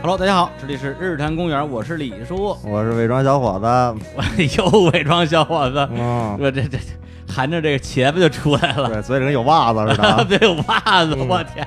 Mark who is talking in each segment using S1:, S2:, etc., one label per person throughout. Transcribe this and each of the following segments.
S1: Hello，大家好，这里是日坛公园，我是李叔。
S2: 我是伪装小伙子，
S1: 又伪装小伙子，
S2: 嗯，
S1: 我这这含着这个茄子就出来了，，
S2: 对，嘴里跟有袜子似的 啊
S1: 对，袜子，
S2: 嗯
S1: 我天，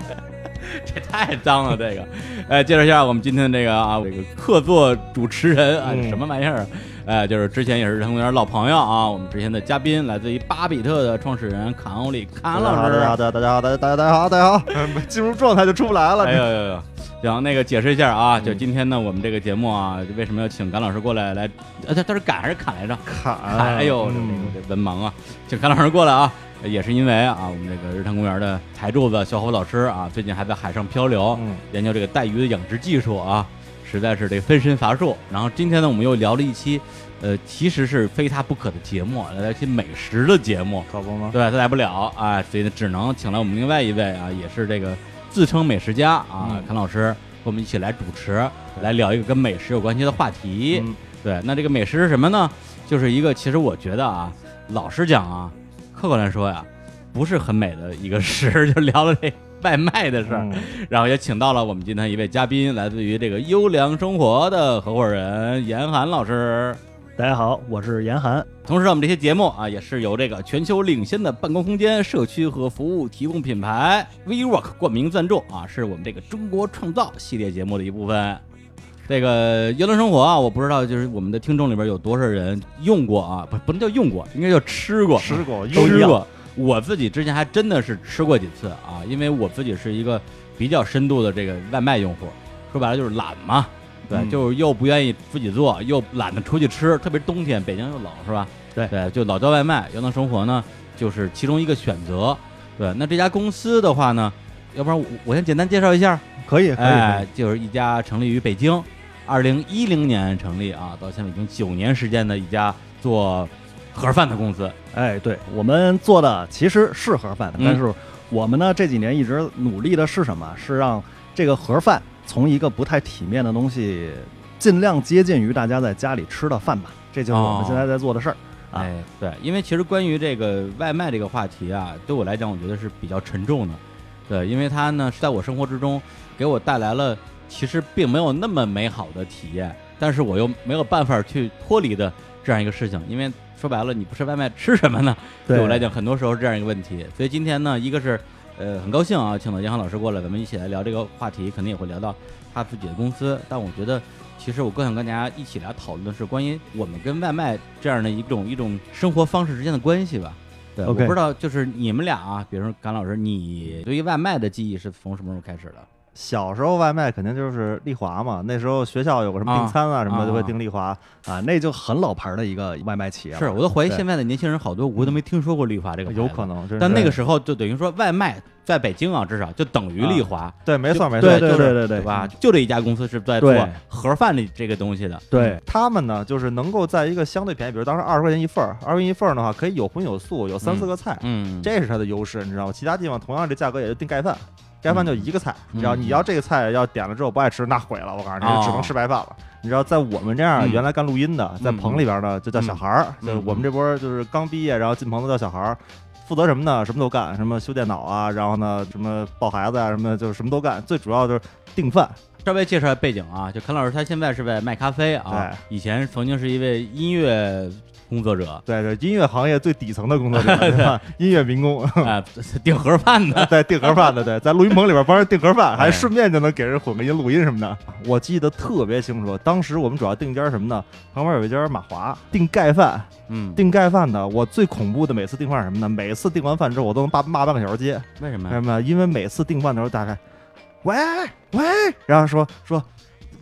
S1: 这太脏了，这个。呃，介绍一下我们今天这个啊，这个客座主持人啊，
S2: 嗯
S1: 什么玩意儿啊？呃，就是之前也是日坛公园老朋友啊，我们之前的嘉宾来自于巴比特的创始人卡欧里卡
S2: 大
S1: 恩
S2: 家
S1: 老
S2: 好，
S1: 师。
S2: 大家好，大家好，大家大家大家好，大家好，没进入状态就出不来
S1: 哎
S2: 了，
S1: 呦呦呦！行，那个解释一下啊，
S2: 嗯
S1: 就今天呢，我们这个节目啊，为什么要请甘老师过来来？呃，他他是赶还是砍来着？
S2: 砍，
S1: 哎呦，这
S2: 嗯
S1: 这这文盲啊！请甘老师过来啊，也是因为啊，我们这个日坛公园的台柱子小虎老师啊，最近还在海上漂流，
S2: 嗯
S1: 研究这个带鱼的养殖技术啊，实在是这个分身乏术。然后今天呢，我们又聊了一期，呃，其实是非他不可的节目，聊一期美食的节目。
S2: 可不吗？
S1: 对，他来不了啊，所以呢只能请来我们另外一位啊，也是这个自称美食家啊，
S2: 嗯
S1: 康老师和我们一起来主持，来聊一个跟美食有关系的话题。
S2: 嗯
S1: 对，那这个美食是什么呢？就是一个，其实我觉得啊，老实讲啊，客观来说呀，不是很美的一个食， 就聊了这外卖的事儿，
S2: 嗯
S1: 然后也请到了我们今天一位嘉宾，来自于这个优良生活的合伙人严寒老师。
S3: 大家好，我是严寒。
S1: 同时，我们这些节目啊，也是由这个全球领先的办公空间、社区和服务提供品牌 WeWork 冠名赞助啊，是我们这个中国创造系列节目的一部分。这个游轮生活啊，我不知道就是我们的听众里边有多少人用过啊，不不能叫用过，应该叫吃过，啊
S2: 吃过，
S1: 都
S2: 一
S1: 吃
S2: 样，
S1: 过。我自己之前还真的是吃过几次啊，因为我自己是一个比较深度的这个外卖用户，说白了就是懒嘛，对，
S2: 嗯
S1: 就是又不愿意自己做，又懒得出去吃，特别是冬天北京又冷是吧？
S3: 对
S1: 对，就老叫外卖。优能生活呢，就是其中一个选择。对，那这家公司的话呢，要不然我我先简单介绍一下，
S2: 可以，可以可
S1: 哎
S2: 以，，
S1: 就是一家成立于北京，二零一零年成立啊，到现在已经九年时间的一家做盒饭的公司。
S3: 哎，对我们做的其实是盒饭的，
S1: 嗯
S3: 但是我们呢这几年一直努力的是什么？是让这个盒饭从一个不太体面的东西，尽量接近于大家在家里吃的饭吧。这就是我
S1: 哦
S3: 们现在在做的事儿。啊
S1: 哎，对，因为其实关于这个外卖这个话题啊，对我来讲，我觉得是比较沉重的。对，因为它呢是在我生活之中给我带来了其实并没有那么美好的体验，但是我又没有办法去脱离的这样一个事情。因为说白了，你不吃外卖吃什么呢？对我来讲，很多时候是这样一个问题。所以今天呢，一个是呃很高兴啊，请到杨航老师过来，咱们一起来聊这个话题，肯定也会聊到他自己的公司。但我觉得，其实我更想跟大家一起来讨论的是关于我们跟外卖这样的一种一种生活方式之间的关系吧。对
S3: OK
S1: 我不知道，就是你们俩啊，比如说甘老师，你对于外卖的记忆是从什么时候开始的？
S2: 小时候外卖肯定就是丽华嘛，那时候学校有个什么
S1: 啊
S2: 订餐啊什么
S1: 啊
S2: 的，就会订丽华，
S3: 啊，那就很老牌的一个外卖企业了。
S1: 是，我都怀疑
S3: 对
S1: 现在的年轻人好多无都没听说过绿华这个，
S2: 有可。能，真
S1: 但
S2: 是
S1: 那个时候就等于说外卖在北京啊，至少就等于丽华，
S2: 对，没错没错
S1: 对，
S3: 对
S1: 就是
S3: 对对对
S1: 对吧？就这一家公司是在做
S3: 对
S1: 盒饭的这个东西的，
S3: 对，
S2: 他们呢，就是能够在一个相对便宜，比如当时二十块钱一份儿，二十块钱一份儿的话，可以有荤有素，有三四个菜，
S1: 嗯，
S2: 这是它的优势，你知道吗？其他地方同样这价格也就定盖饭，盖饭就一个菜，
S1: 嗯
S2: 你知道你要这个菜要点了之后不爱吃，那毁了，我告诉你，
S1: 哦
S2: 只能吃白饭了。你知道，在我们这样
S1: 嗯
S2: 原来干录音的，在棚里边呢，就叫小孩儿，
S1: 嗯
S2: 就是我们这波就是刚毕业，然后进棚子叫小孩儿。负责什么呢？什么都干，什么修电脑啊，然后呢，什么抱孩子啊，什么的，就是什么都干。最主要就是订饭，，
S1: 稍微介绍一下背景啊，就康老师他现在是在卖咖啡啊，以前曾经是一位音乐工作者
S2: 对对，音乐行业最底层的工作者， 对吧？音乐民工，
S1: 啊，订盒饭 的，
S2: 在订盒饭的，对，在录音棚里边帮人订盒饭，
S1: 哎
S2: 还顺便就能给人混个音录音什么的。我记得特别清楚，当时我们主要订一家什么呢？旁边有一家马华订盖饭，
S1: 嗯，
S2: 订盖饭的，我最恐怖的每次订饭是什么呢？每次订完饭之后，我都能骂骂半个小时街，
S1: 为什么
S2: 为
S1: 呀？
S2: 什么？因为每次订饭的时候，大概喂喂，然后说说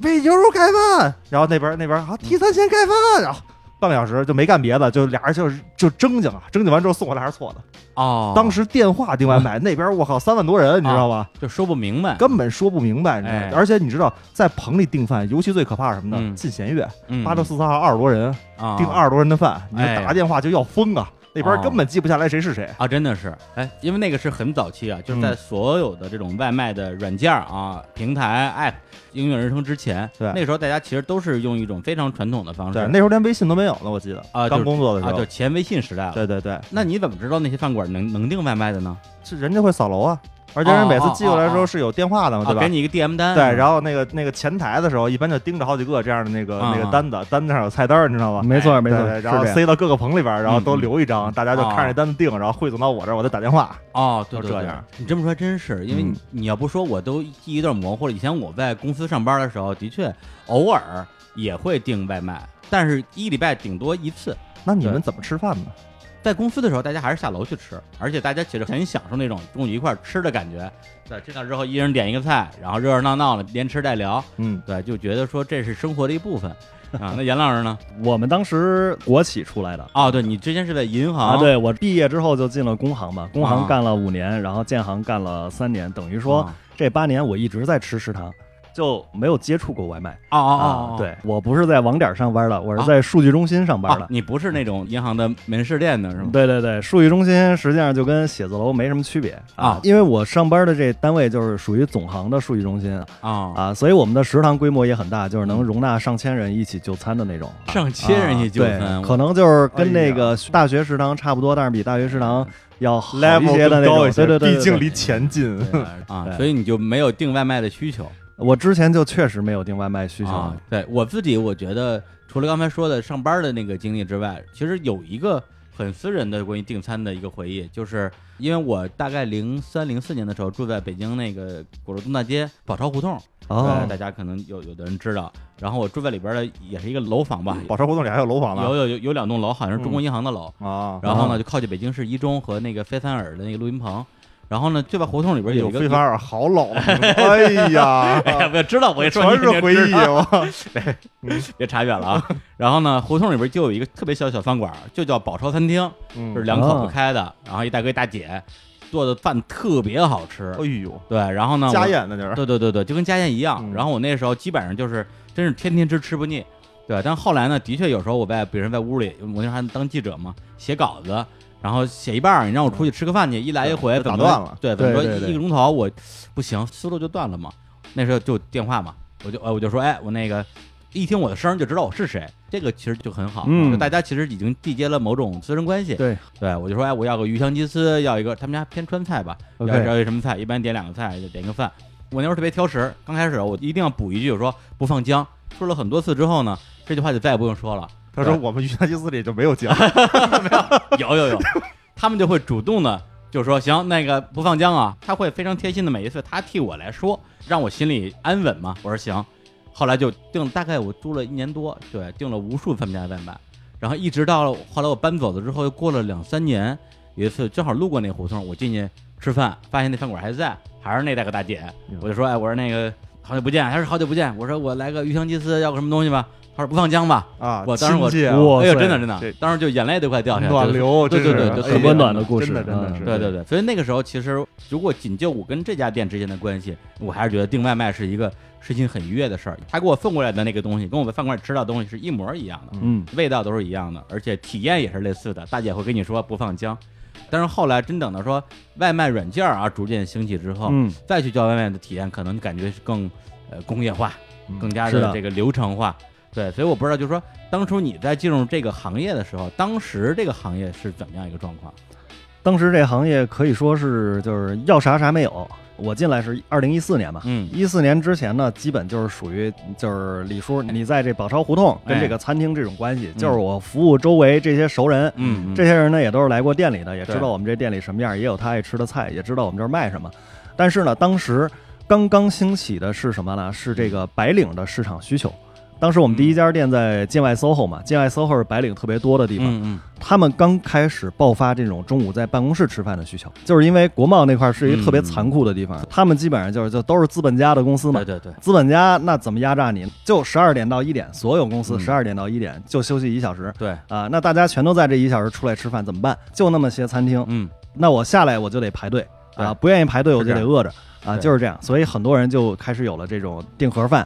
S2: 喂牛肉盖饭，然后那边那边啊提三鲜盖饭，然后。半个小时就没干别的，就俩人就是就争竞啊，争竞完之后送回来还是错的。
S1: 哦，
S2: 当时电话订外卖，那边我靠三万多人，你知道吧？
S1: 就说不明白，
S2: 根本说不明白，你知道吗
S1: 哎？
S2: 而且你知道，在棚里订饭，尤其最可怕是什么
S1: 嗯
S2: 呢？进弦月，
S1: 嗯
S2: 八六四三号二十多人，
S1: 啊
S2: 订二十多人的饭，你就
S1: 哎
S2: 打个电话就要疯啊！那边
S1: 哦
S2: 根本记不下来谁是谁。
S1: 啊，真的是，哎，因为那个是很早期啊，就是在
S2: 嗯
S1: 所有的这种外卖的软件儿啊、平台 App 应用人生之前，
S2: 对
S1: 那时候大家其实都是用一种非常传统的方式
S2: 对，，那时候连微信都没有呢，我记得
S1: 哦啊就是
S2: 刚工作的
S1: 啊，
S2: 时
S1: 就
S2: 候。
S1: 前微信时代了。啊
S2: 对对对，
S1: 那你怎么知道那些饭馆能能订外卖的呢？
S2: 是人家会扫楼啊，而且人每次
S1: 哦哦
S2: 寄过来的时
S1: 哦
S2: 候
S1: 哦
S2: 是有电话的嘛，
S1: 啊
S2: 对吧
S1: 给？你一个 DM 单，
S2: 对，然后那个那个前台的时候，一般就盯着好几个这样的那个
S1: 啊
S2: 那个单子，单子上有菜单儿，你知道吗？
S3: 没错没
S2: 对
S3: 错，
S2: 对，
S3: 是这
S2: 然后
S3: 样。啊
S2: 塞到各个棚里边儿，然后都
S1: 嗯嗯
S2: 留一张，大家就
S1: 哦
S2: 看着单子定，然后汇总到我这儿，我再打电话。
S1: 哦，对
S2: 都
S1: 对
S2: 这
S1: 对
S2: 样，
S1: 你这么说还真是，因为
S3: 嗯
S1: 你要不说我都记忆有点模糊了。以前我在公司上班的时候，的确偶尔也会订外卖，但是一礼拜顶多一次。
S2: 那你们
S1: 对
S2: 怎么吃饭呢？
S1: 在公司的时候，大家还是下楼去吃，而且大家其实很享受那种中午一块儿吃的感觉。对，吃到之后一人点一个菜，然后热热闹闹的边吃带聊，
S2: 嗯，
S1: 对，就觉得说这是生活的一部分啊。那严老师呢？
S3: 我们当时国企出来的。
S1: 哦，对你之前是在银行
S3: 啊，对我毕业之后就进了工行嘛，工
S1: 啊
S3: 行干了五年，然后建行干了三年，等于说
S1: 啊
S3: 这八年我一直在吃食堂，就没有接触过外卖
S1: 哦哦哦
S3: 啊。
S1: 哦，
S3: 对我不是在网点上班的，我
S1: 啊
S3: 是在数据中心上班
S1: 哦
S3: 的，。
S1: 你不是那种银行的门市店的是吗？
S3: 对对对，数据中心实际上就跟写字楼没什么区别
S1: 啊
S3: 因为我上班的这单位就是属于总行的数据中心
S1: 啊，
S3: 啊，所以我们的食堂规模也很大，就是能容纳上千人一起就餐的那种。
S1: 上千人一嗯
S3: 啊
S1: 纠
S3: 对
S1: 纷，
S3: 可能就是跟
S2: 哎
S3: 那个大学食堂差不多，但是比大学食堂要好
S2: level
S3: 些的
S2: 更
S3: 那种。
S2: 高一
S3: 对
S2: 些，
S3: 对对对对
S2: 毕竟离钱近。
S3: 对
S1: 啊，
S3: 对
S1: 所以你就没有订外卖的需求
S3: 我之前就确实没有订外卖需求。
S1: 啊。对我自己，我觉得除了刚才说的上班的那个经历之外，其实有一个很私人的关于订餐的一个回忆，就是因为我大概零三零四年的时候住在北京那个鼓楼东大街宝钞胡同，
S3: 哦
S1: 对，大家可能有有的人知道。然后我住在里边的也是一个楼房吧，
S3: 嗯
S2: 宝钞胡同里还有楼房
S3: 啊
S1: 有
S2: 呢
S1: 有有有两栋楼，好像是中国银行的楼。
S2: 啊，
S1: 然后呢，就靠近北京市一中和那个菲凡尔的那个录音棚。然后呢，就在胡同里边有
S2: 有
S1: 一个
S2: 菲凡尔 好老了，哎呀，
S1: 哎， 我知道，我一说
S2: 全
S1: 你肯
S2: 是
S1: 定
S2: 回
S1: 知
S2: 忆
S1: 道
S2: 我。
S1: 别查远了啊。然后呢，胡同里边就有一个特别小的小饭馆，就叫宝钞餐厅，就是
S2: 嗯，
S1: 两口子开的，然后一大哥一大姐做的饭特别好吃
S2: 哎。呦，
S1: 对，然后呢，
S2: 家
S1: 我
S2: 宴那就是。
S1: 对对对对，就跟家宴一样。
S2: 嗯
S1: 然后我那时候基本上就是真是天天吃吃不腻，对。但后来呢，的确有时候我在比如在屋里，我那时候还当记者嘛，写稿子，然后写一半儿，你让我出去吃个饭去，一来一回
S2: 就打
S1: 怎么
S2: 断了
S1: 对，怎么说
S3: 对对对
S1: 一个钟头我不行，思路就断了嘛。那时候就电话嘛，我就呃我就说哎我那个。一听我的声儿就知道我是谁，这个其实就很好，
S3: 嗯
S1: 就大家其实已经缔结了某种私人关系。
S3: 对，
S1: 对我就说，哎，我要个鱼香鸡丝，要一个他们家偏川菜吧，要
S3: OK
S1: 要一什么菜，一般点两个菜，就点一个饭。我那时候特别挑食，刚开始我一定要补一句，我说不放姜。说了很多次之后呢，这句话就再也不用说了。
S2: 他说我们鱼香鸡丝里就没 有酱，
S1: 有有有，他们就会主动的就说行，那个不放姜啊，他会非常贴心的每一次他替我来说，让我心里安稳嘛。我说行，后来就订了，大概我住了一年多，对，订了无数他们家的外卖，然后一直到后来我搬走了之后，又过了两三年，有一次正好路过那胡同，我进去吃饭，发现那饭馆还在，还是那大哥大姐，我就说哎，我说那个好久不见，他说好久不见，我说我来个鱼香鸡丝，要个什么东西吧，他说不放姜吧，
S2: 啊，
S1: 我当时我
S2: 亲切啊
S3: 我哇
S1: 哎呦，
S3: 塞
S1: 真的真的
S2: 哎这，
S1: 当时就眼泪都快掉下来，
S2: 暖
S1: 就是
S2: 流，
S1: 对
S2: 真
S1: 对
S2: 是
S1: 对就
S2: 哎
S1: 很
S2: 呀
S1: 温暖
S3: 的故事
S2: 真的真的
S3: 嗯
S2: 是，
S1: 对对对，所以那个时候其实如果仅就我跟这家店之间的关系，我还是觉得订外卖是一个是一件很愉悦的事儿。他给我送过来的那个东西，跟我在饭馆里吃到的东西是一模一样的，
S3: 嗯，
S1: 味道都是一样的，而且体验也是类似的。大姐会跟你说不放姜，但是后来真等到说外卖软件儿啊逐渐兴起之后，
S3: 嗯，
S1: 再去叫外卖的体验，可能感觉是更呃工业化，
S2: 嗯
S1: 更加
S3: 是
S1: 的
S3: 的
S1: 这个流程化。对，所以我不知道，就是说，当初你在进入这个行业的时候，当时这个行业是怎么样一个状况？
S3: 当时这行业可以说是就是要啥啥没有。我进来是二零一四年嘛，
S1: 嗯
S3: 一四年之前呢，基本就是属于就是李叔，你在这宝钞胡同
S2: 哎
S3: 跟这个餐厅这种关
S2: 嗯
S3: 系，就是我服务周围这些熟人，
S1: 嗯，嗯
S3: 这些人呢也都是来过店里的，也知
S1: 对
S3: 道我们这店里什么样，也有他爱吃的菜，也知道我们这儿卖什么。但是呢，当时刚刚兴起的是什么呢？是这个白领的市场需求。
S1: 嗯
S3: 当时我们第一家店在境外 SOHO 嘛，境外 SOHO 是白领特别多的地方，
S1: 嗯
S3: 他们刚开始爆发这种中午在办公室吃饭的需求，
S1: 嗯
S3: 就是因为国贸那块儿是一个特别残酷的地方，他们基本上就是就都是资本家的公司
S1: 嗯，
S3: 嘛
S1: 对，对对，
S3: 资本家那怎么压榨你？就十二点到一点，所有公司
S1: 嗯
S3: 十二点到一点就休息一小时
S1: 对，
S3: 啊、那大家全都在这一小时出来吃饭怎么办？就那么些餐厅，
S1: 嗯
S3: 那我下来我就得排队
S1: 对
S3: 啊，不愿意排队我
S2: 是
S3: 就
S2: 这
S3: 得
S2: 样
S3: 饿着啊，
S1: 对
S3: 就是这样。所以很多人就开始有了这种订盒饭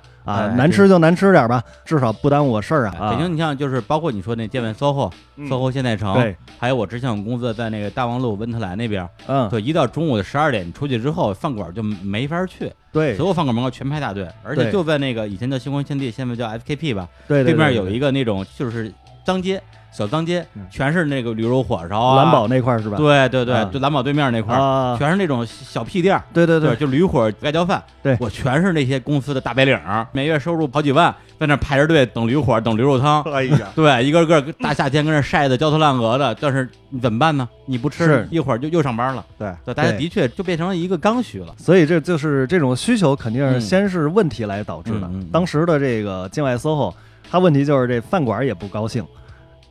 S1: 哎
S3: 啊，难吃就难吃点吧，至少不耽误我事儿啊。
S1: 哎
S3: 啊
S1: 北京，你像就是包括你说那店面 SOHO、SOHO 现代城，
S3: 对，
S1: 还有我之前我们公司在那个大望路温特莱那边，
S3: 嗯，
S1: 对，一到中午的十二点，你出去之后，饭馆就没法去，
S3: 对
S1: 所有饭馆门口全排大队，而且
S3: 对
S1: 就在那个以前叫星光天地，现在叫 FKP 吧，
S3: 对，
S1: 对面有
S3: 一。
S1: 一个那种就是张街，小脏街
S3: 嗯，
S1: 全是那个驴肉火烧啊，
S3: 蓝宝那块儿是吧？
S1: 对对对，
S3: 嗯
S1: 就蓝宝对面那块儿，
S3: 啊，
S1: 全是那种小屁店儿。
S3: 对对
S1: 对，，就驴火盖浇饭，
S3: 对
S1: 我全是那些公司的大白领儿，每月收入好几万，在那排着队等驴火，等驴肉汤，
S2: 哎呀，
S1: 对，一个个大夏天跟那晒得焦头烂额的，但是你怎么办呢？你不吃
S3: 是，
S1: 一会儿就又上班了。
S2: 对
S1: 对，大家
S3: 对
S1: 的确就变成了一个刚需了。
S3: 所以这就是这种需求肯定是先是问题来导致的。
S1: 嗯嗯嗯嗯
S3: 当时的这个境外 SOHO，它问题就是这饭馆也不高兴，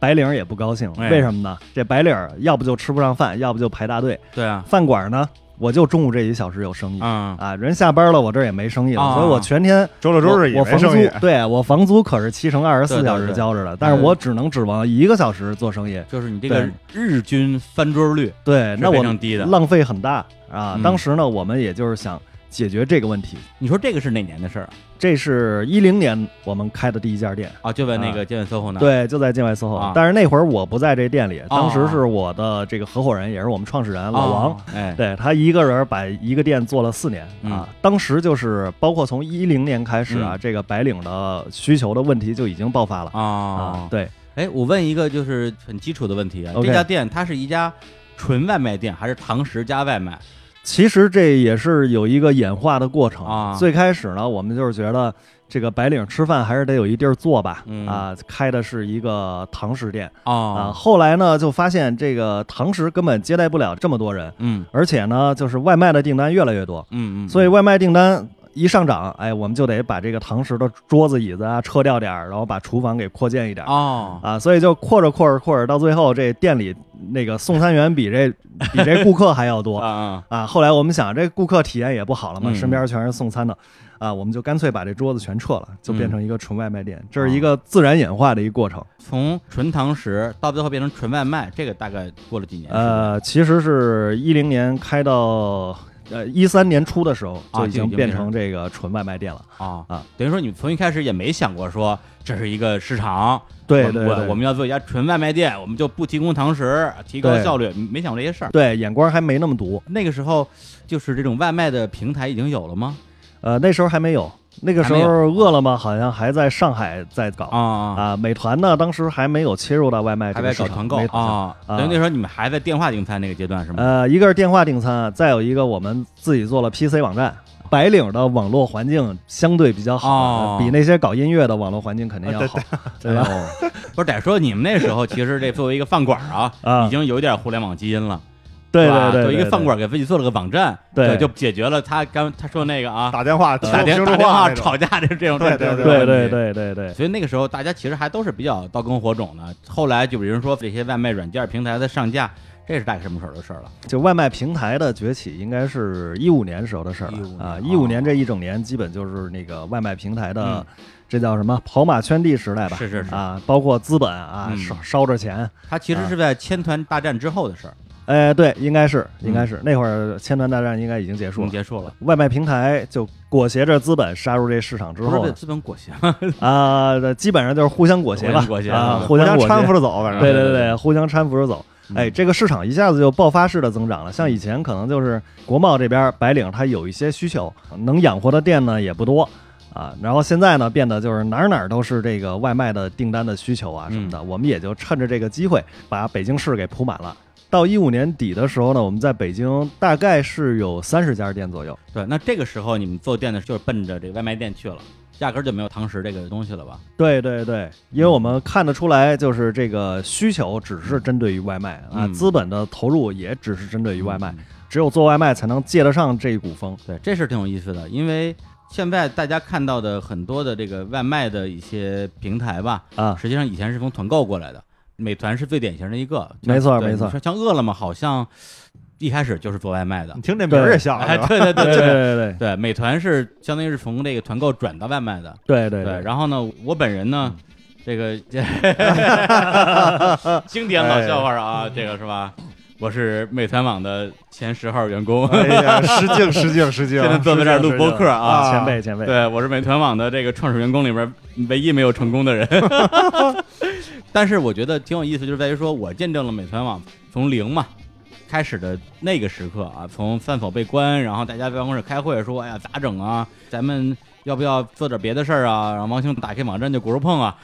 S3: 白领也不高兴，
S1: 哎
S3: 为什么呢？这白领要不就吃不上饭，要不就排大队。
S1: 对啊，
S3: 饭馆呢，我就中午这一小时有生意。
S1: 嗯，
S3: 啊，人下班了，我这儿也没生意了，
S1: 啊
S3: 所以我全天
S2: 周六周日
S3: 我
S2: 也
S3: 我
S2: 没
S3: 房租
S2: 生意，
S3: 对我房租可是七乘二十
S1: 对
S3: 四
S1: 对
S3: 小时
S1: 对嗯
S3: 交着的，但是我只能指望一个小时做生意，
S1: 就是你这个日均翻桌率
S3: 对，
S1: 是
S3: 那
S1: 非
S3: 我
S1: 常低的。
S3: 浪费很大啊。
S1: 嗯
S3: 当时呢，我们也就是想解决这个问题，
S1: 你说这个是哪年的事儿啊？
S3: 这是一零年我们开的第一家店，
S1: 啊，就在那个建 SOHO 那儿。
S3: 对，就在境外 SOHO、
S1: 啊
S3: 但是那会儿我不在这店里，当时是我的这个合伙人，也是我们创始人、
S1: 啊，
S3: 老王，
S1: 哎，
S3: 对他一个人把一个店做了四年
S1: 嗯
S3: 啊。当时就是包括从一零年开始啊，
S1: 嗯
S3: 这个白领的需求的问题就已经爆发了、
S1: 啊
S3: 啊。，对，
S1: 哎，我问一个就是很基础的问题啊，
S3: OK
S1: 这家店它是一家纯外卖店，还是堂食加外卖？
S3: 其实这也是有一个演化的过程
S1: 啊
S3: 最开始呢，我们就是觉得这个白领吃饭还是得有一地儿坐吧，
S1: 嗯
S3: 啊，开的是一个堂食店。啊，
S1: 哦，
S3: 后来呢，就发现这个堂食根本接待不了这么多人，
S1: 嗯
S3: 而且呢，就是外卖的订单越来越多，
S1: 嗯嗯，
S3: 所以外卖订单一上涨，哎，我们就得把这个堂食的桌子椅子啊撤掉点儿，然后把厨房给扩建一点儿。
S1: 哦，
S3: 啊，所以就扩着扩着扩着，到最后这店里那个送餐员比这比这顾客还 要
S1: 啊
S3: 多
S1: 啊，
S3: 啊。后来我们想，这顾客体验也不好了嘛，
S1: 嗯
S3: 身边全是送餐的，啊，我们就干脆把这桌子全撤了，就变
S1: 嗯哦
S3: 成一个纯外卖店。这是一个自然演化的一个过程。
S1: 从纯堂食到最后变成纯外卖，这个大概过了几年？
S3: 呃，其实是一零年开到呃一三年初的时候，
S1: 啊就
S3: 就已
S1: 已
S3: 经
S1: 经
S3: 变
S1: 变
S3: 成这个纯外卖店了。
S1: 啊
S3: 啊，
S1: 等于说你从一开始也没想过说这是一个市场，
S3: 对
S1: 我
S3: 对
S1: 我
S3: 对，
S1: 我们要做一家纯外卖店，我们就不提供堂食，提高
S3: 对
S1: 效率，没想过这些事儿。
S3: 对眼光还没那么毒。
S1: 那个时候，就是这种外卖的平台已经有了吗？
S3: 呃，那时候还没有，那个时候
S1: 还没
S3: 饿了么好像还在上海在搞
S1: 啊啊，
S3: 啊美团呢当时还没有切入到外卖
S1: 还在
S3: 这个市
S1: 搞
S3: 场，
S1: 团购
S3: 没
S1: 啊，
S3: 啊
S1: 等于那时候你们还在电话订餐那个阶段是吗？
S3: 呃，一个是电话订餐，再有一个我们自己做了 PC 网站。白领的网络环境相对比较好，呃
S1: 哦啊
S3: 比那些搞音乐的网络环境肯定要好，对吧？
S1: 哦，不是得说你们那时候其实这作为一个饭馆啊，
S3: 啊
S1: 已经有点互联网基因了，
S3: 对
S1: 是吧
S3: 对对，
S1: 作为一个
S3: 对
S1: 饭馆给自己做了个网站，
S3: 对
S1: 就解决了他刚他说那个啊，
S2: 打电话听
S1: 打
S2: 不
S1: 电
S2: 清
S1: 打
S2: 楚
S1: 电
S2: 话
S1: 话
S2: 那种，
S1: 吵架这这种
S2: 对
S1: 这种
S2: 对
S1: 问
S3: 对
S1: 题
S3: 对对对对，
S1: 所以那个时候，大家其实还都是比较刀耕火种的。后来就有人说，这些外卖软件平台的上架，这是大概什么时候的事儿了？
S3: 就外卖平台的崛起，应该是一五年时候的事儿
S1: 15年
S3: 了啊！一
S1: 哦
S3: 五年这一整年，基本就是那个外卖平台
S1: 嗯
S3: 的，这叫什么跑马圈地时代吧？
S1: 是是是
S3: 啊，包括资本啊，
S1: 嗯
S3: 烧烧着钱，
S1: 它其实
S3: 啊
S1: 是在千团大战之后的事儿，
S3: 哎，对，应该是应该是那会儿千团大战应该已经结
S1: 已
S3: 束
S1: 经
S3: 了。
S1: 结束了。
S3: 外卖平台就裹挟着资本杀入这市场之
S1: 不是
S3: 后
S1: 被
S3: 呢
S1: 资本裹挟，
S3: 啊，那基本上就是互相裹挟
S1: 互
S3: 吧，
S1: 相裹挟
S3: 啊，
S1: 嗯
S3: 互相
S2: 相
S3: 裹
S2: 搀扶
S3: 挟，
S2: 着走，反正
S3: 对
S1: 啊对
S3: 对
S1: 对对
S3: 对，互相搀扶着走。哎，
S1: 嗯
S3: 这个市场一下子就爆发式的增长了。像以前可能就是国贸这边白领他有一些需求，能养活的店呢也不多啊。然后现在呢，变得就是哪儿哪儿都是这个外卖的订单的需求啊
S1: 嗯
S3: 什么的。我们也就趁着这个机会把北京市给铺满了。到一五年底的时候呢，我们在北京大概是有三十家店左右。
S1: 对，那这个时候你们做店的就是奔着这个外卖店去了，压根儿就没有堂食这个东西了吧？
S3: 对对对，因为我们看得出来，就是这个需求只是针对于外卖啊，
S1: 嗯
S3: 资本的投入也只是针对于外卖，
S1: 嗯
S3: 只有做外卖才能借得上这一股风。
S1: 对，这是挺有意思的，因为现在大家看到的很多的这个外卖的一些平台吧，
S3: 啊，
S1: 实际上以前是从团购过来的，美团是最典型的一个，
S3: 没错
S1: 对
S3: 没错
S1: 你说像饿了么好像一开始就是做外 卖的
S2: 你，听这名儿也像
S1: 哎，
S2: 是吧？
S1: 对对对
S3: 对
S1: 对
S3: 对
S1: 对，美团是相当于是从这个团购转到外卖的，
S3: 对嗯对
S1: 对。然后呢，我本人呢，这个 经典老笑话
S3: 哎
S1: 啊，这个是吧？我是美团网的前十号员工，
S2: 哎 呀，失敬失敬失敬！
S1: 现在坐在这儿录
S2: 失敬
S1: 播客啊
S3: 前辈前辈，
S1: 对，我是美团网的这个创始员工里边唯一没有成功的人。 但是我觉得挺有意思，就是在于说我见证了美团网从零嘛开始的那个时刻啊，从饭否被关，然后大家在办公室开会说，哎呀咋整啊？咱们要不要做点别的事儿啊？然后王兴打开网站就骨肉碰啊。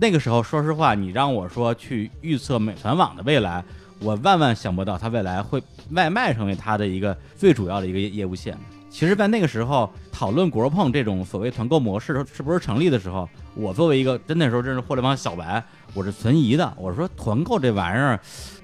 S1: 那个时候，说实话，你让我说去预测美团网的未来，我万万想不到它未来会外卖成为它的一个最主要的一个业业务线。其实，在那个时候讨论国碰这种所谓团购模式是不是成立的时候，我作为一个真那时候真是互联网小白，我是存疑的。我说团购这玩意儿，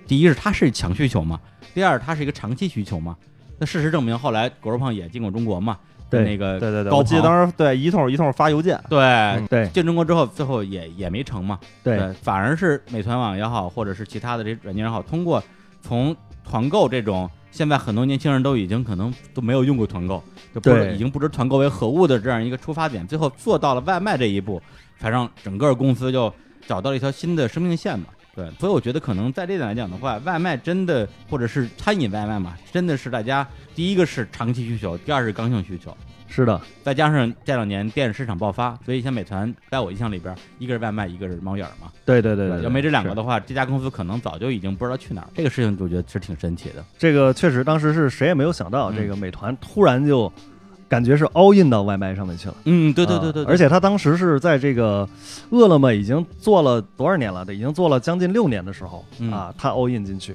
S1: 第一是它是强需求嘛，第二它是一个长期需求嘛。那事实证明，后来国碰也进过中国嘛，
S3: 对
S1: 那个
S2: 对对对，
S1: 高
S2: 我记得
S1: 鹏
S2: 当时对一通一通发邮件，
S1: 对、
S3: 对
S1: 进中国之后，最后也也没成嘛。
S3: 对，
S1: 反而是美团网也好，或者是其他的这些软件也好，通过从团购这种，现在很多年轻人都已经可能都没有用过团购，就不
S3: 对
S1: 已经不知团购为何物的这样一个出发点，最后做到了外卖这一步，才让整个公司就找到了一条新的生命线吧。对，所以我觉得可能在这点来讲的话，外卖真的或者是餐饮外卖嘛，真的是大家第一个是长期需求，第二是刚性需求。
S3: 是的，
S1: 再加上这两年电子市场爆发，所以像美团，在我印象里边，一个是外卖，一个是猫眼儿嘛。
S3: 对对对对，
S1: 要没这两
S3: 是
S1: 个的话，这家公司可能早就已经不知道去哪儿。这个事情我觉得是挺神奇的。
S3: 这个确实当时是谁也没有想到，
S1: 嗯
S3: 这个美团突然就感觉是 all in 到外卖上面去了。
S1: 嗯，对
S3: 啊而且他当时是在这个饿了么已经做了多少年了？已经做了将近六年的时候、
S1: 嗯
S3: 啊，他 all in 进去。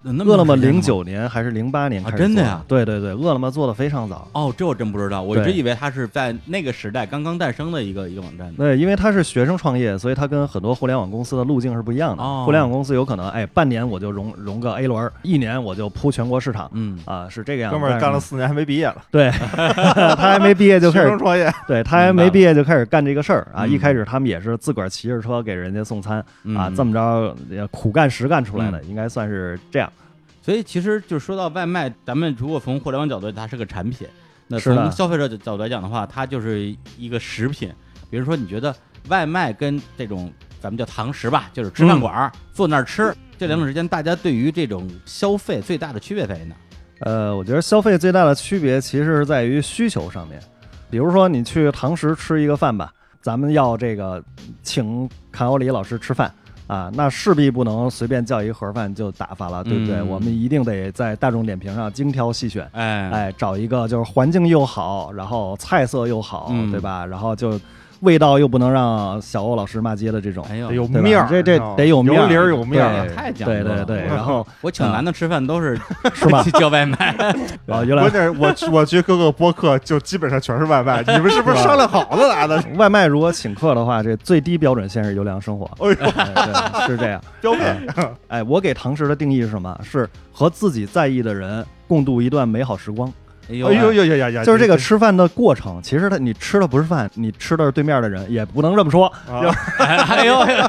S1: 那
S3: 饿了么
S1: 长时间
S3: 零
S1: 吗
S3: 九年还是零八年
S1: 啊
S3: 开始做、
S1: 真的呀
S3: 对对对，饿了么做的非常早。
S1: 哦，这我真不知道，我一直
S3: 对
S1: 以为它是在那个时代刚刚诞生的一个一个网站呢。
S3: 对，因为他是学生创业，所以他跟很多互联网公司的路径是不一样的。
S1: 哦
S3: 互联网公司有可能，哎，半年我就融融个 A 轮儿，一年我就铺全国市场，
S1: 嗯，
S3: 啊，是这个样
S2: 哥
S3: 子。
S2: 们儿
S3: 但
S2: 干
S3: 是
S2: 了四年还没毕业了，
S3: 对， 他还没毕业就开
S2: 学
S3: 始
S2: 生创业，
S3: 对他还
S1: 明白
S3: 没
S1: 了
S3: 毕业就开始干这个事儿啊！
S1: 嗯
S3: 一开始他们也是自个儿骑着车给人家送餐啊，
S1: 嗯
S3: 这么着呃苦干实干出来的，应该算是这样。
S1: 所以其实就说到外卖，咱们如果从互联网角度，它是个产品；那
S3: 是的
S1: 从消费者角度来讲的话，它就是一个食品。比如说，你觉得外卖跟这种咱们叫堂食吧，就是吃
S3: 嗯
S1: 饭馆儿、坐那儿吃这两种之间，大家对于这种消费最大的区别在于哪？
S3: 呃，我觉得消费最大的区别其实是在于需求上面，比如说你去堂食吃一个饭吧，咱们要这个请坎欧里老师吃饭。啊，那势必不能随便叫一盒饭就打发了，对不对？
S1: 嗯
S3: 我们一定得在大众点评上精挑细选，
S1: 哎，
S3: 哎，找一个就是环境又好，然后菜色又好，
S1: 嗯
S3: 对吧？然后就味道又不能让小欧老师骂街的这种，
S1: 哎呦，
S2: 得有
S3: 对吧
S2: 面儿，
S3: 这这
S2: 你知道吗
S3: 得有面儿
S2: 有理儿有面
S1: 哎
S2: 儿
S1: 呀，太讲究
S3: 对
S1: 了。
S3: 对 对。然后
S1: 我请男的吃饭都是
S3: 是吧？
S1: 去 叫外卖，
S3: 啊，原
S2: 关
S3: 来
S2: 键是我去我去各个播客就基本上全是外卖，你们是不是商量好了来的？
S3: 外卖如果请客的话，这最低标准线是优良生活，
S2: 哎呦，
S3: 哎对，是这样。
S2: 标配，
S3: 哎，我给堂食的定义是什么？是和自己在意的人共度一段美好时光。
S1: 哎呦
S2: 哎呦呦呦呦呦，
S3: 就是这个
S2: 真
S3: 吃饭的过程，其实他你吃的不是饭，你吃的是对面的人，也不能这么说。
S2: 啊
S1: 哎呦，哎呦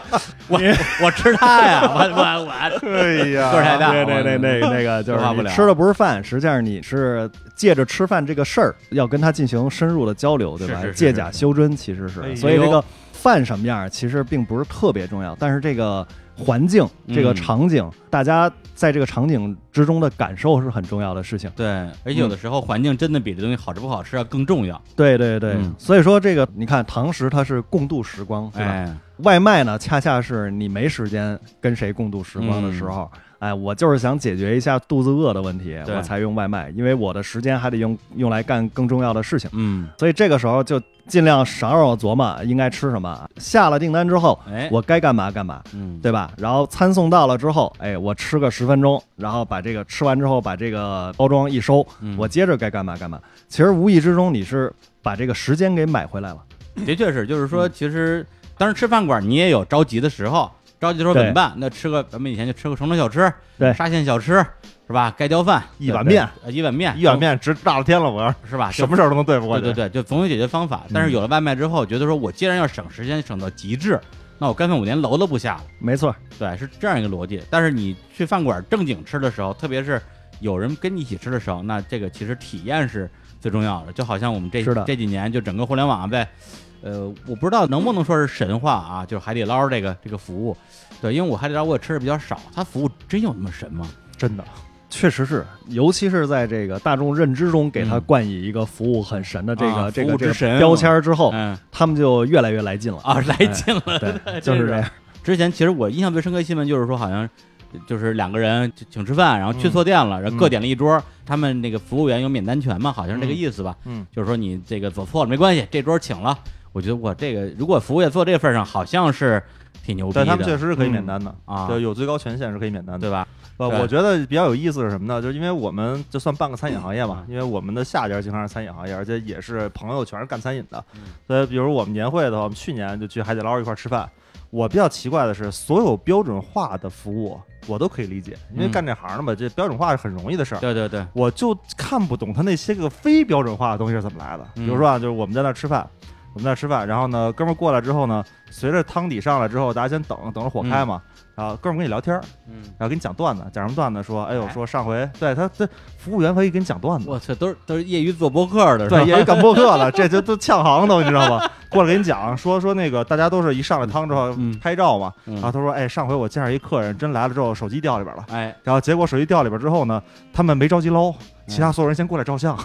S1: 我我吃它呀，我我 我
S2: 哎呀，
S1: 个儿太大
S3: 对对对对，那 个就是
S1: 化不
S3: 你
S1: 了
S3: 吃哦的不是饭，实际上你是借着吃饭这个事儿，要跟他进行深入的交流，对吧
S1: 是是？是
S3: 借假修真其实
S2: 哎
S3: 是，
S2: 呦
S3: 所以这个饭什么样儿其实并不是特别重要，但是这个环境、这个
S1: 嗯
S3: 场景，大家在这个场景之中的感受是很重要的事情。
S1: 对，而且有的时候环境真的比这东西好吃不好吃要更重要。
S3: 对对对
S1: 嗯，
S3: 所以说这个你看堂食它是共度时光，对吧？
S1: 哎，
S3: 外卖呢，恰恰是你没时间跟谁共度时光的时候。哎，我就是想解决一下肚子饿的问题，
S1: 嗯对
S3: 我才用外卖，因为我的时间还得用用来干更重要的事情，
S1: 嗯，
S3: 所以这个时候就尽量少让我琢磨应该吃什么。下了订单之后，
S1: 哎，
S3: 我该干嘛干嘛，
S1: 嗯，
S3: 对吧？然后餐送到了之后，哎，我吃个十分钟，然后把这个吃完之后把这个包装一收，
S1: 嗯
S3: 我接着该干嘛干嘛。其实无意之中你是把这个时间给买回来了，
S1: 的确是，就是说，其实当然吃饭馆你也有着急的时候，着急的时候怎么办？那吃个咱们以前就吃个城中小吃，
S3: 对
S1: 沙县小吃是吧？盖浇饭，
S2: 一碗
S1: 对
S2: 面，
S1: 呃一碗 面，
S2: 一碗面值大了天了，我要
S1: 是吧？
S2: 什么事儿都能对付
S1: 就？
S2: 过
S1: 对
S2: 去。
S1: 对对，就总有解决方法。
S3: 嗯
S1: 但是有了外卖之后，觉得说我既然要省时间，省到极致，那我干脆我连楼都不下了。
S3: 没错。
S1: 对，是这样一个逻辑。但是你去饭馆正经吃的时候，特别是有人跟你一起吃的时候，那这个其实体验是最重要的。就好像我们这
S3: 是的
S1: 这几年，就整个互联网在，呃，我不知道能不能说是神话啊，就是海底捞这个这个服务，对，因为我海底捞我也吃的比较少，它服务真有那么神吗？
S2: 真的，
S3: 确实是，尤其是在这个大众认知中给他
S1: 嗯
S3: 冠以一个服务很神的这个、
S1: 啊
S3: 这
S1: 服
S3: 个
S1: 务
S3: 这
S1: 之神
S3: 个标签儿之后，
S1: 嗯
S3: 他们就越来越来 劲了。
S1: 啊，来劲了。
S3: 对，
S1: 真
S3: 就是是这样。
S1: 之前其实我印象最深刻的新闻就是说，好像就是两个人请请吃饭，然后去错店了，然后各点了一桌，他们那个服务员有免单权嘛，好像是这个意思吧？
S2: 嗯嗯，
S1: 就是说你这个走错了没关系，这桌请了，我觉得我这个如果服务业做这份儿上，好像是挺牛逼的，
S2: 但他们确实是可以免
S3: 嗯
S2: 单的，
S1: 啊，
S2: 就有最高权限是可以免单的。
S1: 对吧？
S2: 呃，
S1: 对
S2: 我觉得比较有意思是什么呢？就是因为我们就算半个餐饮行业嘛，
S1: 嗯
S2: 因为我们的下家经常是餐饮行业，而且也是朋友全是干餐饮的
S1: 嗯，
S2: 所以比如我们年会的话，我们去年就去海底捞一块儿吃饭。我比较奇怪的是，所有标准化的服务我都可以理解，因为
S1: 嗯
S2: 干这行的嘛，这标准化是很容易的事儿。
S1: 对对对，
S2: 我就看不懂他那些个非标准化的东西是怎么来的。比
S1: 嗯
S2: 如说啊，就是我们在那儿吃饭，我们在那儿吃饭，然后呢，哥们儿过来之后呢，随着汤底上来之后，大家先等等着火开嘛，然后哥们儿跟你聊天儿，
S1: 嗯，
S2: 然后给你讲段子，讲什么段子？说，哎呦，
S1: 哎
S2: 说上回对他这服务员可以给你讲段子，
S1: 我操，都是都是业余做播客的，是吧
S2: 嗯对，也干播客了，这就都呛行都，你知道吗？ 过来给你讲，说说那个大家都是一上来汤之后
S1: 嗯
S2: 拍照嘛，
S1: 嗯
S2: 然后他说，哎，上回我见着一客人，真来了之后手机掉里边了。
S1: 哎，
S2: 然后结果手机掉里边之后呢，他们没着急捞，其他所有人先过来照相，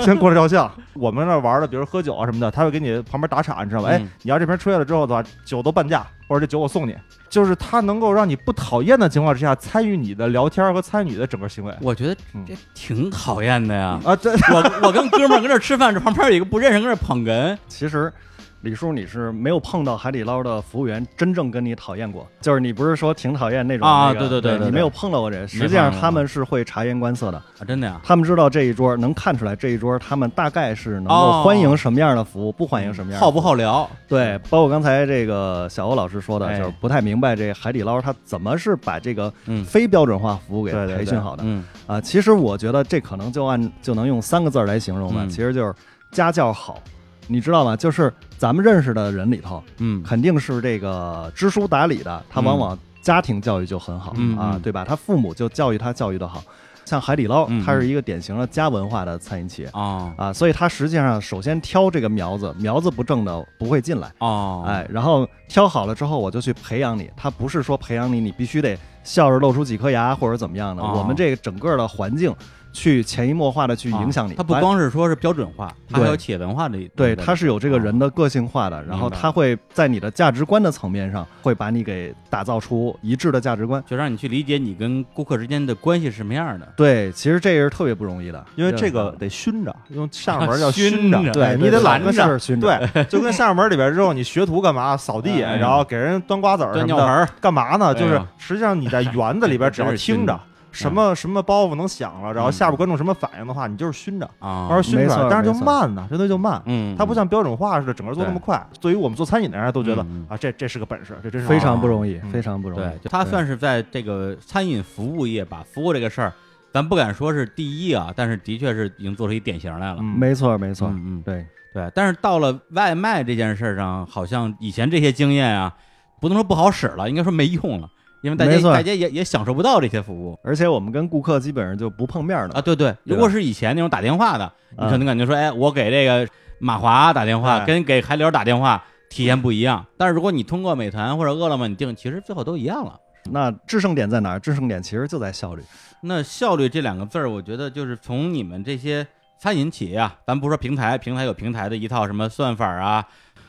S2: 先过来照相。我们那玩的，比如喝酒啊什么的，他会给你旁边打岔，你知道吧？哎
S1: 嗯，
S2: 你要这边吹了之后的话，酒都半价，或者这酒我送你。就是他能够让你不讨厌的情况之下，参与你的聊天和参与你的整个行为
S1: 我觉得
S2: 嗯
S1: 这挺讨厌的呀。
S2: 啊，这
S1: 我我跟哥们儿跟这儿吃饭，这旁边有一个不认识人跟这儿捧哏，
S3: 其实，李叔你是没有碰到海底捞的服务员真正跟你讨厌过，就是你不是说挺讨厌那种
S1: 啊
S3: 那个
S1: 对对对对
S3: 你
S1: 对
S3: 没有碰到过这个。实际上
S1: 碰到
S3: 他们是会察言观色的，
S1: 啊，真的呀。
S3: 他们知道这一桌能看出来这一桌他们大概是能
S1: 哦嗯
S3: 够欢迎什么样的服务，不欢迎什么样的服务
S1: 好不好聊？
S3: 对，包括刚才这个小欧老师说的，
S1: 哎
S3: 就是不太明白这海底捞它怎么是把这个
S1: 嗯
S3: 非标准化服务给
S2: 对对对
S3: 培训好的
S1: 嗯，
S3: 啊。其实我觉得这可能就按就能用三个字儿来形容吧，
S1: 嗯
S3: 其实就是家教好，你知道吗？就是咱们认识的人里头，
S1: 嗯，
S3: 肯定是这个知书达理的，他往往家庭教育就很好、
S1: 嗯
S3: 啊
S1: 嗯，
S3: 对吧？他父母就教育他教育的好，像海底捞
S1: 嗯，
S3: 它是一个典型的家文化的餐饮企业。
S1: 哦
S3: 啊，所以它实际上首先挑这个苗子，苗子不正的不会进来，
S1: 哦，
S3: 哎，然后挑好了之后，我就去培养你。他不是说培养你，你必须得笑着露出几颗牙或者怎么样的。
S1: 哦
S3: 我们这个整个的环境，去潜移默化的去影响你。
S1: 哦他不
S3: 把
S1: 光是说是标准化，它还
S3: 对
S1: 有企业文化的一部
S3: 对，
S1: 分。
S3: 他是有这个人的个性化的，然后
S1: 明白
S3: 他会在你的价值观的层面上，会把你给打造出一致的价值观。
S1: 就让你去理解你跟顾客之间的关系是什么样的。
S3: 对，其实这是特别不容易的，
S2: 因为这个得熏着，用下门叫熏着，
S1: 熏着
S3: 对
S2: 哎你得
S3: 拦
S2: 懒
S3: 着
S2: 着。
S3: 是熏着，
S2: 对，就跟下门里边之后，你学徒干嘛？扫地，
S1: 哎
S2: 然后给人端瓜子儿
S1: 端
S2: 什么
S1: 尿盆
S2: 的，
S1: 儿，
S2: 干嘛呢？就
S1: 哎
S2: 是
S1: 呀
S2: 实际上你在园子 里边只要
S1: 真是熏
S2: 听着
S1: 着
S2: 什么什么包袱能响了，然后
S1: 嗯
S2: 下边观众什么反应的话，你就是熏着，
S1: 啊
S2: 慢慢熏
S3: 没
S2: 出来
S3: 错，
S2: 但是就
S3: 没错
S2: 慢呐，真的就慢。
S1: 嗯，
S2: 它不像标准化似的，整个做那么
S1: 对
S2: 快。对于我们做餐饮的人都觉得
S1: 嗯
S2: 啊，这这是个本事，这真是
S3: 非常不
S2: 容
S3: 容易，
S2: 嗯
S3: 非常不容易
S1: 对，。就他算是在这个餐饮服务业吧，服务这个事儿，咱不敢说是第一啊，但是的确是已经做出一典型来了。
S2: 易。嗯，
S3: 没错，没错，
S1: 嗯嗯，
S3: 对，
S1: 对。但是到了外卖这件事儿上，好像以前这些经验啊，不能说不好使了，应该说没用了，因为大
S3: 没
S1: 家
S3: 错
S1: 大家也也享受不到这些服务。
S3: 而且我们跟顾客基本上就不碰面了
S1: 啊，对对，如果是以前那种打电话的，你
S3: 啊
S1: 可能感觉说，哎，我给这个马华打电话，
S2: 哎
S1: 跟给海底捞打电话体验不一样。但是如果你通过美团或者饿了么你订，其实最后都一样了。
S3: 那制胜点在哪儿？制胜点其实就在效率。
S1: 那效率这两个字儿，我觉得就是从你们这些餐饮企业啊，咱不说平台，平台有平台的一套什么算法啊，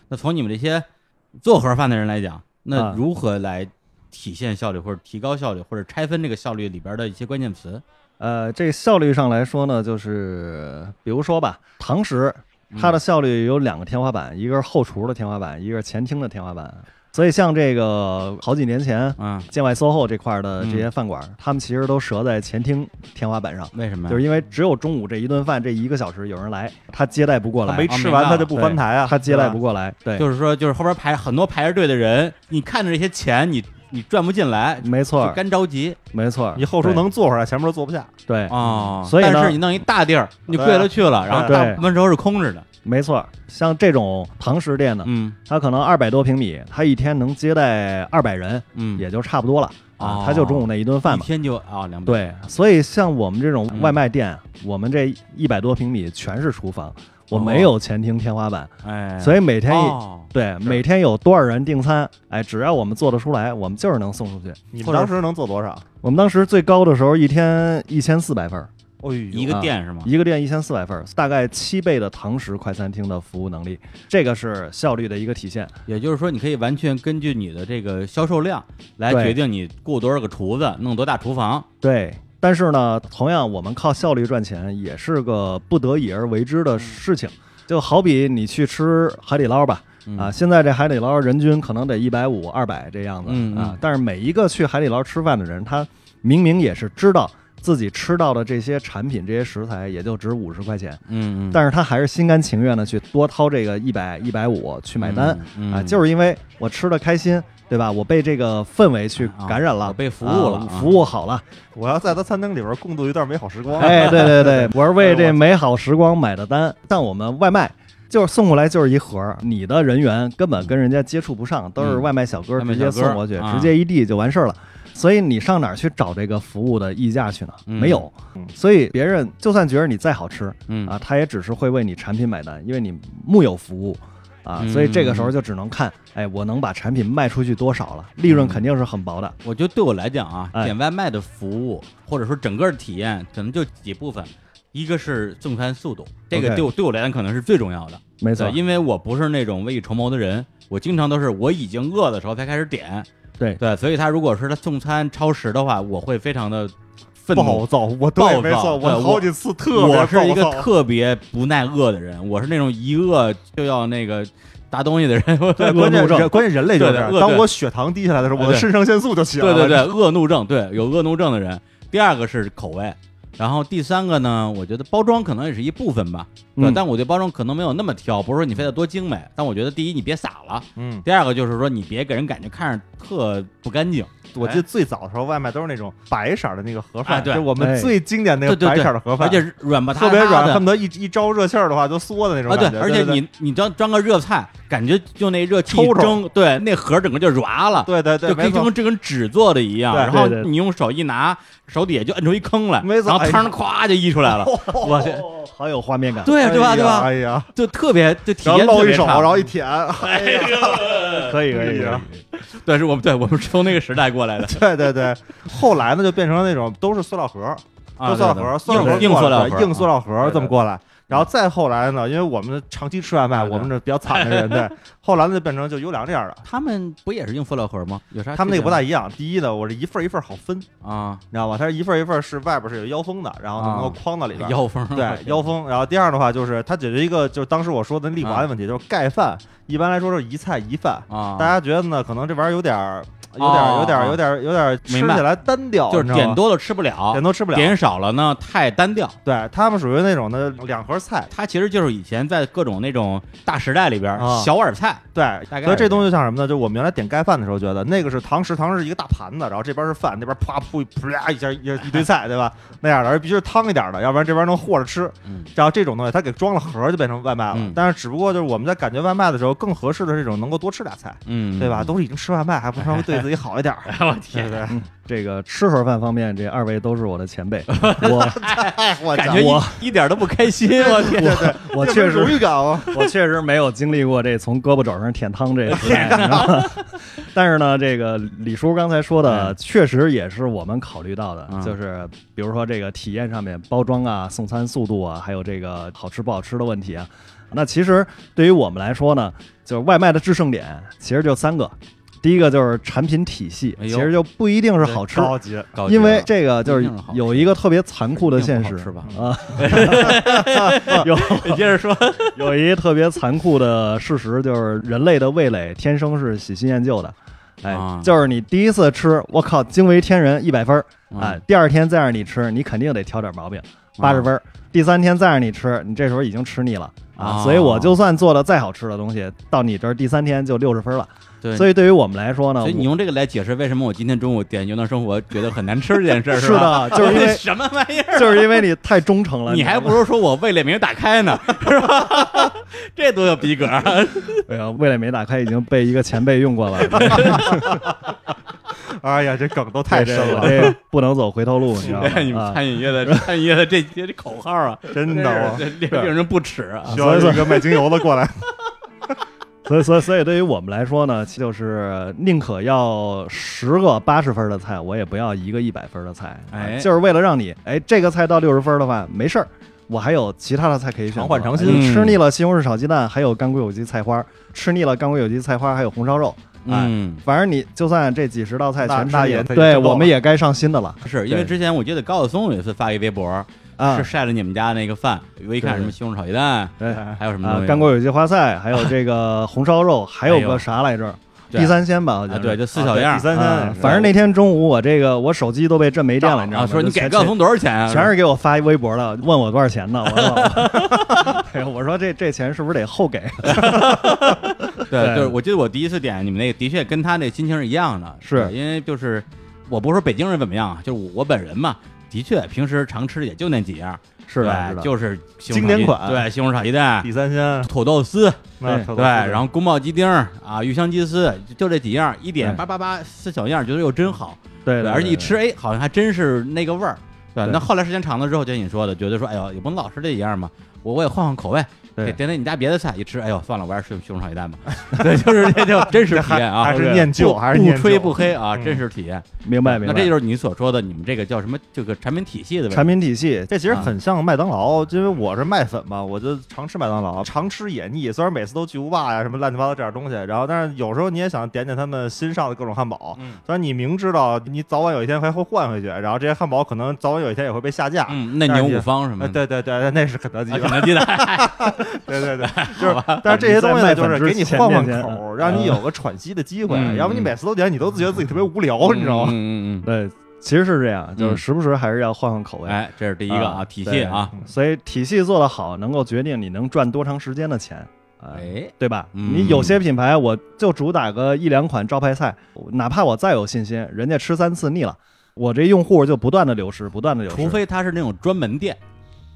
S1: 那从你们这些做盒饭的人来讲，那
S3: 啊
S1: 如何来体现效率，或者提高效率，或者拆分这个效率里边的一些关键词？
S3: 呃，这效率上来说呢，就是比如说吧，堂食
S2: 嗯
S3: 它的效率有两个天花板，一个是后厨的天花板，一个是前厅的天花板。所以像这个好几年前
S1: 嗯，
S3: 建外 SOHO 这块儿
S2: 嗯
S3: 的这些饭馆，他们其实都折在前厅天花板上，
S1: 为
S2: 嗯
S1: 什么呀？
S3: 就是因为只有中午这一顿饭这一个小时有人来，他接待不过
S2: 他
S3: 来，
S2: 没
S1: 啊
S2: 吃
S1: 明
S2: 完
S1: 白
S2: 他
S1: 了
S2: 就不翻台啊，
S3: 他接待不
S2: 对吧。
S3: 过来，对，
S1: 就是说，就是后边排很多排着队的人，你看着这些钱，你你赚不进来，
S3: 没错
S1: 就，干着急
S3: 没错，
S2: 你后厨
S3: 对
S2: 能坐会儿，前面都坐不下。
S3: 对
S1: 啊。
S3: 所以呢
S1: 但是你弄一大地儿，你
S2: 对
S1: 跪了去了，然后大
S3: 对
S1: 部分时候是空着的。
S3: 没错，像这种堂食店呢，
S1: 嗯
S3: 它可能二百多平米，它一天能接待二百人，
S1: 嗯，
S3: 也就差不多了
S1: 哦
S3: 啊。它就中午那一顿饭
S1: 一
S3: 嘛。
S1: 天就啊两百。
S3: 对，所以像我们这种
S1: 嗯
S3: 外卖店，我们这一百多平米全是厨房，我
S1: 哦
S3: 没有前厅天花板，
S1: 哎，
S3: 所以每天一
S1: 哦
S3: 对每天有多少人订餐，哎，只要我们做得出来，我们就是能送出去。
S2: 你
S1: 或
S2: 们
S1: 者
S2: 当时能做多少？
S3: 我们当时最高的时候，一天一千四百份儿，
S2: 哦，
S1: 一
S2: 一
S1: 个店是吗？
S3: 啊一个店一千四百份儿，大概七倍的堂食快餐厅的服务能力，这个是效率的一个体现。
S1: 也就是说，你可以完全根据你的这个销售量来
S3: 对
S1: 决定你雇多少个厨子，弄多大厨房。
S3: 对，但是呢，同样我们靠效率赚钱也是个不得已而为之的事情。就好比你去吃海底捞吧，
S1: 嗯
S3: 啊，现在这海底捞人均可能得一百五、二百这样子
S1: 嗯
S3: 啊
S1: 嗯，
S3: 但是每一个去海底捞吃饭的人，他明明也是知道自己吃到的这些产品、这些食材也就值五十块钱，
S1: 嗯嗯，
S3: 但是他还是心甘情愿的去多掏这个一百、一百五去买单
S1: 嗯
S3: 啊，就是因为我吃的开心，对吧？我被这个氛围去感染
S1: 啊我
S3: 了，
S1: 被服务了
S3: 啊
S1: 啊
S3: 服务好了，
S2: 我要在他餐厅里边共度一段美好 时光。
S3: 哎，对对对，我是为这美好时光买的单。像我们外卖，就是送过来就是一盒儿，你的人员根本跟人家接触不上，都是外卖小哥
S1: 嗯外卖
S3: 直接
S1: 小哥
S3: 送过去，
S1: 啊
S3: 直接一递就完事儿了。所以你上哪儿去找这个服务的溢价去呢？
S1: 嗯
S3: 没有
S2: 嗯。
S3: 所以别人就算觉得你再好吃
S1: 嗯
S3: 啊，他也只是会为你产品买单，因为你木有服务。啊，
S1: 嗯
S3: 所以这个时候就只能看，哎，我能把产品卖出去多少了，利
S1: 嗯
S3: 润肯定是很薄的。
S1: 我觉得对我来讲啊，
S3: 哎
S1: 点外卖的服务或者说整个体验，可能就几部分，一个是送餐速度，这个
S3: OK
S1: 对我对我来讲可能是最重要的。
S3: 没
S1: 对，因为我不是那种未雨绸缪的人，我经常都是我已经饿的时候才开始点。
S3: 对
S1: 对，所以他如果是他送餐超时的话，我会非常的愤怒。
S2: 暴躁，我对，
S1: 暴
S2: 没
S1: 躁
S2: 错，
S1: 对
S2: 我
S1: 我
S2: 好几次特别
S1: 我是一个
S2: 暴躁
S1: 特别不耐饿的人，我是那种一饿就要那个搭东西的人。
S2: 对，关键
S3: 恶怒症
S2: 人关键人类就是这样
S1: 对对恶
S2: 当
S1: 对
S2: 我血糖低下来的时候，
S1: 哎
S2: 我的
S1: 对
S2: 肾上腺素就起来
S1: 对对
S2: 了。
S1: 对，恶怒症，对，有恶怒症的人。第二个是口味，然后第三个呢，我觉得包装可能也是一部分吧，对，
S3: 嗯
S1: 但我对包装可能没有那么挑，不是说你非得多精美，但我觉得第一你别撒了，
S2: 嗯，
S1: 第二个就是说你别给人感觉看着特不干净，
S2: 我记得最早的时候，外卖都是那种白色儿的那个盒
S1: 啊
S2: 饭，
S1: 对
S2: 就我们
S3: 哎
S2: 最经典那个
S1: 对对对
S2: 白色儿的盒
S1: 而
S2: 饭，
S1: 且软吧
S2: 特
S1: 嗒
S2: 别
S1: 嗒
S2: 软，恨
S1: 的。
S2: 不得一一招热气儿的话就缩的那
S1: 啊，
S2: 种
S1: 对
S2: 感，觉。
S1: 而且你你装装个热菜，感觉就那热气
S2: 抽抽
S1: 蒸，对，那盒整个就软了，
S2: 对对对，
S1: 就
S2: 对
S1: 可以
S2: 没错
S1: 跟这跟纸做的一样，
S2: 对
S1: 然后
S3: 对对
S1: 你用手一拿，手底下就摁出一坑来，
S2: 没错
S1: 然后
S2: 哎
S1: 汤咵就溢出 来了，我去，
S3: 哦好有画面感。
S1: 对对吧对吧？
S2: 哎呀，
S1: 就特别就体
S2: 然后
S1: 验特
S2: 露一
S1: 别
S2: 手，
S1: 差
S2: 然后一舔，哎呀，
S3: 可以可以
S2: 哎
S3: 可以。
S2: 呀
S1: 对，是我们对我们是从那个时代过来的
S2: 对对对。后来呢，就变成那种都是塑料盒儿，
S1: 啊，
S2: 都塑料盒儿，塑料盒儿
S1: 硬硬塑料
S2: 过来
S1: 盒儿，啊
S2: 硬塑料盒
S3: 对
S2: 儿
S3: 对
S2: 这么过来。然后再后来呢，因为我们长期吃外卖，
S1: 对对
S2: 我们这比较惨的 人，对。后来呢，就变成就优良这样的
S1: 啊。，他们不也是硬塑料盒儿吗？有啥？
S2: 他们那个不大一样。第一呢，我是一份儿一份儿好分，你
S1: 啊，
S2: 知道吧？它是一份儿一份儿是外边儿是有腰封的，然后能够
S1: 啊
S2: 框到里边儿。
S1: 腰封儿
S2: 对腰封，然后第二的话就是它解决一个就是当时我说的那利华的问题，就是盖饭。一般来说是一菜一饭，
S1: 啊，
S2: 大家觉得呢？可能这玩意儿有点儿，有点儿，有点儿，有点儿，有点儿吃
S1: 明白
S2: 起来单调，
S1: 就是
S2: 你知道
S1: 点
S2: 吗
S1: 多了吃不了
S2: 点，都吃不了。
S1: 啊点少了呢太单调。
S2: 对他们属于那种的两盒菜，
S1: 它其实就是以前在各种那种大时代里边儿
S2: 啊
S1: 小碗菜，
S2: 对
S1: 大概。
S2: 所以
S1: 是
S2: 这东西就像什么呢？就我们原来点盖饭的时候，觉得那个是堂食，堂食是一个大盘子，然后这边是饭，那边啪噗啪一下一一堆菜，对吧？那样的，而必须是汤一点的，要不然这边能和着吃。
S1: 嗯
S2: 然后这种东西它给装了盒儿就变成外卖了
S1: 嗯。
S2: 但是只不过就是我们在感觉外卖的时候，更合适的是这种能够多吃俩菜，
S1: 嗯，
S2: 对吧？都是已经吃外卖，还不稍微对自己好一 点儿？我天，对
S3: 嗯，这个吃盒饭方面，这二位都是我的前辈， 我
S2: 哎， 我
S1: 感
S2: 讲
S1: 觉
S3: 我
S1: 一一点都不开 心，我天，
S3: 我
S2: 这
S3: 确
S2: 不是荣
S3: 实
S2: 誉感哦。
S3: 我确实没有经历过这从胳膊肘上舔汤这个时代，你知道吗 但是呢，这个李叔刚才说的，确实也是我们考虑到的，
S1: 哎嗯
S3: 就是比如说这个体验上面，包装啊、送餐速度啊，还有这个好吃不好吃的问题啊。那其实对于我们来说呢，就是外卖的制胜点其实就三个，第一个就是产品体系，
S1: 哎
S3: 其
S1: 呦
S3: 实就不一定是好吃，
S2: 高级，
S1: 高级
S3: 因为
S1: 了
S3: 这个就
S1: 一
S3: 是
S1: 定是好吃
S3: 有一个特别残酷的现实
S1: 一定不好吃
S3: 啊， 有
S1: 你接着说，
S3: 有一个特别残酷的事实就是人类的味蕾天生是喜新厌旧的。哎
S1: 啊，
S3: 就是你第一次吃，我靠，惊为天人，一百分儿哎
S1: 嗯，
S3: 第二天再让你吃，你肯定得挑点毛
S1: 啊
S3: 病，八十分儿。第三天再让你吃，你这时候已经吃腻了啊。
S1: 啊
S3: 所以我就算做的再好吃的东西，到你这儿第三天就六十分了。
S1: 对，
S3: 所以对于我们来说呢，
S1: 所以你
S3: 我
S1: 用这个来解释为什么我今天中午点牛腩生活觉得很难吃这件事儿，
S3: 是
S1: 吧？
S3: 的， 就是因为
S1: 什么玩意儿？
S3: 就是因为你太忠诚了，
S1: 你还
S3: 知道吗
S1: 不如说我味蕾没有打开呢，是吧？这多有逼格啊！
S3: 哎呀，味蕾没打开，已经被一个前辈用过 了。
S2: 哎呀，这梗都太深了。
S3: 这这不能走回头路，你知道 吗？
S1: 你们
S3: 啊
S1: 餐饮业的餐饮业的这这口号啊，
S2: 真的哦
S1: 这这令人不齿啊！
S2: 需要一个卖精油的过来。
S3: 所以，所以，所以，对于我们来说呢，就是宁可要十个八十分的菜，我也不要一个一百分的菜，啊
S1: 哎
S3: 就是为了让你，哎，这个菜到六十分的话，没事儿，我还有其他的菜可以选择。
S2: 常换嗯常
S1: 新
S3: 哎吃腻了西红柿炒鸡蛋，还有干锅有机菜花；吃腻了干锅有机菜花，还有红烧肉。哎，
S1: 嗯，
S3: 反正你就算这几十道菜
S2: 那
S3: 全吃
S2: 那
S3: 腻
S2: 也
S3: 了，
S2: 得
S3: 对
S2: 挣够
S3: 我们
S2: 了
S3: 也该上新的了。
S1: 是因为
S3: 对
S1: 之前我记得高晓松有一次发一微博，
S3: 啊
S1: 是晒了你们家那个饭，我一看
S3: 对
S1: 什么西红柿炒鸡蛋，
S3: 对。
S1: 还有什么东
S3: 啊，
S1: 西，啊
S3: 干锅有机花菜，还有 这个红烧肉，还有个啥来着？
S1: 对
S3: 地三鲜吧，好像
S1: 啊，
S3: 是
S1: 对，就四小样
S2: 第。三
S3: 啊
S2: 天，
S3: 反正那天中午我这个我手机都被震没电了，你知道
S1: 啊
S3: 吗？
S1: 说你
S3: 就
S1: 给
S3: 全
S1: 高峰多少钱啊？
S3: 全全是给我发微博了，问我多少钱呢？我说，哎呀我说这这钱是不是得后给？
S1: 对，
S3: 对
S1: 就是我记得我第一次点你们那个，的确跟他那心情是一样的，
S3: 是
S1: 对因为就是我不是说北京人怎么样啊，就是我我本人嘛，的确平时常吃也就那几样，
S3: 是的，
S1: 对
S3: 是 的，
S1: 就是西红柿
S3: 经
S1: 炒
S3: 典
S1: 鸡
S3: 款
S1: 对，西红柿炒鸡蛋、
S2: 第三天，
S1: 土豆丝，
S2: 那
S3: 对
S2: 特
S1: 对，
S2: 别好
S1: 然后宫保鸡丁儿啊、鱼香鸡丝，就就这几样，一点
S3: 对
S1: 八八八四小样，觉得又真好，
S3: 对
S1: 对，
S3: 对，
S1: 而且一
S3: 对
S1: 吃，哎，好像还真是那个味儿。对，
S3: 对
S1: 那后来时间长了之后，就像你说的，觉得说，哎呦，也不能老吃这一样嘛，我我也换换口味，
S3: 对
S1: 得点点你家别的菜，一吃，哎呦，算了，我还是吃西红柿炒鸡蛋吧。 对，就是这就真实体验啊，
S2: 还
S1: 不
S2: 是念旧，还是
S1: 不
S2: 念
S1: 吹
S2: 旧
S1: 不黑啊，
S2: 嗯
S1: 真实体验。
S3: 明白明
S1: 那
S3: 白。
S1: 这就是你所说的你们这个叫什么这个产品体系的问题
S3: 产品体系，
S2: 这其实很像麦当劳，因为我是麦粉嘛，我就常吃麦当劳，常吃也腻。虽然每次都巨无霸呀、什么乱七八糟这点东西，然后但是有时候你也想点点他们新上的各种汉堡。
S1: 嗯
S2: 虽然你明知道你早晚有一天还会换回去，然后这些汉堡可能早晚有一天也会被下架。
S1: 嗯，那牛五方什么
S2: 呃
S1: 的，
S2: 对对对，那是肯德基
S1: 啊
S2: 吧
S1: 肯？德基的，
S2: 对 对对，就是，但是这些东西呢，就是给你换换口，让你有个喘息的机会。
S1: 嗯
S2: 要不你每次都点，你都觉得自己特别无聊，你知道吗？
S1: 嗯嗯嗯
S3: 对，其实是这样，就
S1: 嗯
S3: 是时不时还是要换换口
S1: 嗯，
S3: 味。
S1: 哎，这是第一个啊，
S3: 啊
S1: 体系
S3: 对
S1: 啊，
S3: 所以体系做得好，能够决定你能赚多长时间的钱，哎，
S1: 哎，
S3: 对吧？
S1: 嗯
S3: 你有些品牌我就主打个一两款招牌菜，哪怕我再有信心，人家吃三次腻了，我这用户就不断的流失，不断的流失。
S1: 除非它是那种专门店，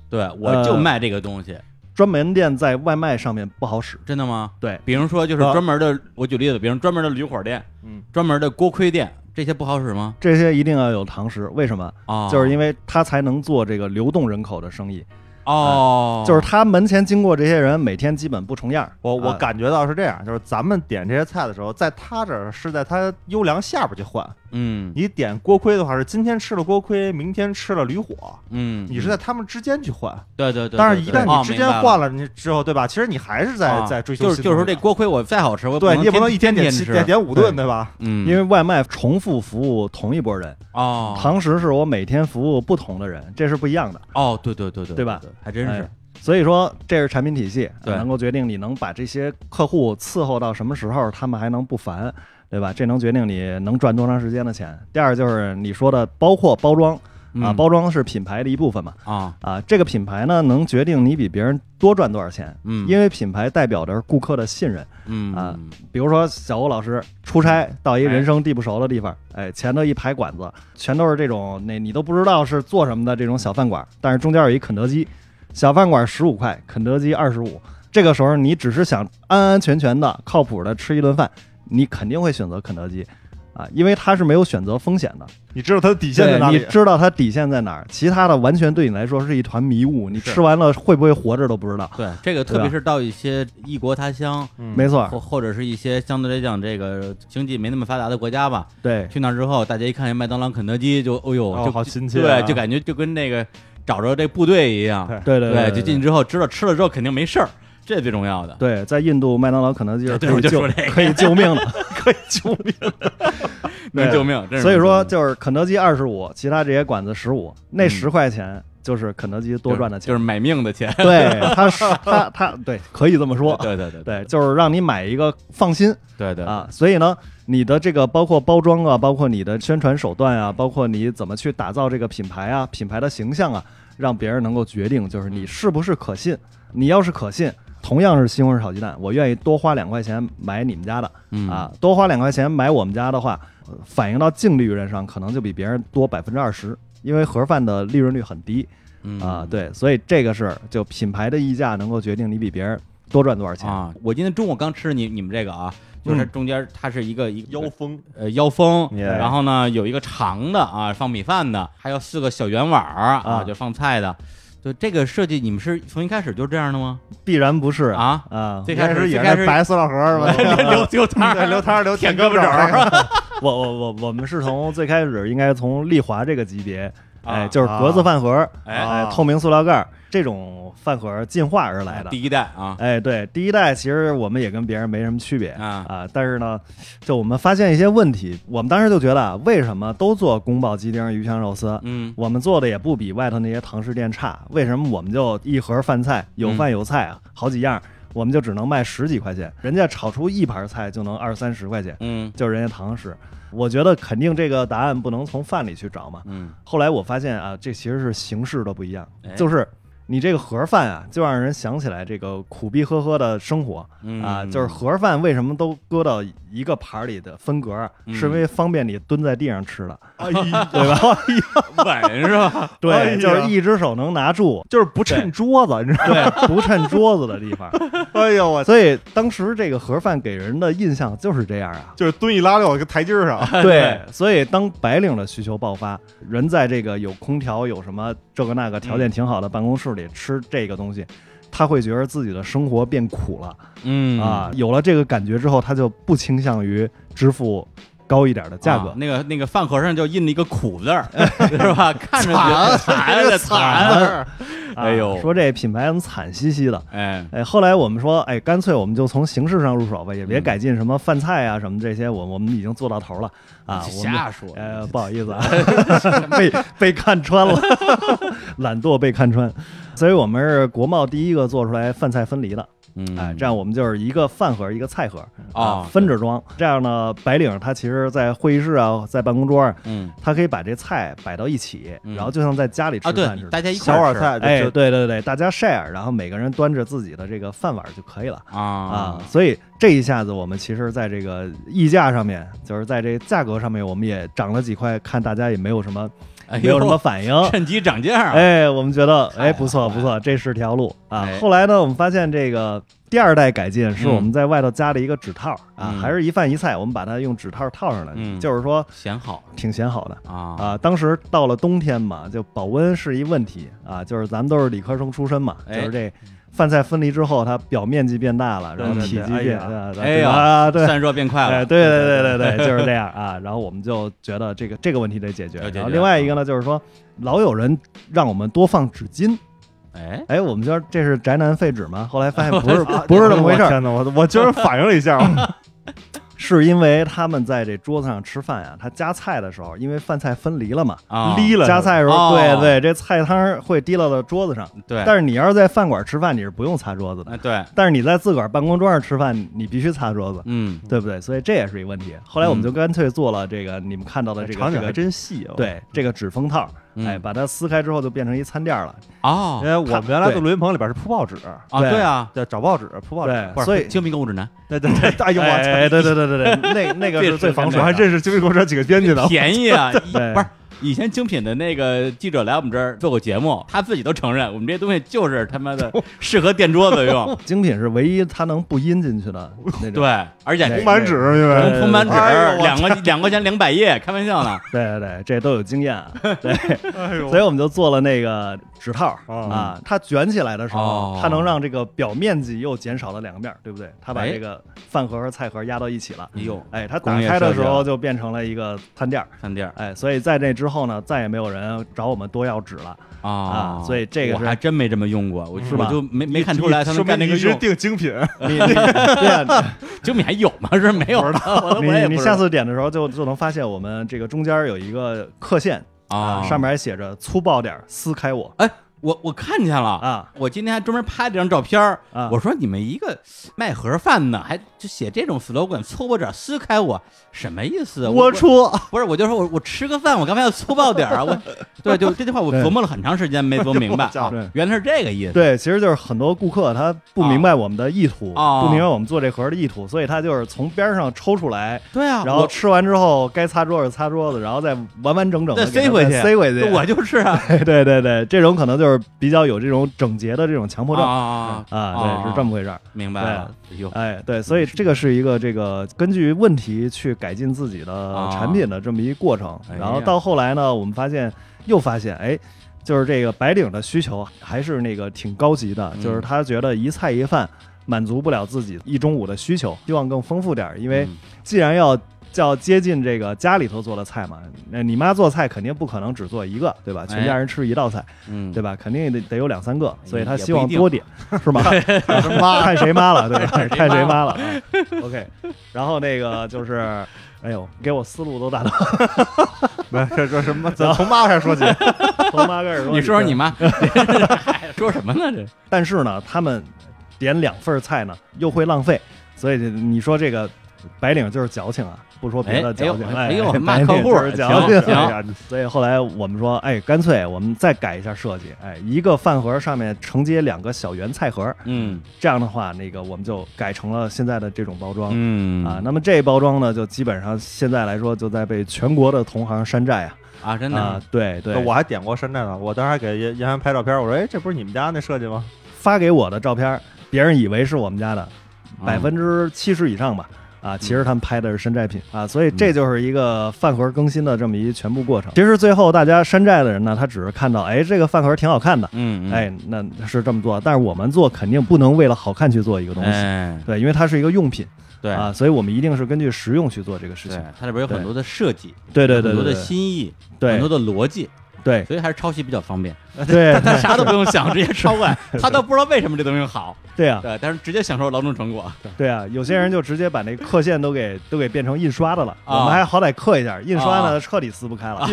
S1: 对我就
S3: 呃
S1: 卖这个东西，
S3: 专门店在外卖上面不好使，
S1: 真的吗？
S3: 对，
S1: 比如说就是
S3: 呃
S1: 专门的，我举例子，比如专门的驴火店，
S2: 嗯，
S1: 专门的锅盔店，这些不好使吗？
S3: 这些一定要有常识。为什么？
S1: 啊，
S3: 嗯就是因
S1: 为
S3: 为他才能做这个流动人口的生意，
S1: 哦，
S3: 就是他门前经过这些人，每天基本不重样儿。
S2: 我
S1: 嗯
S2: 我
S3: 啊
S2: 感觉到是这样，就是咱们点这些菜的时候，在他这儿是在他优良下边去换。
S1: 嗯
S2: 你点锅盔的话，是今天吃了锅盔，明天吃了驴火，
S1: 嗯，
S2: 你是在他们之间去换。
S1: 对对对，哦
S2: 但是，一旦你之间换
S1: 了，
S2: 了，你之后对吧？其实你还是在
S1: 啊
S2: 在追求
S1: 就是
S2: 新
S1: 就是说
S2: 东西的。
S1: 这锅盔我再好吃，我
S2: 对你也不能一
S1: 天
S2: 天点七
S1: 吃，
S2: 点点五顿对吧？
S1: 嗯，
S3: 因为外卖重复服务同一波人，
S1: 哦
S3: 堂食是我每天服务不同的人，这是不一样的。
S1: 哦，对对对对
S3: 对吧？
S1: 还真是
S2: 啊
S3: 哎，所以说，这是产品体系，
S1: 对
S3: 能够决定你能把这些客户伺候到什么时候，他们还能不烦，对吧？这能决定你能赚多长时间的钱。第二就是你说的，包括包装啊，
S1: 嗯
S3: 包装是品牌的一部分嘛，
S1: 啊，
S3: 啊，这个品牌呢能决定你比别人多赚多少钱，
S1: 嗯，
S3: 因为品牌代表的是顾客的信任。
S1: 嗯
S3: 啊比如说小欧老师出差到一人生地不熟的地方，哎，前头一排馆子全都是这种那你都不知道是做什么的这种小饭馆，但是中间有一肯德基，小饭馆十五块，肯德基二十五。这个时候你只是想安安全全的、靠谱的吃一顿饭，你肯定会选择肯德基。啊，因为它是没有选择风险的，
S2: 你知道它的底线在哪
S3: 对
S2: 里
S3: 你？知道它底线在哪儿，其他的完全对你来说是一团迷雾，你
S1: 是
S3: 吃完了会不会活着都不知道。
S1: 对这个，特别是到一些异国他乡，
S2: 嗯
S3: 没错，
S1: 或或者是一些相对来讲这个经济没那么发达的国家吧，
S3: 对，
S1: 去那之后，大家一看麦当劳、肯德基，就哦呦，
S2: 哦
S1: 就
S2: 好亲切啊
S1: 对，就感觉就跟那个找着这部队一样，
S2: 对
S3: 对对，
S1: 就进去之后知道吃了之后肯定没事儿，这是最重要的。
S3: 对，在印度麦当劳、肯德基是
S1: 啊对
S3: 可
S1: 我
S3: 以
S1: 就
S3: 救
S1: 说这个
S3: 可以 救命的，可以救命。对
S1: 能救命，真是
S3: 所以说，
S1: 能救
S3: 就是肯德基二十五，其他这些馆子十五，那
S1: 嗯
S3: 十块钱就是肯德基多
S1: 命
S3: 赚的钱。
S1: 就是买命的钱。
S3: 对，他是他他对，可以这么说。
S1: 对对对
S3: 对，就是让你买一个放心
S1: 对对
S3: 啊。所以呢，你的这个包括包装啊，包括你的宣传手段啊，包括你怎么去打造这个品牌啊、品牌的形象啊，让别人能够决定，就是你是不是可信。你要是可信，同样是西红柿炒鸡蛋，我愿意多花两块钱买你们家的。
S1: 嗯
S3: 啊，多花两块钱买我们家的话，呃反映到净利润上，可能就比别人多百分之二十，因为盒饭的利润率很低
S1: 嗯
S3: 啊。对，所以这个是就品牌的溢价能够决定你比别人多赚多少钱。
S1: 啊！我今天中午刚吃你你们这个啊，就是
S3: 嗯
S1: 中间它是一个一个
S2: 腰封，
S1: 呃腰封，
S2: Yeah
S1: 然后呢有一个长的啊放米饭的，还有四个小圆碗儿啊
S3: 啊
S1: 就放菜的。就这个设计，你们是从一开始就这样的吗？
S3: 必然不是
S1: 啊，
S3: 啊，
S1: 最
S2: 一
S1: 开
S2: 开
S1: 始
S2: 始也
S1: 最开
S2: 是
S1: 始
S2: 那白塑料盒是吧？
S1: 留留汤
S2: 对，留摊儿 留
S1: 舔
S2: 胳
S1: 胳膊
S2: 肘
S1: 肘
S2: 儿
S1: 儿，
S3: 我我我我们是从最开始应该从丽华这个级别，
S1: 啊
S3: 哎，就是格子饭盒，
S1: 哎
S3: 哎，透明塑料盖儿。这种饭盒进化而来的。
S1: 第一代啊
S3: 哎，对，第一代其实我们也跟别人没什么区别
S1: 啊
S3: 啊，但是呢，就我们发现一些问题，我们当时就觉得啊，为什么都做宫保鸡丁、鱼香肉丝，
S1: 嗯
S3: 我们做的也不比外头那些堂食店差，为什么我们就一盒饭菜有
S1: 嗯
S3: 饭有菜啊，好几样，我们就只能卖十几块钱，人家炒出一盘菜就能二三十块钱，
S1: 嗯
S3: 就是人家堂食。我觉得肯定这个答案不能从饭里去找嘛。
S1: 嗯
S3: 后来我发现啊，这其实是形式都不一样
S1: 哎，
S3: 就是你这个盒饭啊，就让人想起来这个苦逼呵呵的生活
S1: 嗯
S3: 啊，就是盒饭为什么都搁到一个盘儿里的分格儿，
S1: 嗯
S3: 是因为方便你蹲在地上吃 的，
S2: 哎呀，
S3: 对吧？
S1: 稳是吧？
S2: 哎呀，
S3: 对，啊就是一只手能拿 住
S2: 就是不趁桌子，你知道
S3: 对，不趁桌子的地方。
S2: 吗？哎呦我，。
S3: 所以当时这个盒饭给人的印象就是这样啊
S2: 就是蹲一拉六，跟台阶儿上。
S3: 对，所以当白领的需求爆发，人在这个有空调、有什么这个那个条件挺好的办公室里吃这个东西，他会觉得自己的生活变苦了
S1: 嗯
S3: 啊。有了这个感觉之后，他就不倾向于支付高一点的价格
S1: 啊。那个那个饭盒上就印了一个苦字儿， 是 吧？看着觉得 惨的
S2: 字
S1: 惨，
S2: 儿
S3: 啊
S1: 哎呦
S3: 说这品牌怎么惨兮兮的？
S1: 哎，
S3: 哎，后来我们说，哎，干脆我们就从形式上入手吧，也别
S1: 嗯
S3: 改进什么饭菜啊什么这些，我我们已经做到头了啊。我们
S1: 瞎说，
S3: 呃，不好 意思啊，被被看穿了， 懒惰被看穿，所以我们是国贸第一个做出来饭菜分离的，
S1: 嗯，
S3: 哎，这样我们就是一个饭盒一个菜盒
S1: 啊
S3: 分，着装，这样呢，白领他其实，在会议室啊，在办公桌啊，
S1: 嗯
S3: 他可以把这菜摆到一起，
S1: 嗯
S3: 然后就像在家里吃
S1: 啊，
S3: 饭
S1: 对，
S3: 似的。
S1: 大家一块
S2: 小
S1: 儿
S2: 碗
S1: 吃
S2: 菜就
S3: 哎，
S2: 就
S3: 对对对，大家 share，然后每个人端着自己的这个饭碗就可以了啊
S1: 啊。
S3: 所以这一下子，我们其实在这个溢价上面，就是在这价格上面，我们也涨了几块，看大家也没有什么
S1: 哎呦啊
S3: 没有什么反应。
S1: 趁机涨价，，
S3: 哎，我们觉得
S1: 太
S3: 哎不错
S1: 好
S3: 不错，这是条路啊
S1: 哎。
S3: 后来呢，我们发现这个第二代改进是
S1: 嗯
S3: 我们在外头加了一个纸套啊
S1: 嗯，
S3: 还是一饭一菜，我们把它用纸套套上来
S1: 嗯，
S3: 就是说
S1: 显好
S3: 挺显好的。
S1: 啊
S3: 啊，当时到了冬天嘛，就保温是一问题啊，就是咱们都是理科生出身嘛，
S1: 哎
S3: 就是这饭菜分离之后，它表面积变大了，然后
S1: 对
S3: 体
S1: 对
S3: 积
S2: 对
S3: 变，
S2: 哎
S3: 啊
S1: 哎
S3: 对
S1: 呀
S3: 啊，对。
S1: 散热变快
S3: 哎，
S1: 了，
S3: 对对对对对，就是这样啊。然后我们就觉得这个这个问题得解决。
S1: 要解决
S3: 然后另外一个呢，就是说老有人让我们多放纸巾，
S1: 哎，
S3: 哎，我们觉得这是宅男废纸吗？后来发现不是
S2: 啊
S3: 不是这么回事
S2: 我
S3: 儿，啊
S2: 天哪，我我居然反应了 一下，
S3: 是因为他们在这桌子上吃饭呀、他夹菜的时候，因为饭菜分离了嘛，
S1: 啊，
S2: 离了
S3: 夹菜的时候，
S1: 哦
S3: 对对，这菜汤儿会滴落到桌子上。
S1: 对，
S3: 但是你要是在饭馆吃饭，你是不用擦桌子的。
S1: 哎对，
S3: 但是你在自个儿办公桌上吃饭，你必须擦桌子，
S1: 嗯
S3: 对不对？所以这也是一问题。后来我们就干脆做了这个你们看到的这个
S2: 哎场景
S3: 这
S2: 还
S3: 个
S2: 真细啊。
S3: 对这个纸封套，
S1: 嗯
S3: 哎，把它撕开之后就变成一餐垫了。
S2: 因
S1: 哦
S3: 哎
S2: 为我们原
S3: 啊
S2: 来
S3: 对
S2: 的录音棚里边是铺报纸，
S1: 啊，
S3: 对
S1: 对啊，
S2: 对，找报纸铺报纸
S3: 对，
S1: 不是
S3: 所以
S1: 精密购物指南
S2: 对对对，哎呦 我
S3: 哎，
S2: 操！
S3: 对对对对对， 那那个
S1: 这
S3: 是
S1: 是
S3: 最防
S1: 真
S3: 水
S1: 的
S2: 我还
S3: 的。
S2: 认识精密工程几个编辑呢。
S1: 便宜啊，一
S3: 对
S1: 不是。以前精品的那个记者来我们这儿做过节目，他自己都承认，我们这东西就是他妈的适合垫桌子用，
S3: 精品是唯一它能不阴进去的那种。
S1: 对，而且
S3: 对
S2: 铺满纸，因为
S1: 从铺满纸
S2: 哎呦我
S1: 两块两块钱两百页，开玩笑 呢，
S3: 对对对，这都有经验啊。
S2: 哎呦
S3: 所以我们就做了那个纸套儿
S2: 哦
S3: 啊，它卷起来的时候
S1: 哦，
S3: 它能让这个表面积又减少了两个面儿，对不对？它把
S1: 哎
S3: 这个饭盒和菜盒压到一起了。
S1: 哎呦，
S3: 哎，它
S1: 工
S3: 打
S1: 业
S3: 开的
S1: 设计啊
S3: 时
S1: 了
S3: 候就变成了一个餐垫儿，
S1: 饭店儿
S3: 哎，所以在这之后呢，再也没有人找我们多要纸 了。
S1: 啊
S3: 啊所以这个
S1: 我
S3: 是
S1: 还真没这么用过，我
S3: 是吧
S1: 我就没没看出来他
S2: 说
S1: 能
S2: 明
S1: 干那
S2: 你
S1: 个
S2: 一直
S1: 用，
S2: 定 精品，
S3: 你你对啊
S1: 精品还有吗？是没有了，我都我也
S3: 你
S1: 不
S3: 你
S1: 知
S3: 下
S1: 道
S3: 次点的时候就就能发现我们这个中间有一个刻线
S1: 啊
S3: 上面还写着“粗暴点儿，撕开我
S1: 哎，我我看见了”
S3: 啊
S1: 我今天还专门拍了张照片儿
S3: 啊
S1: 我说你们一个卖盒饭的，还就写这种 slogan，搓我点儿撕开我，什么意思啊？我
S2: 龌龊。
S1: 不是，我就说我我吃个饭，我干嘛要粗暴点儿 啊？我对，就这句话我
S3: 对
S1: 琢磨了很长时间没琢磨明 白
S2: 对
S1: 啊，原来是这个意思。
S3: 对，其实就是很多顾客他不明白我们的意图，
S1: 啊
S3: 不明白我们做这盒的意图，所以他就是从边上抽出来，
S1: 对啊，
S3: 然后吃完之后该擦桌子擦桌子，然后再完完整整的
S1: 再塞回去
S3: 塞回去。
S1: 我我就是啊，
S3: 对对对对，这种可能就是比较有这种整洁的这种强迫症。
S1: 啊
S3: 啊，对，是这么回事儿。
S1: 明白了。哎呦，
S3: 哎，对，所以这个是一个这个根据问题去改进自己的产品的这么一过程
S1: 哎。呀
S3: 然后到后来呢，我们发现又发现，哎，就是这个白领的需求啊还是那个挺高级的
S1: 嗯，
S3: 就是他觉得一菜一饭满足不了自己一中午的需求，希望更丰富点儿，因为
S1: 嗯
S3: 既然要叫接近这个家里头做的菜嘛。那你妈做菜肯定不可能只做一个，对吧？全家人吃一道菜，
S1: 嗯，
S3: 对吧？肯定得得有两三个，所以他
S1: 也不
S3: 希望
S1: 一定
S3: 多点，是吗？
S2: 妈，
S3: 看谁妈了，对吧？看谁妈了。啊 OK，然后那个就是，哎呦，给我思路都打断，
S2: 没这这 什么？
S3: 啊
S2: 咱从妈开始说起。
S3: 从妈开始说。
S1: 你说说你妈，说什么呢？这
S3: 但是呢，他们点两份菜呢，又会浪费，所以你说这个白领就是矫情啊，不说别
S1: 哎
S3: 的矫情，
S1: 哎呦哎呦骂
S3: 白领
S1: 客户
S3: 就是矫情。
S1: 行
S3: 哎呀所以后来我们说，哎，干脆我们再改一下设计，哎，一个饭盒上面承接两个小圆菜盒，
S1: 嗯
S3: 这样的话，那个我们就改成了现在的这种包装。
S1: 嗯
S3: 啊，那么这包装呢，就基本上现在来说，就在被全国的同行山寨啊，
S1: 啊，真
S3: 啊
S1: 的，，
S3: 对对，
S2: 我还点过山寨呢，我当时还给严严涵拍照片，我说：“哎，这不是你们家那设计吗
S3: 发给我的照片，别人以为是我们家的，
S1: 嗯
S3: 百分之七十以上吧。啊，其实他们拍的是山寨品啊，所以
S1: 嗯
S3: 这就是一个饭盒更新的这么一全部过程。其实最后大家山寨的人呢，他只是看到，哎，这个饭盒挺好看的，
S1: 嗯，嗯，
S3: 哎，那是这么做。但是我们做肯定不能为了好看去做一个东西，
S1: 哎，
S3: 对，因为它是一个用品
S1: 对
S3: 啊，所以我们一定是根据实用去做这个事
S1: 对
S3: 情。，
S1: 它里边有很多的设计，
S3: 对对对
S1: 很多
S3: 对
S1: 的心意，很
S3: 对
S1: 多的逻辑，
S3: 对
S1: 所以还是抄袭比较方 便。
S3: 对
S1: 他啥都不用想，直接抄过来，他都不知道为什么这东西好，
S3: 对 啊，
S1: 对，但是直接享受劳动 成果。
S3: 对啊，有些人就直接把那刻线都给都给变成印刷的了，
S1: 啊
S3: 我们还好歹刻一下，印刷呢
S1: 啊
S3: 彻底撕不开了。？”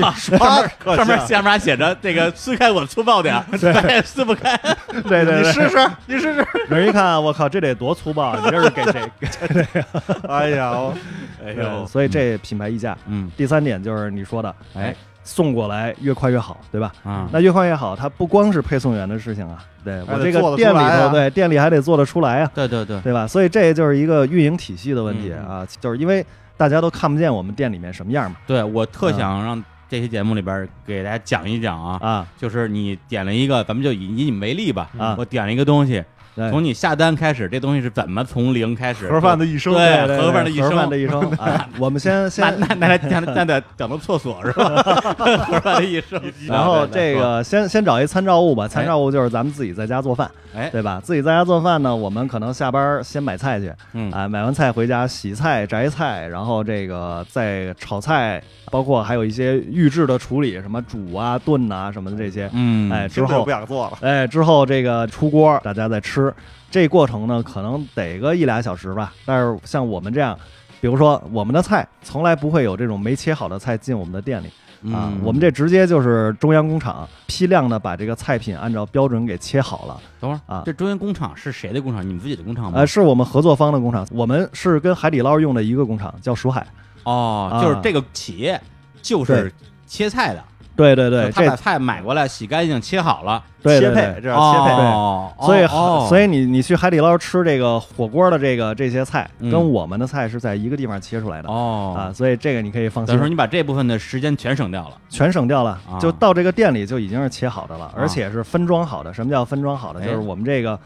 S1: 上面下面还写着这个撕开我粗暴点 儿，但也撕不开。
S3: 对对
S2: 你
S3: 对，
S2: 试试，你试试。
S3: 人一看，啊我靠，这得多粗暴啊！你这是给谁？给
S2: 哎呀，我
S1: 哎
S3: 对，，所以这品牌溢价。
S1: 嗯，
S3: 第三点就是你说的，
S1: 哎
S3: 送过来越快越好，对吧？
S1: 啊，
S3: 那越快越好，它不光是配送员的事情啊，对
S2: 还
S3: 我
S2: 得
S3: 这个
S2: 做得出
S3: 店里
S2: 来
S3: 头，
S2: 啊
S3: 对店里还得做得出来啊，
S1: 对对对，
S3: 对吧？所以这就是一个运营体系的问题
S1: 嗯
S3: 啊，就是因为大家都看不见我们店里面什么样嘛，
S1: 对我特
S3: 嗯
S1: 想让这期节目里边儿给大家讲一讲啊，
S3: 啊
S1: 就是你点了一个，咱们就以以你们为例吧，
S3: 啊
S1: 我点了一个东西，
S3: 对
S1: 从你下单开始，这东西是怎么从零开始
S2: 盒饭的一生，
S1: 哎对
S3: 对对
S1: 盒饭的一生
S3: 盒饭 的一生啊！我们先
S1: 那
S3: 先
S1: 那那那那得讲到厕所是吧？ 盒饭的一生，
S3: 然后这个先先找一参照物吧，参照物就是咱们自己在家做饭，
S1: 哎，
S3: 对吧？自己在家做饭呢，我们可能下班儿先买菜去，
S1: 嗯
S3: 啊，买完菜回家洗菜、择菜，然后这个再炒菜，包括还有一些预制的处理，什么煮啊、炖啊什么的这些，
S1: 嗯，
S3: 哎，之
S2: 之后
S3: 后
S2: 不想做了。
S3: 哎之后这个出锅，大家再吃，这过程呢可能得个一俩小时吧。但是像我们这样。比如说，我们的菜从来不会有这种没切好的菜进我们的店里，啊，
S1: 嗯
S3: 我们这直接就是中央工厂批量的把这个菜品按照标准给切好了。
S1: 等会儿
S3: 啊
S1: 这中原工厂是谁的工厂？你们自己的工厂吗？
S3: 呃，是我们合作方的工厂，我们是跟海底捞用的一个工厂，叫蜀海。
S1: 哦，
S3: 啊
S1: 就是这个企业就是切菜的，
S3: 对对对，
S1: 他
S3: 这
S1: 把菜买过来，洗干净，切好了，
S3: 对
S2: 切
S3: 对
S2: 配，
S3: 对。
S2: 这叫切配。
S1: 哦，
S3: 所以，
S1: 哦
S3: 所以你你去海底捞吃这个火锅的这个这些菜，
S1: 嗯
S3: 跟我们的菜是在一个地方切出来的啊，
S1: 哦，
S3: 所以这个你可以放
S1: 等于说
S3: 心，
S1: 你把这部分的时间全省掉了。
S3: 全省掉了
S1: 啊，
S3: 就到这个店里就已经是切好的了，而且是分装好的。什么叫分装好的？
S1: 哎
S3: 就是我们这个，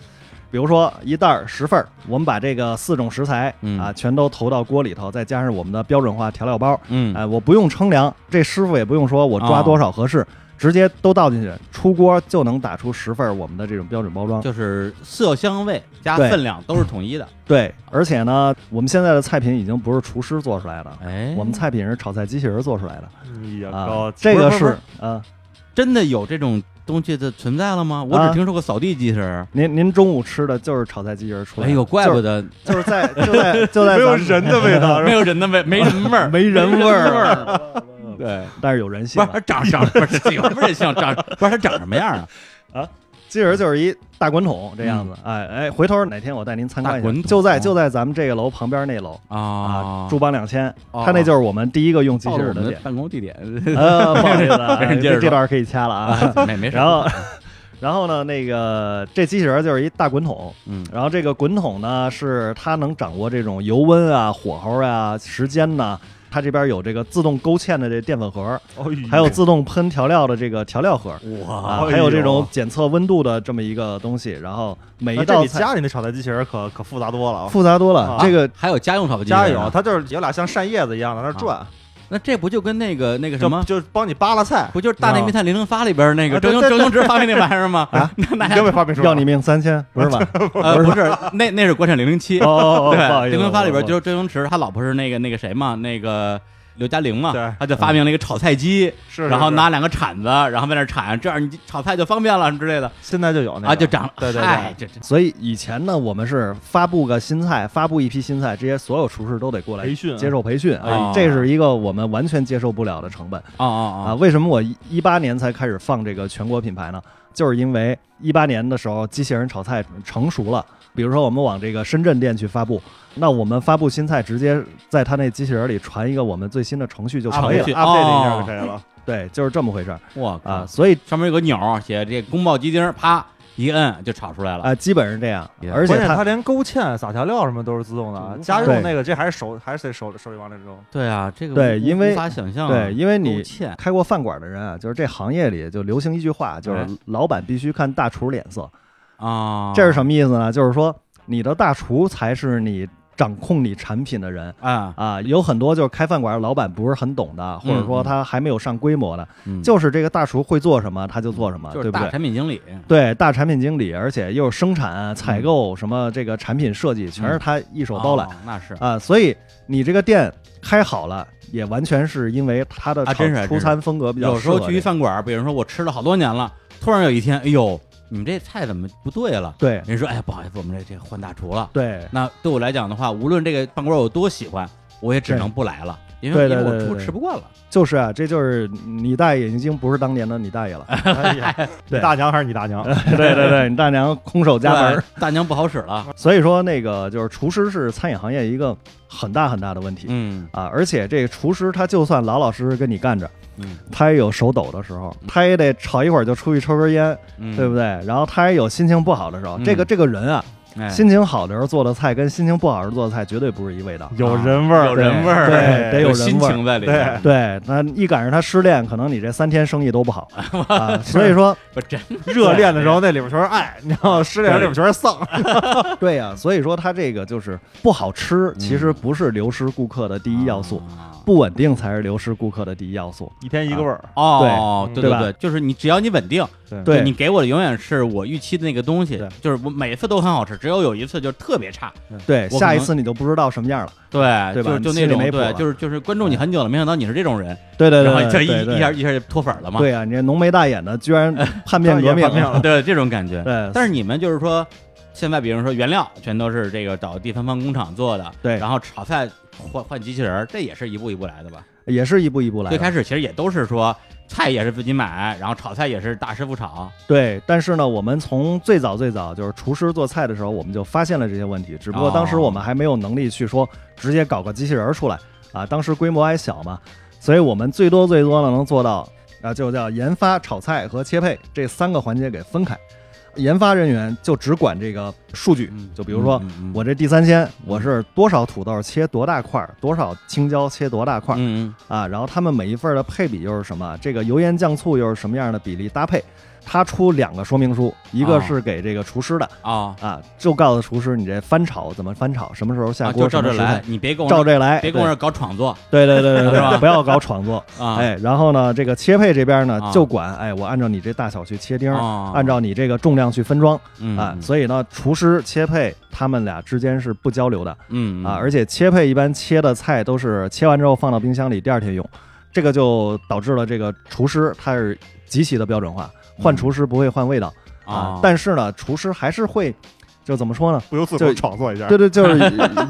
S3: 比如说一袋儿十份儿，我们把这个四种食材
S1: 嗯
S3: 啊全都投到锅里头，再加上我们的标准化调料包，
S1: 嗯
S3: 哎，我不用称量，这师傅也不用说我抓
S1: 啊
S3: 多少合适，直接都倒进去，出锅就能打出十份儿我们的这种标准包装。
S1: 就是色香味加
S3: 对
S1: 分量都是统一的。
S3: 对，而且呢，我们现在的菜品已经不是厨师做出来的，
S1: 哎，
S3: 我们菜品是炒菜机器人做出来的
S2: 哎呀
S3: 啊
S2: 高，，
S3: 这
S2: 不
S3: 个
S2: 不
S3: 是
S2: 不
S3: 啊，
S1: 真的有这种东西的存在了吗？我只
S3: 啊
S1: 听说过扫地机器人。
S3: 您您中午吃的就是炒菜机器人出来
S1: 哎
S3: 的，
S1: 呦，怪不得
S3: 就是就是在就在就在
S2: 没有
S3: 咱们
S2: 人的味道，
S1: 没有人的味，没人味 儿，
S3: 没人味儿，
S1: 儿。对，
S3: 但是有人性
S1: 不是
S3: 啊。
S1: 它长长不是有什么人性长，不是它长什么样啊？
S3: 机器人就是一大滚筒这样子，哎哎，回头哪天我带您参
S1: 嗯
S3: 观
S1: 大
S3: 一
S1: 滚
S3: 下，
S1: 筒
S3: 就在
S1: 哦
S3: 就在咱们这个楼旁边那楼
S1: 啊
S3: 啊，住邦两千，
S1: 哦
S3: 他那就是我们第一个用机
S1: 暴
S3: 器
S1: 露
S3: 人
S1: 我们
S3: 的
S1: 的
S3: 店。
S1: 办公地点，
S3: 呃，不好意思啊，
S1: 没人接着说
S3: 这这段可以掐了啊。
S1: 没没事。
S3: 然后，然后呢，那个这机器人就是一大滚筒，
S1: 嗯
S3: 然后这个滚筒呢是它能掌握这种油温啊、火候啊、时间呐、它这边有这个自动勾芡的这淀粉盒，
S2: 哦
S3: 还有自动喷调料的这个调料盒。啊，
S2: 嗯哎呦
S3: 还有这种检测温度的这么一个东西，然后每一
S2: 那这
S3: 道
S2: 比
S3: 菜
S2: 家里那炒菜机器人可可复杂多了啊。
S3: 复杂多了。
S2: 啊
S3: 这个
S1: 还有家用扫地机器
S2: 家
S1: 人
S2: 有，
S1: 啊，
S3: 啊
S2: 它就是有俩像扇叶子一样的那儿转，
S1: 那这不就跟那个那个
S2: 就
S1: 什么，
S2: 就帮你扒拉菜，
S1: 不就是《大内密探零零发》里边那个
S2: 啊
S1: 周星
S2: 对对
S1: 周星驰发明那玩意儿吗？
S3: 啊，
S1: 那那
S2: 又被发明出来
S3: 要
S2: 了
S3: 你命三千，不是吧？
S1: 呃不是，那那是国产零零七
S3: 哦。哦哦，不好
S1: 对，
S3: 意
S1: 零
S3: 思
S1: 零发里边
S3: 我
S1: 就是周星驰，他老婆是那个那个谁嘛，那个刘嘉玲嘛
S2: 对，嗯
S1: 他就发明了一个炒菜机，
S2: 是，
S1: 然后
S2: 是
S1: 拿两个铲子，然后在那儿铲，这样你炒菜就方便了什么之类的
S2: 现在就有那
S1: 啊，
S2: 个
S1: 就长了。
S2: 对对对
S1: 嗨这这
S3: 所以以前呢，我们是发布个新菜，发布一批新菜，这些所有厨师都得过来
S2: 培训啊
S3: 接受培训，哎
S1: 哦
S3: 这是一个我们完全接受不了的成本
S1: 哦
S3: 啊。
S1: 哦
S3: 为什么我一八年才开始放这个全国品牌呢？就是因为一八年的时候，机器人炒菜成熟了，比如说我们往这个深圳店去发布，那我们发布新菜，直接在他那机器人里传一个我们最新的程序就
S2: 啊
S3: 可
S2: 培
S3: 以
S1: 回去。
S3: 了
S2: 训 update 一下
S1: 哦
S2: 就可以了。
S3: 对，就是这么回事儿
S1: 哦，哇
S3: 啊。所以
S1: 上面有个钮儿，写这宫保鸡丁，啪一摁就炒出来了。
S3: 啊，基本是这样，
S1: Yeah
S3: 而且
S2: 关键
S3: 它
S2: 它连勾芡、撒调料什么都是自动的啊，
S1: 对
S2: 家用
S3: 对
S2: 那个这还是手还是得手手里往里 扔。
S1: 对啊，这个
S3: 对
S1: 无
S3: 因为
S1: 无法想象啊，
S3: 对，因为你
S1: 勾芡
S3: 开过饭馆的人啊，就是这行业里就流行一句话，就
S1: 哎
S3: 是老板必须看大厨脸色。
S1: 啊，
S3: 这是什么意思呢？就是说你的大厨才是你掌控你产品的人。
S1: 啊，
S3: 啊，有很多就是开饭馆老板不是很懂的，或者说他还没有上规模的，
S1: 嗯
S3: 就是这个大厨会做什么他就做什么，
S1: 就是
S3: 对不
S1: 大
S3: 对？
S1: 产品经理，
S3: 对，大产品经理，而且又生产、采购什么这个产品设计，全是他一手包揽
S1: 嗯哦，那是
S3: 啊，所以你这个店开好了，也完全是因为它的
S1: 啊
S3: 炒
S1: 真是还真
S3: 出
S1: 是
S3: 餐风格比较
S1: 有时候
S3: 适合
S1: 去一
S3: 这个
S1: 饭馆，比如说我吃了好多年了，突然有一天，哎呦，你们这菜怎么不对了？
S3: 对
S1: 人说，哎，不好意思，我们这这换大厨了。
S3: 对
S1: 那对我来讲的话，无论这个饭馆我有多喜欢，我也只
S3: 对
S1: 能不来了，因
S3: 对
S1: 为因
S3: 对
S1: 为我
S3: 对对
S1: 出
S3: 对
S1: 吃不惯了。
S3: 就是啊，这就是你大爷已经不是当年的你大 爷了，
S2: 哎呀你
S3: 对
S2: 大娘还是你 大娘？
S3: 对对对，你大娘空手家门儿。
S1: 对，啊大娘不好使 了。
S3: 所以说那个就是厨师是餐饮行业一个很大很大的问题、
S1: 嗯
S3: 啊，而且这个厨师他就算老老实实跟你干着，
S1: 嗯
S3: 他也有手抖的时候，他也得吵一会儿就出去抽根烟，
S1: 嗯，
S3: 对不对？然后他也有心情不好的时候，
S1: 嗯
S3: 这个这个人啊，
S1: 哎
S3: 心情好的时候做的菜跟心情不好时候做的菜绝对不是一味道。
S2: 有人味儿，
S1: 有人味儿
S3: 哎对得有人
S1: 心
S3: 味儿
S1: 情在里面。
S3: 对，那一赶上他失恋，可能你这三天生意都不好啊。所以说，
S1: 不真
S2: 热恋的时候那里边全是爱，你知道吗？失恋时候里边全是丧。
S3: 对呀、所以说他这个就是不好吃，其实不是流失顾客的第一要素，
S1: 啊
S3: 不稳定才是流失顾客的第一要素。
S2: 一天一个味儿，
S1: 哦，
S2: 对
S1: 对
S3: 对吧
S1: 对，就是你只要你稳定，
S3: 对
S1: 就你给我的永远是我预期的那个东西
S2: 对，
S1: 就是我每次都很好吃，只有有一次就是特别差，
S3: 对，
S1: 我可能
S3: 下一次你就不知道什么样了。
S1: 对
S3: 对吧
S1: 就就那
S3: 你心里
S1: 种
S3: 没谱
S1: 对，
S3: 了嗯
S1: 就是就是关注你很久了，没想到你是这种人，
S3: 对对
S1: 然后
S3: 对，
S1: 就一
S3: 对对
S1: 一下一下就脱粉了嘛，
S3: 对啊，你这浓眉大眼的居然叛变革
S2: 也
S3: 命
S2: 叛变
S3: 了。
S2: 了
S1: 对这种感觉。
S3: 对，
S1: 但是你们就是说，现在比如说原料全都是这个找第三方工厂做的，
S3: 对
S1: 然后炒菜换换机器人儿，这也是一步一步来的吧？
S3: 也是一步一步来的。
S1: 最开始其实也都是说菜也是自己买，然后炒菜也是大师傅炒，
S3: 对，但是呢，我们从最早最早就是厨师做菜的时候，我们就发现了这些问题，只不过当时
S1: 哦
S3: 我们还没有能力去说直接搞个机器人儿出来啊，当时规模还小嘛，所以我们最多最多呢能做到啊，就叫研发、炒菜和切配这三个环节给分开，研发人员就只管这个数据，就比如说。
S1: 嗯，嗯
S3: 我这地三鲜，我是多少土豆切多大块儿，多少青椒切多大块儿，
S1: 嗯
S3: 啊，然后他们每一份儿的配比又是什么？这个油盐酱醋又是什么样的比例搭配？他出两个说明书，一个
S1: 哦
S3: 是给这个厨师的
S1: 嗯哦
S3: 啊，就告诉厨师你这翻炒怎么翻炒，什么时候下
S1: 啊，
S3: 锅，
S1: 就照
S3: 什么
S1: 着
S3: 时候
S1: 来，你别跟我
S3: 照这来，
S1: 别跟我这搞创作
S3: 对对对对
S1: 是吧
S3: 对，不要搞创作。
S1: 啊，
S3: 哎，然后呢，这个切配这边呢
S1: 啊
S3: 就管，哎，我按照你这大小去切丁儿，
S1: 哦，
S3: 按照你这个重量去分装
S1: 嗯
S3: 啊。
S1: 嗯
S3: 所以呢，厨师切配他们俩之间是不交流的。
S1: 嗯
S3: 啊，而且切配一般切的菜都是切完之后放到冰箱里，第二天用，这个就导致了这个厨师他是极其的标准化，
S1: 嗯
S3: 换
S1: 哦
S3: 厨师不会换味道啊，但是呢，厨师还是会，就怎么说 呢？
S2: 不由自
S3: 就
S2: 主炒作一下。
S3: 对对，就是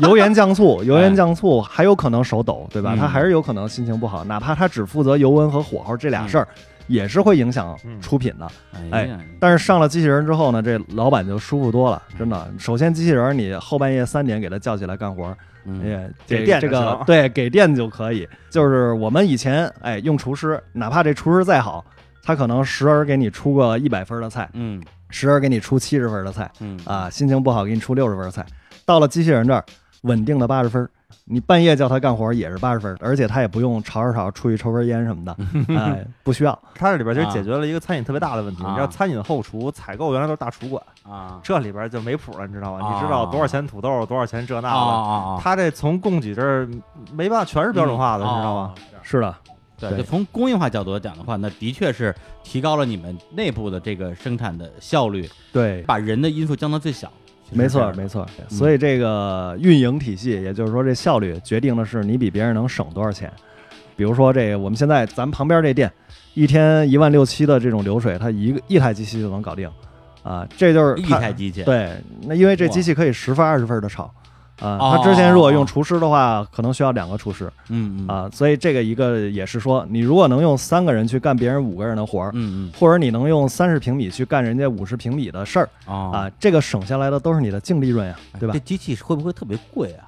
S3: 油盐酱醋，油
S1: 哎
S3: 盐酱醋还有可能手抖，对吧？
S1: 嗯
S3: 他还是有可能心情不好，哪怕他只负责油温和火候这俩事儿，
S1: 嗯
S3: 也是会影响
S2: 嗯
S3: 出品的。
S1: 哎
S3: 哎
S1: 呀
S3: 但是上了机器人之后呢，这老板就舒服多了，真的。首先，机器人你后半夜三点给他叫起来干活，
S1: 嗯
S3: 哎，
S2: 给
S3: 这
S2: 电
S3: 这
S2: 就
S3: 个
S2: 行
S3: 对给电就可以。就是我们以前哎用厨师，哪怕这厨师再好，他可能时而给你出个一百分的菜，
S1: 嗯
S3: 时而给你出七十分的菜
S1: 嗯
S3: 啊，心情不好给你出六十分的菜。到了机器人这儿，稳定的八十分。你半夜叫他干活也是八十分，而且他也不用吵吵吵出去抽根烟什么 的，哎，不需要。
S2: 它这里边就
S1: 啊
S2: 解决了一个餐饮特别大的问题。
S1: 啊
S2: 你知道，餐饮后厨采购原来都是大厨管，
S1: 啊
S2: 这里边就没谱了，你知道吗？
S1: 啊
S3: 啊
S2: 你知道多少钱土豆，多少钱这那的。
S1: 啊啊
S2: 他这从供给这儿没办法，全是标准化的，
S1: 嗯
S2: 你知道
S1: 啊
S2: 吗？
S3: 是的，
S1: 对，
S3: 对
S1: 就从工业化角度来讲的话，那的确是提高了你们内部的这个生产的效率，
S3: 对，
S1: 把人的因素降到最小。其实
S3: 没
S1: 是这
S3: 错
S1: 样嗯的
S3: 没错。所以这个运营体系，也就是说这效率决定的是你比别人能省多少钱。比如说这个，我们现在咱们旁边这店，一天一万六七的这种流水，它一个一台机器就能搞定，啊，这就是
S1: 一
S3: 它
S1: 台机器，
S3: 对，那因为这机器可以十份、二十份的炒，啊、它之前如果用厨师的话，可能需要两个厨师
S1: 哦嗯嗯
S3: 啊、所以这个一个也是说，你如果能用三个人去干别人五个人的活儿，
S1: 嗯嗯
S3: 或者你能用三十平米去干人家五十平米的事儿
S1: 哦哎
S3: 啊、这个省下来的都是你的净利润呀，对吧
S1: 这？哦机器会不会特别贵 啊？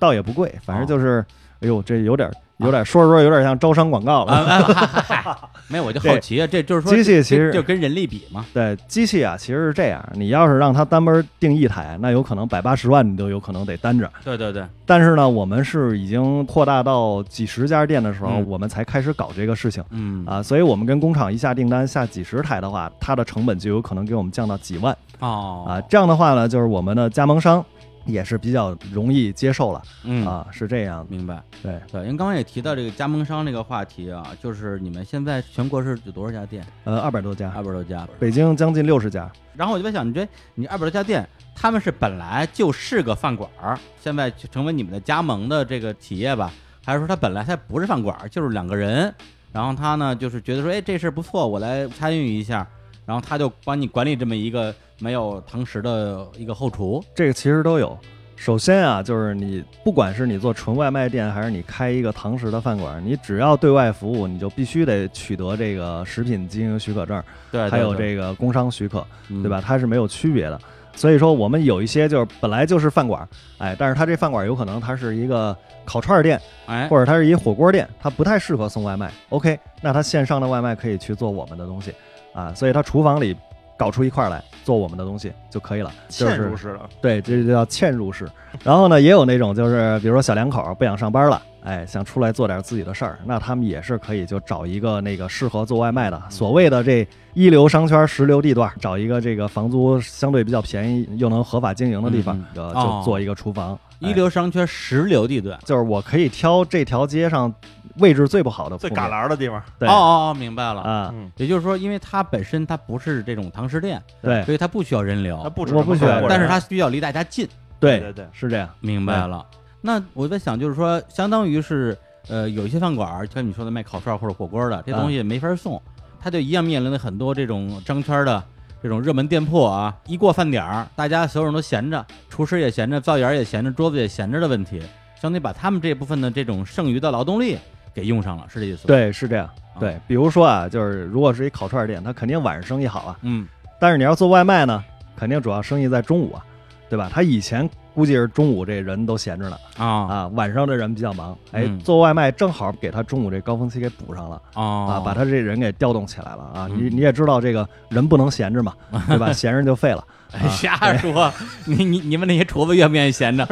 S3: 倒也不贵，反正就是，哎呦，这有点有点说着说着有点像招商广告了。
S1: 啊，啊嗨嗨嗨没有，我就好奇啊，这就是说
S3: 机器其实
S1: 就就跟人力比嘛，
S3: 对机器啊，其实是这样，你要是让它单门定一台，那有可能百八十万你都有可能得担着。
S1: 对对对，
S3: 但是呢，我们是已经扩大到几十家店的时候，
S1: 嗯
S3: 我们才开始搞这个事情
S1: 嗯
S3: 啊，所以我们跟工厂一下订单下几十台的话，它的成本就有可能给我们降到几万
S1: 哦
S3: 啊。这样的话呢，就是我们的加盟商也是比较容易接受了
S1: 嗯
S3: 啊，是这样的。
S1: 明白，
S3: 对
S1: 对，因为刚刚也提到这个加盟商这个话题啊，就是你们现在全国是有多少家店？
S3: 呃，二百多家，
S1: 二百多家。
S3: 北京将近六十家，
S1: 然后我就在想，你这你二百多家店，他们是本来就是个饭馆儿，现在就成为你们的加盟的这个企业吧？还是说他本来他不是饭馆儿，就是两个人，然后他呢就是觉得说，哎，这事儿不错，我来参与一下，然后他就帮你管理这么一个没有堂食的一个后厨，
S3: 这个其实都有。首先啊，就是你不管是你做纯外卖店，还是你开一个堂食的饭馆，你只要对外服务，你就必须得取得这个食品经营许可证。
S1: 对
S3: 还有这个工商许可，
S1: 嗯
S3: 对吧？？它是没有区别的。所以说，我们有一些就是本来就是饭馆儿，哎，但是它这饭馆儿有可能它是一个烤串儿店，
S1: 哎，
S3: 或者它是一火锅店，它不太适合送外卖。OK，那它线上的外卖可以去做我们的东西啊，所以它厨房里搞出一块儿来做我们的东西就可以了。就
S2: 嵌
S3: 是
S2: 入式的，
S3: 对，这就叫嵌入式。然后呢，也有那种就是，比如说小两口儿不想上班了，哎，想出来做点自己的事儿，那他们也是可以就找一个那个适合做外卖的，
S1: 嗯
S3: 所谓的这一流商圈十流地段儿，找一个这个房租相对比较便宜又能合法经营的地方
S1: 嗯，
S3: 呃
S1: 哦
S3: 就做一个厨房。
S1: 一
S3: 哎
S1: 流商圈十流地段。
S3: 就是我可以挑这条街上位置最不好的铺
S2: 最
S3: 面，
S2: 旮旯的地方。
S3: 对
S1: 哦哦哦，明白了。
S3: 啊，
S2: 嗯，
S1: 也就是说，因为它本身它不是这种堂食店，
S3: 对
S1: 所以它不需要人流，
S2: 它不止
S3: 我不
S2: 这么
S3: 选
S2: 个
S1: 哦但是
S2: 人
S1: 它需要离大家近。
S3: 对
S2: 对对
S3: 是这样，
S1: 明白了。那我在想，就是说，相当于是，呃，有一些饭馆儿，像你说的卖烤串儿或者火锅儿的，这东
S3: 哎
S1: 西没法送，他就一样面临了很多这种张圈儿的这种热门店铺啊，一过饭点儿，大家所有人都闲着，厨师也闲着，灶眼儿也闲着，桌子也闲着的问题，相当于把他们这部分的这种剩余的劳动力给用上了，是这意思？，
S3: 对是这样。
S1: 啊
S3: 对，比如说啊，就是如果是一烤串儿店，它肯定晚上生意好啊，
S1: 嗯，
S3: 但是你要做外卖呢，肯定主要生意在中午啊，对吧？他以前估计是中午这人都闲着呢
S1: 啊
S3: 啊，晚上的人比较忙，哎，
S1: 嗯
S3: 做外卖正好给他中午这高峰期给补上了啊，
S1: 啊
S3: 把他这人给调动起来了啊。
S1: 嗯
S3: 你你也知道这个人不能闲着嘛，对吧？闲着就废了。啊
S1: 瞎说，哎 你你你们那些厨子愿不愿意闲着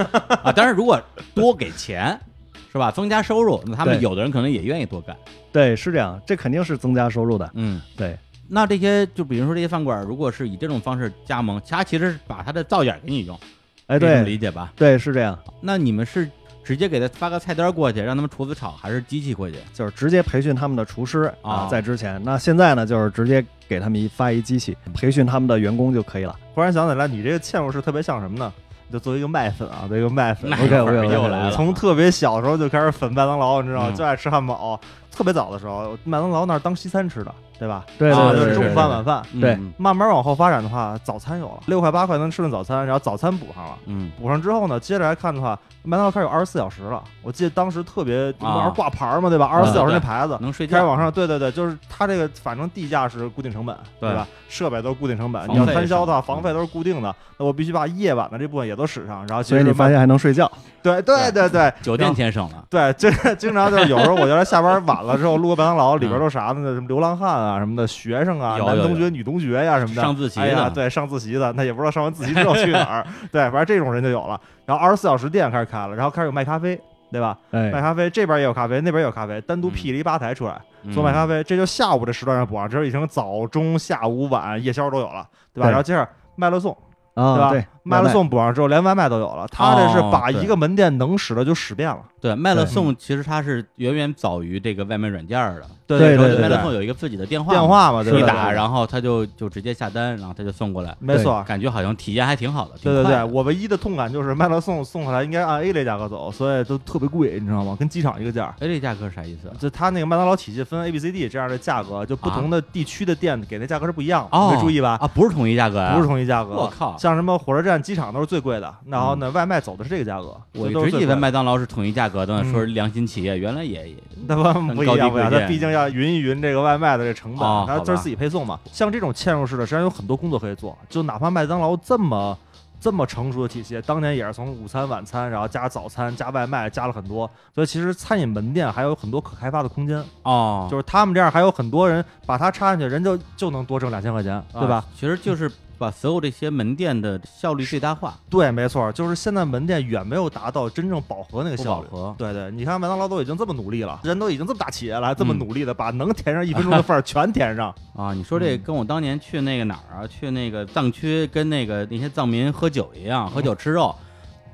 S1: 啊？当然，如果多给钱，是吧？增加收入，那他们
S3: 对
S1: 有的人可能也愿意多干。
S3: 对，是这样，这肯定是增加收入的。
S1: 嗯，
S3: 对
S1: 那这些就比如说这些饭馆，如果是以这种方式加盟，他其实是把他的灶眼给你用，
S3: 哎，
S1: 这种
S3: 对
S1: 理解吧？
S3: 对，是这样，
S1: 那你们是直接给他发个菜单过去，让他们厨子炒，还是机器过去？
S3: 就是直接培训他们的厨师
S1: 哦
S3: 啊，在之前，那现在呢，就是直接给他们一发一机器，培训他们的员工就可以了。
S2: 忽然想起来，你这个嵌入式特别像什么呢？就作为一个麦粉啊，作为一个麦粉，
S1: 那
S3: OK，
S1: 会儿
S3: OK，OK，
S1: 又来了，
S2: 从特别小时候就开始粉麦当劳，你知道吗？
S1: 嗯
S2: 就爱吃汉堡。特别早的时候，麦当劳那儿当西餐吃的，对吧？
S3: 对
S1: 啊
S3: 对对
S2: 就是
S3: 对，
S2: 中午
S3: 对
S2: 饭、晚饭。
S1: 嗯
S3: 对
S1: 嗯
S2: 慢慢往后发展的话，早餐有了，六块八块能吃顿早餐，然后早餐补上了。
S1: 嗯，
S2: 补上之后呢，接着来看的话，麦当劳开始有二十四小时了。我记得当时特别，
S1: 啊嗯
S2: 不是挂牌儿嘛，对吧？二十四小时那牌子，
S1: 能睡
S2: 开始
S1: 觉。
S2: 往上，对对对，就是它这个，反正地价是固定成本，
S1: 对
S2: 对吧？设备都是固定成本，
S1: 房
S2: 你要
S1: 费也
S2: 摊销的话，
S1: 是嗯
S2: 房费都是固定的，那我必须把夜晚的这部分也都使上，然后其
S3: 所
S2: 实
S3: 以你
S2: 就
S3: 发
S2: 慢，
S3: 现还能睡觉。
S2: 对对 对对
S1: 酒店钱省了，
S2: 对，这个经常就是有时候我原来下班晚了之后路过麦当劳，里边都啥呢？什么流浪汉啊，什么的学生啊，
S1: 嗯有
S2: 男
S1: 有
S2: 同
S1: 有
S2: 学、女同学呀、什么的，
S1: 上自习
S2: 哎呀
S1: 的
S2: 对，上自习的，那也不知道上完自习之后去哪 儿，对，反正这种人就有了。然后二十四小时店开始开了，然后开始有卖咖啡，对吧？
S3: 哎
S2: 卖，咖啡这边也有咖啡，那边也有咖啡，
S1: 嗯
S2: 单独辟了一吧台出来做卖咖啡，这就下午这时段上补上，这已经早中下午晚夜宵都有了，对
S3: 对
S2: 吧？然后接着卖了送，对
S3: 啊，
S2: 吧
S3: 对，
S2: 卖了送补上之后，连外卖都有了。他这是
S1: 哦
S2: 把
S1: 对
S2: 一个门店能使的就使遍了。
S1: 对，麦乐
S3: 对
S1: 送其实它是远远早于这个外卖软件儿的。
S2: 对
S3: 对
S2: 对
S3: 对
S1: 麦乐
S3: 对
S1: 送有一个自己的电话嘛，
S2: 电话嘛，对
S1: 一
S2: 吧
S1: 打，然后他就就直接下单，然后他就送过来，
S2: 没错。
S1: 感觉好像体验还挺好的。
S2: 对对
S1: 挺快
S2: 对，
S1: 的
S2: 我唯一的痛感就是麦乐送送过来应该按 A 类价格走，所以都特别贵，你知道吗？跟机场一个价儿。
S1: 哎，这价格是啥意思？
S2: 就它那个麦当劳体系分 A、B、C、D 这样的价格，就不
S1: 啊
S2: 同的地区的店给的价格是不一样的，
S1: 哦
S2: 你没注意吧？
S1: 啊，不是统一价格啊，
S2: 不是同一价格。
S1: 我靠嗯
S2: 像什么火车站、机场都是最贵的，然后呢，外卖走的是这个价格。
S1: 我
S2: 这
S1: 一
S2: 都是
S1: 直
S2: 最
S1: 以为
S2: 贵的
S1: 麦当劳是统一价格的，
S2: 嗯
S1: 说是良心企业，原来也也
S2: 那不不一
S1: 高低
S2: 样不一样，
S1: 贵
S2: 它
S1: 贱
S2: 毕竟要匀一匀这个外卖的这成本
S1: 哦，
S2: 它
S1: 好
S2: 这是
S1: 吧
S2: 自己配送嘛。像这种嵌入式的，实际上有很多工作可以做，就哪怕麦当劳这么。这么成熟的体系，当年也是从午餐、晚餐，然后加早餐、加外卖，加了很多。所以其实餐饮门店还有很多可开发的空间，
S1: 哦，
S2: 就是他们这样还有很多人把它插进去，人就就能多挣两千块钱，对吧？
S1: 啊？其实就是把所有这些门店的效率最大化，
S2: 对，没错，就是现在门店远没有达到真正饱和那个
S1: 不
S2: 效
S1: 饱
S2: 率。
S1: 和。
S2: 对对，你看麦当劳都已经这么努力了，人都已经这么大企业了，还这么
S1: 嗯
S2: 努力的把能填上一分钟的份儿全填上。
S1: 啊，你说这
S2: 嗯
S1: 跟我当年去那个哪儿啊，去那个藏区跟那个那些藏民喝酒一
S2: 哦
S1: 样，喝酒吃肉。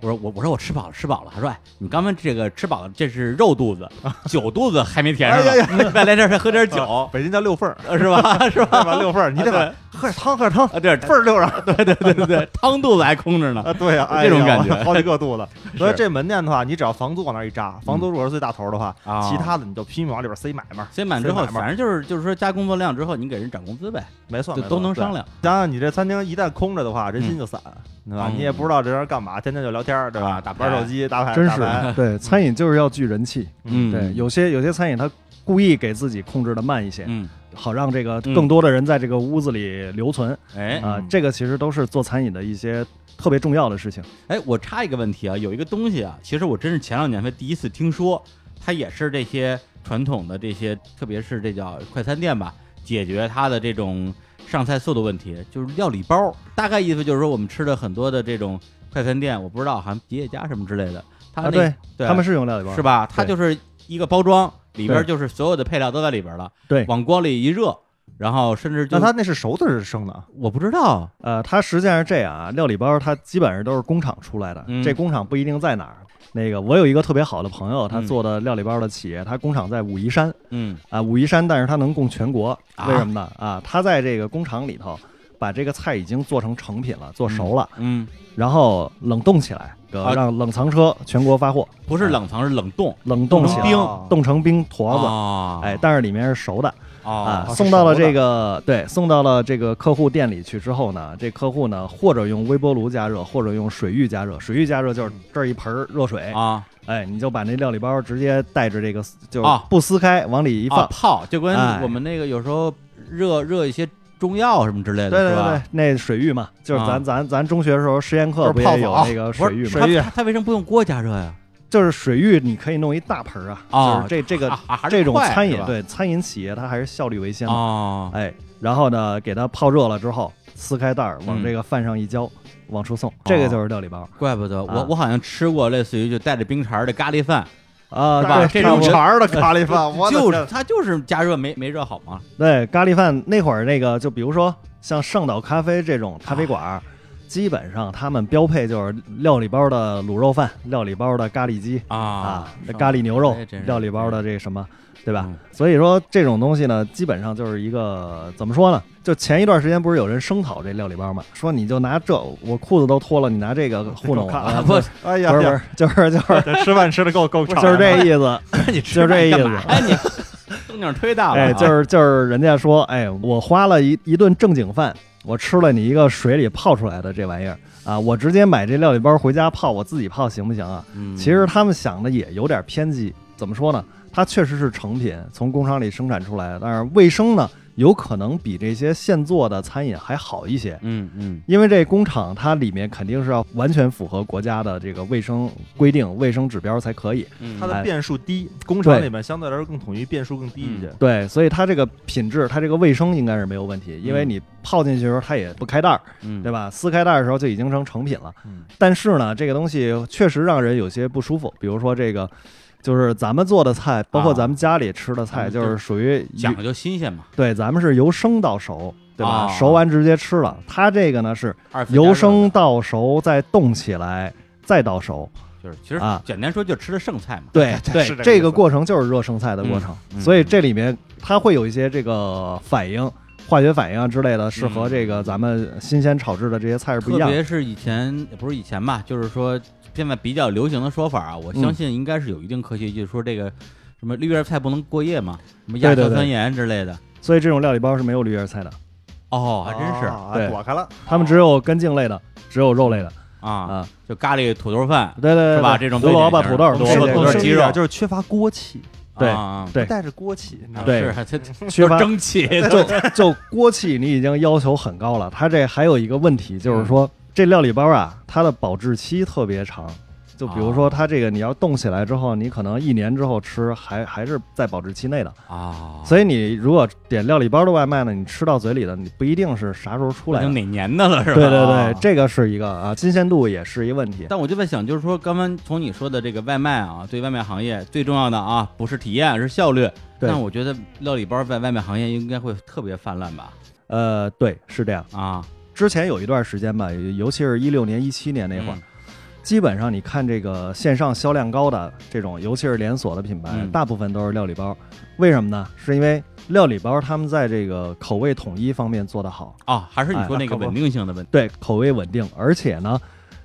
S1: 我说我我说我吃饱了吃饱了，他说哎，你刚刚这个吃饱了，这是肉肚 子，酒肚子还没填上
S2: 哎呀
S1: 呢，再来这儿再喝点酒
S2: 啊， 北京叫六份 儿，
S1: 是吧？ 是吧？
S2: 对吧？六份儿，你得把喝点汤，喝点汤，
S1: 啊，对，
S2: 份儿 溜上。
S1: 对对对对对，汤肚子还空着呢。
S2: 啊，对呀， 哎
S1: 这种
S2: 呀
S1: 感觉
S2: 好几个肚 子。所以
S1: 是
S2: 这门店的话，你只要房租往那儿一扎，房租如果是最大头的话，
S1: 啊
S2: 其他的你就拼命往里边塞买卖。
S1: 塞满之后，
S2: 塞满吧
S1: 反正就是就是说加工作量之后，你给人涨工资呗，
S2: 没算，
S1: 就
S2: 没
S1: 都
S2: 算
S1: 能
S2: 对
S1: 商量。
S2: 想想你这餐厅一旦空着的话，人心就散，对吧？
S1: 嗯
S2: 你也不知道这人干嘛，天天就聊天儿，对吧？
S1: 啊打牌
S2: 玩手机、打牌，
S3: 真
S2: 打
S3: 是
S2: 牌
S3: 对餐饮就是要聚人气。
S1: 嗯，
S3: 对，有些有些餐饮它故意给自己控制的慢一些，
S1: 嗯，
S3: 好让这个
S1: 嗯
S3: 更多的人在这个屋子里留存
S1: 哎
S3: 啊
S2: 嗯。
S3: 这个其实都是做餐饮的一些特别重要的事情。
S1: 哎，我插一个问题啊，有一个东西啊，其实我真是前两年才第一次听说，它也是这些传统的这些，特别是这叫快餐店吧，解决它的这种上菜速度问题，就是料理包。大概意思就是说，我们吃的很多的这种快餐店，我不知道好像吉野家什么之类的，它那、
S3: 啊，对，
S1: 对
S3: 他们是用料理包，
S1: 是吧？它就是一个包装，里边
S3: 对
S1: 就是所有的配料都在里边了，
S3: 对
S1: 往锅里一热，然后甚至就
S2: 那他那是熟的，是生的？
S1: 我不知道，
S3: 呃，它实际上是这样啊，料理包它基本上都是工厂出来的，
S1: 嗯
S3: 这工厂不一定在哪儿。那个我有一个特别好的朋友，他
S1: 嗯
S3: 做的料理包的企业，他工厂在武夷山
S1: 嗯
S3: 啊，武夷山，但是它能供全国，
S1: 啊
S3: 为什么呢？啊，他在这个工厂里头把这个菜已经做成成品了，做熟了，
S1: 嗯，
S3: 然后冷冻起来，呃
S1: 啊
S3: 让冷藏车全国发货，
S1: 不是冷藏，是冷冻
S3: 冷冻起
S1: 成
S3: 来，
S1: 冰
S2: 哦
S3: 冻成冰坨子，
S1: 哦
S3: 哎，但是里面是熟的啊，
S1: 哦
S2: 是
S3: 送到了
S2: 熟的
S3: 这个对，送到了这个客户店里去之后呢，这客户呢或者用微波炉加热，或者用水浴加热，水浴加热就是这儿一盆儿热水，
S1: 啊
S3: 哎，你就把那料理包直接带着这个就是
S1: 啊
S3: 不撕开往里一
S1: 啊
S3: 放，
S1: 泡，就跟
S3: 哎
S1: 我们那个有时候热热一些中药什么之类的，
S3: 对对
S1: 是吧
S3: 对，那水浴嘛，就是咱、
S1: 啊
S3: 咱咱中学的时候实验
S2: 就
S3: 课
S2: 是
S3: 不
S2: 泡
S3: 也有
S2: 澡
S3: 那个
S1: 不
S3: 水
S1: 是
S3: 浴
S1: 它
S3: 嘛？
S2: 浴
S1: 它它为什么不用锅加热呀？
S3: 就是水浴，你可以弄一大盆儿啊，
S1: 哦
S3: 就是这这个、
S1: 啊还是
S3: 这种
S1: 快
S3: 餐
S1: 是
S3: 饮
S1: 吧
S3: 对餐饮企业它还是效率为先嘛，
S1: 哦，
S3: 哎，然后呢给它泡热了之后，撕开袋儿往
S1: 嗯
S3: 这个饭上一浇，往出
S1: 哦
S3: 送，这个就是料理包
S1: 怪不得我
S3: 啊
S1: 我好像吃过类似于就带着冰碴儿的咖喱饭，
S3: 啊，
S1: 是吧
S3: 对
S1: 这
S3: 差
S1: 种
S3: 不多
S2: 肠儿的咖喱饭，我的
S1: 就是
S2: 天
S1: 它就是加热没没热好嘛，
S3: 对咖喱饭那会儿那个就比如说像上岛咖啡这种咖啡馆
S1: 啊
S3: 儿。基本上他们标配就是料理包的卤肉饭、料理包的咖喱鸡，
S1: 啊
S3: 啊，这咖喱牛肉
S1: 哎真是
S3: 料理包的这什么，对吧
S1: 嗯？
S3: 所以说这种东西呢，基本上就是一个怎么说呢？就前一段时间不是有人声讨这料理包嘛，说你就拿这，我裤子都脱了，你拿这个糊弄我，
S2: 看
S1: 啊
S3: 啊
S1: 不，
S2: 哎呀，
S3: 不是不是，就是 就是
S2: 这吃饭吃的够够长，
S3: 就是这意思，
S1: 你
S3: 就
S1: 吃
S3: 这
S1: 饭
S3: 意
S1: 干
S3: 思
S1: 嘛呀你 动静儿忒大了啊，
S3: 哎，就是就是人家说，哎，我花了一一顿正经饭。我吃了你一个水里泡出来的这玩意儿啊！我直接买这料理包回家泡，我自己泡行不行啊？
S1: 嗯
S3: 其实他们想的也有点偏激，怎么说呢？它确实是成品，从工厂里生产出来的，但是卫生呢，有可能比这些现做的餐饮还好一些，
S1: 嗯嗯
S3: 因为这工厂它里面肯定是要完全符合国家的这个卫生规定、卫生指标才可以。
S1: 嗯，
S2: 它
S1: 它
S2: 的
S3: 哎
S2: 变数低，工厂
S3: 对嗯
S2: 里面相对来说更统一，变数更低一些。
S3: 对，所以它这个品质，它这个卫生应该是没有问题，因为
S1: 嗯
S3: 你泡进去的时候它也不开袋儿，对
S1: 吧？
S3: 吧？撕开袋儿的时候就已经成成品了。
S2: 嗯，
S3: 但是呢，这个东西确实让人有些不舒服。比如说这个，就是咱们做的菜，包括咱们家里吃
S1: 咱
S3: 的菜，
S1: 们
S3: 就是属于
S1: 讲究新鲜嘛，
S3: 对，咱们是由生到熟，对吧？
S1: 哦
S3: 熟完直接吃了。它这个呢是
S1: 二次加热
S3: 由生到熟，再冻起来，再到熟。
S1: 就是其实
S3: 啊
S1: 简单说就吃的剩菜嘛，
S3: 对
S2: 这
S3: 对
S2: 是这，个
S3: 这
S2: 意
S3: 个
S2: 思
S3: 过程就是热剩菜的过程，
S1: 嗯嗯
S3: 所以这里面它会有一些这个反应。化学反应啊之类的，是和
S1: 嗯
S3: 这个咱们新鲜炒制的这些菜是不一
S1: 特
S3: 样的。
S1: 别是以前也不是以前吧，就是说现在比较流行的说法啊，我
S3: 嗯
S1: 相信应该是有一定科学依据，就是说这个什么绿叶菜不能过夜嘛，什么亚
S3: 对对
S1: 硝
S3: 对
S1: 酸盐之类的。
S3: 所以这种料理包是没有绿叶菜的，
S1: 哦，还真是
S2: 啊
S3: 对
S2: 躲开了，
S3: 他们只有根茎类的，只有肉类的
S1: 啊，
S3: 啊。
S1: 就咖喱土豆饭，
S3: 对对对，
S1: 是吧
S3: 对
S1: 这种
S3: 胡萝卜、
S1: 最
S3: 土
S1: 典型
S3: 豆、
S1: 多我
S3: 萝
S1: 们是
S3: 卜、土
S1: 多是
S3: 豆
S2: 肌
S1: 肌肉
S2: 肉，就是缺乏锅气，
S3: 对
S1: 啊
S3: 对
S2: 带着锅气，你知道吗
S3: 对
S1: 是还真
S3: 缺乏
S1: 蒸汽，
S3: 就就锅气，你已经要求很高了。它这还有一个问题，就是说这料理包啊，它的保质期特别长。就比如说，它这个你要冻起来之后，你可能一年之后吃还还是在保质期内的。
S1: 啊，
S3: 所以你如果点料理包的外卖呢，你吃到嘴里的，你不一定是啥时候出
S1: 已
S3: 来的
S1: 经。哪年的了是吧？
S3: 对对对
S1: 啊，
S3: 这个是一个啊，新鲜度也是一个问题。
S1: 但我就在想，就是说，刚刚从你说的这个外卖啊，对外卖行业最重要的啊，不是体验，是效率。
S3: 对
S1: 但我觉得料理包在外卖行业应该会特别泛滥吧？
S3: 呃，对，是这样。
S1: 啊，
S3: 之前有一段时间吧，尤其是一六年、一七年那会儿，
S1: 嗯
S3: 基本上你看这个线上销量高的这种，尤其是连锁的品牌，
S1: 嗯
S3: 大部分都是料理包。为什么呢？是因为料理包他们在这个口味统一方面做得好，
S1: 哦，还是你说那个
S2: 哎那可不
S1: 稳定性的问题。
S3: 对口味稳定，而且呢，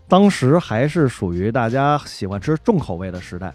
S3: 当时还是属于大家喜欢吃重口味的时代。
S1: 嗯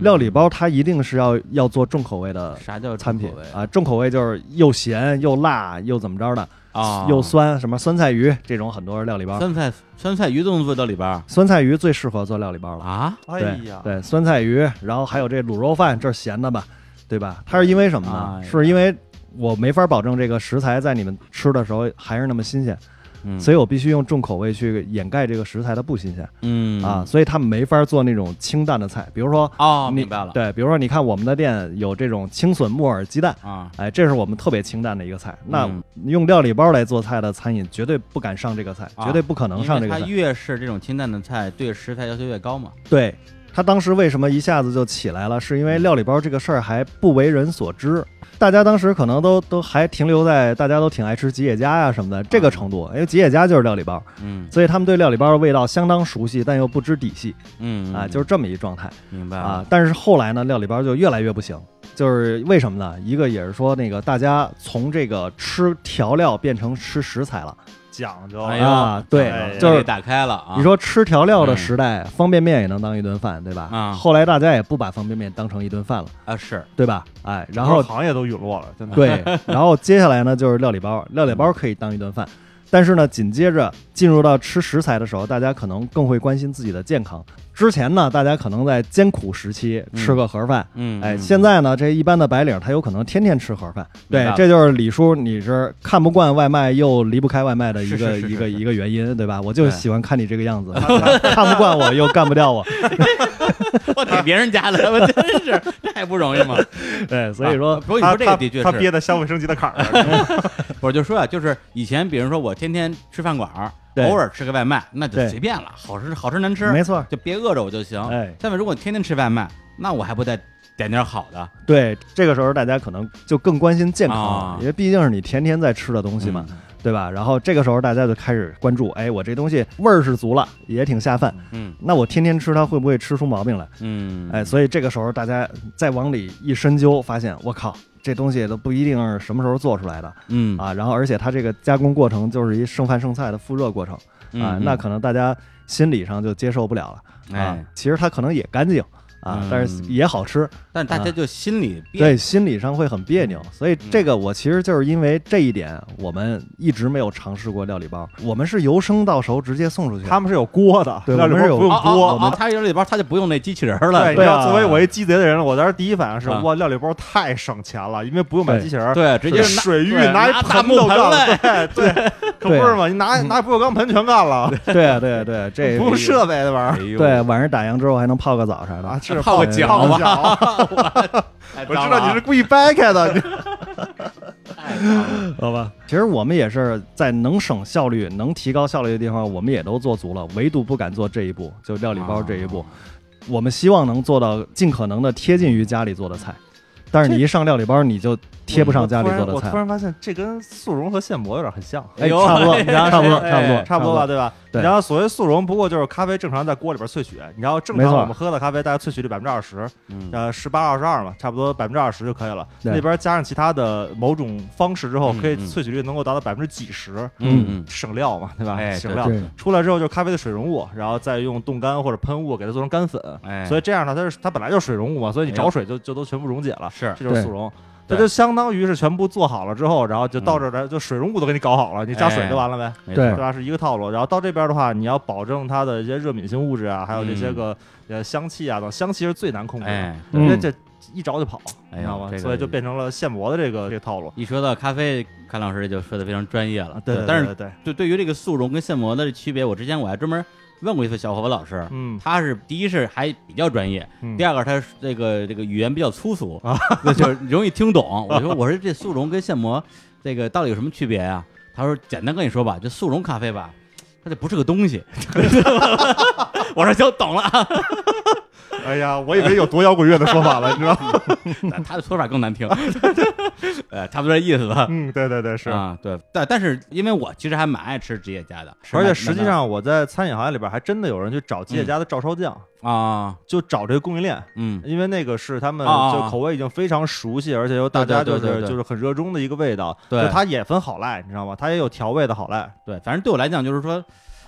S3: 料理包它一定是要要做重口味的
S1: 啥叫
S3: 产
S1: 嗯
S3: 品
S1: 重口味
S3: 啊，重口味就是又咸又辣又怎么着的，
S1: 啊？
S3: 又酸什么酸菜鱼这种很多是料理包。
S1: 酸菜酸菜鱼都能做到里边儿
S3: 酸菜鱼最适合做料理包了。
S1: 啊？
S2: 哎
S3: 对
S2: 呀，
S3: 对，酸菜鱼，然后还有这卤肉饭，这是咸的吧，对吧？它是因为什么呢？
S1: 哎呀
S3: 是因为我没法保证这个食材在你们吃的时候还是那么新鲜，
S1: 嗯，
S3: 所
S1: 以
S3: 以我必须用重口味去掩盖这个食材的不新鲜
S1: 嗯
S3: 啊，所以他们没法做那种清淡的菜，比如说
S1: 哦，
S3: 你
S1: 明白了
S3: 对，比如说你看我们的店有这种青笋木耳鸡蛋。
S1: 啊，
S3: 哎，这是我们特别清淡的一个菜。那
S1: 嗯
S3: 用料理包来做菜的餐饮，绝对不敢上这个菜，
S1: 啊
S3: 绝对不可能上这
S1: 因
S3: 个
S1: 为
S3: 菜
S1: 它。越是这种清淡的菜，对食材要求越高嘛。
S3: 对他当时为什么一下子就起来了，是因为料理包这个事儿还不为人所知，大家当时可能都都还停留在大家都挺爱吃吉野家呀、什么的这
S1: 啊
S3: 个程度，因为吉野家就是料理包，
S1: 嗯
S3: 所以他们对料理包的味道相当熟悉，但又不知底细
S1: 嗯
S3: 啊，
S1: 嗯
S3: 就是这么一状态
S1: 明白
S3: 啊
S1: 了。
S3: 但是后来呢，料理包就越来越不行。就是为什么呢？一个也是说那个大家从这个吃调料变成吃食材了
S2: 讲究，
S1: 哎呦
S3: 啊，对，
S2: 哎呀
S3: 就
S1: 眼
S3: 是
S1: 界打开了啊！
S3: 你说吃调料的时代，方便面也能当一顿饭，对吧？
S1: 啊
S3: 后来大家也不把方便面当成一顿饭了，
S1: 啊是
S3: 对吧？哎，然后
S2: 整个行业都陨落了，真 的。
S3: 对，然后接下来呢就是料理包，料理包可以当一顿饭，但是呢，紧接着进入到吃食材的时候，大家可能更会关心自己的健康。之前呢，大家可能在艰苦时期吃个盒饭。
S1: 嗯
S3: 哎，
S1: 嗯
S3: 现在呢，这一般的白领他有可能天天吃盒饭，
S1: 明
S3: 对
S1: 白，
S3: 这就是李叔你是看不惯外卖又离不开外卖的一
S1: 是
S3: 个
S1: 是是
S3: 一个
S1: 是是
S3: 一个原因，对吧？我就
S1: 对
S3: 喜欢看你这个样子，看不惯我又干不掉我，
S1: 我舔别人家的，我真是 这还不容易吗？
S3: 对，所以 说
S1: 啊不过你
S2: 他
S1: 说这
S2: 他
S1: 个的确
S2: 他
S1: 是，
S2: 憋在消费升级的坎儿上，
S1: 我就说啊，就是以前比如说我天天吃饭馆儿，
S3: 对
S1: 偶尔吃个外卖，那就
S3: 对
S1: 随便了，好吃好吃难吃，啊
S3: 没错，
S1: 就别饿着我就行。
S3: 哎，
S1: 但是如果天天吃外卖，那我还不得点点好的？
S3: 对，这个时候大家可能就更关心健康了，
S1: 啊嗯
S3: 因为毕竟是你天天在吃的东西嘛，对吧？然后这个时候大家就开始关注，哎，我这东西味儿是足了，也挺下饭，
S1: 嗯
S3: 那我天天吃它会不会吃出毛病来？
S1: 嗯，
S3: 哎，所以这个时候大家再往里一深究，发现我靠，这东西都不一定是什么时候做出来的
S1: 嗯
S3: 啊。然后而且它这个加工过程就是一剩饭剩菜的复热过程啊，
S1: 嗯
S3: 那可能大家心理上就接受不了了啊
S1: 哎，。
S3: 其实它可能也干净啊
S1: 嗯，
S3: 但是也好吃。
S1: 但大家就心里别嗯
S3: 啊对，心理上会很别扭。所以这个我其实就是因为这一点，我们一直没有尝试过料理包，我们是由生到熟直接送出去。
S2: 他们是有锅的，
S3: 对
S2: 料理
S3: 我们是有
S2: 包不用
S1: 哦哦
S2: 锅。
S1: 哦哦他有里边他就不用那机器 人儿了
S2: 对，，你
S3: 对
S2: 知
S3: 啊
S2: 道，作为我一鸡贼的人，我当时第一反应是，
S1: 啊
S2: 哇，料理包太省钱了，因为不用买
S3: 对
S2: 机器人儿，
S1: 对，直接拿
S2: 水域
S1: 对
S2: 拿一
S1: 拿大
S2: 盆
S1: 木
S2: 都
S1: 盆嗯
S2: 干了
S1: 来，
S2: 对对，可
S3: 对
S2: 不是嘛，你拿拿不锈钢盆全干了，
S3: 对啊对啊对啊，这
S2: 不用设备那玩意
S1: 哎呦
S3: 对，晚上打烊之后还能泡个澡啥
S2: 儿啊，
S3: 的。
S2: 是
S1: 泡个脚
S2: 泡
S1: 吧
S2: 个脚
S1: 太
S2: 我
S1: 脏
S2: 知
S1: 了
S2: 道
S1: 啊
S2: 你是故意掰 开的，你
S1: 太脏了
S3: 好吧，其实我们也是在能省效率、能提高效率的地方，我们也都做足了，唯独不敢做这一步，就料理包这一步。我们希望能做到尽可能的贴近于家里做的菜，但是你一上料理包，你就贴不上家里做
S2: 我
S3: 的
S2: 突然我
S3: 菜
S2: 突。然发现这跟速溶和现磨有点很像。
S3: 哎，
S1: 呦
S3: 差不多，
S1: 哎
S3: 差不多，
S2: 哎
S3: 差不多，
S2: 差不多吧，。对吧？
S3: 对
S2: 然后所谓速溶，不过就是咖啡正常在锅里边萃取，你知道正
S3: 没
S2: 常
S3: 错
S2: 我们喝的咖啡大概萃取率百分之二十，
S1: 嗯
S2: 呃，十八二十二嘛，差不多百分之二十就可以了。
S3: 对
S2: 那边加上其他的某种方式之后，
S1: 嗯
S2: 可以
S1: 嗯
S2: 萃取率能够达到百分之几十，
S1: 嗯嗯，
S2: 省料嘛，对吧？
S1: 哎
S2: 省
S1: 对
S2: 料。
S3: 对，
S2: 出来之后就是咖啡的水溶物，然后再用冻干或者喷雾给它做成干粉，
S1: 哎，
S2: 所
S1: 以
S2: 以这样呢，它是它本来就是水溶物嘛，所以你
S1: 哎
S2: 找
S1: 呦
S2: 水就就都全部溶解了，
S1: 是
S2: 这就是
S3: 对
S2: 速溶。这
S1: 对
S2: 就相当于是全部做好了之后，然后就到
S1: 嗯
S2: 这儿来，就水溶物都给你搞好了，你加水
S1: 哎
S2: 就完了呗，
S1: 没
S3: 对
S2: 对
S1: 错，
S2: 吧？是一个套路。然后到这边的话，你要保证它的一些热敏性物质啊，还有这些
S1: 嗯
S2: 个呃香气啊等，香气是最难控制的，
S1: 哎，
S2: 因为
S3: 嗯
S2: 这一着就跑，你
S1: 哎
S2: 知道吗
S1: 呦，这？个
S2: 所以就变成了现磨的这个这个套路。
S1: 一说到咖啡，阚老师就说的非常专业了。
S2: 啊对，
S1: 但
S2: 对
S1: 是
S2: 对，
S1: 对对于这个速溶跟现磨的区别，我之前我还专门问过一次小伙伴老师，
S2: 嗯，
S1: 他是第一是还比较专业，
S2: 嗯
S1: 第二个他是这个这个语言比较粗俗啊， 那就是容易听懂。我说我说这速溶跟现磨这个到底有什么区别啊？他说简单跟你说吧，就速溶咖啡吧，它这不是个东西。 我说行，懂了啊。
S2: 哎呀，我以为有多摇滚乐的说法了，你知道？ 吗？嗯
S1: 他的说法更难听， 呃，差不多这意思吧。
S2: 嗯，对对对，是。
S1: 啊，对，但但是因为我其实还蛮爱吃吉野家的，是
S2: 而且
S1: 蛮
S2: 实际上，我在餐饮行业里边还真的有人去找吉野家的照烧酱，
S1: 蛮啊，
S2: 就找这个供应链，
S1: 嗯，
S2: 因为那个是他们
S1: 啊啊啊
S2: 就口味已经非常熟悉，而且又大家
S1: 对
S2: 就
S1: 对对
S2: 是
S1: 对
S2: 就是很热衷的一个味道。
S1: 对
S2: 就它也分好赖，你知道吗？它也有调味的好赖。
S1: 对，反正对我来讲就是说，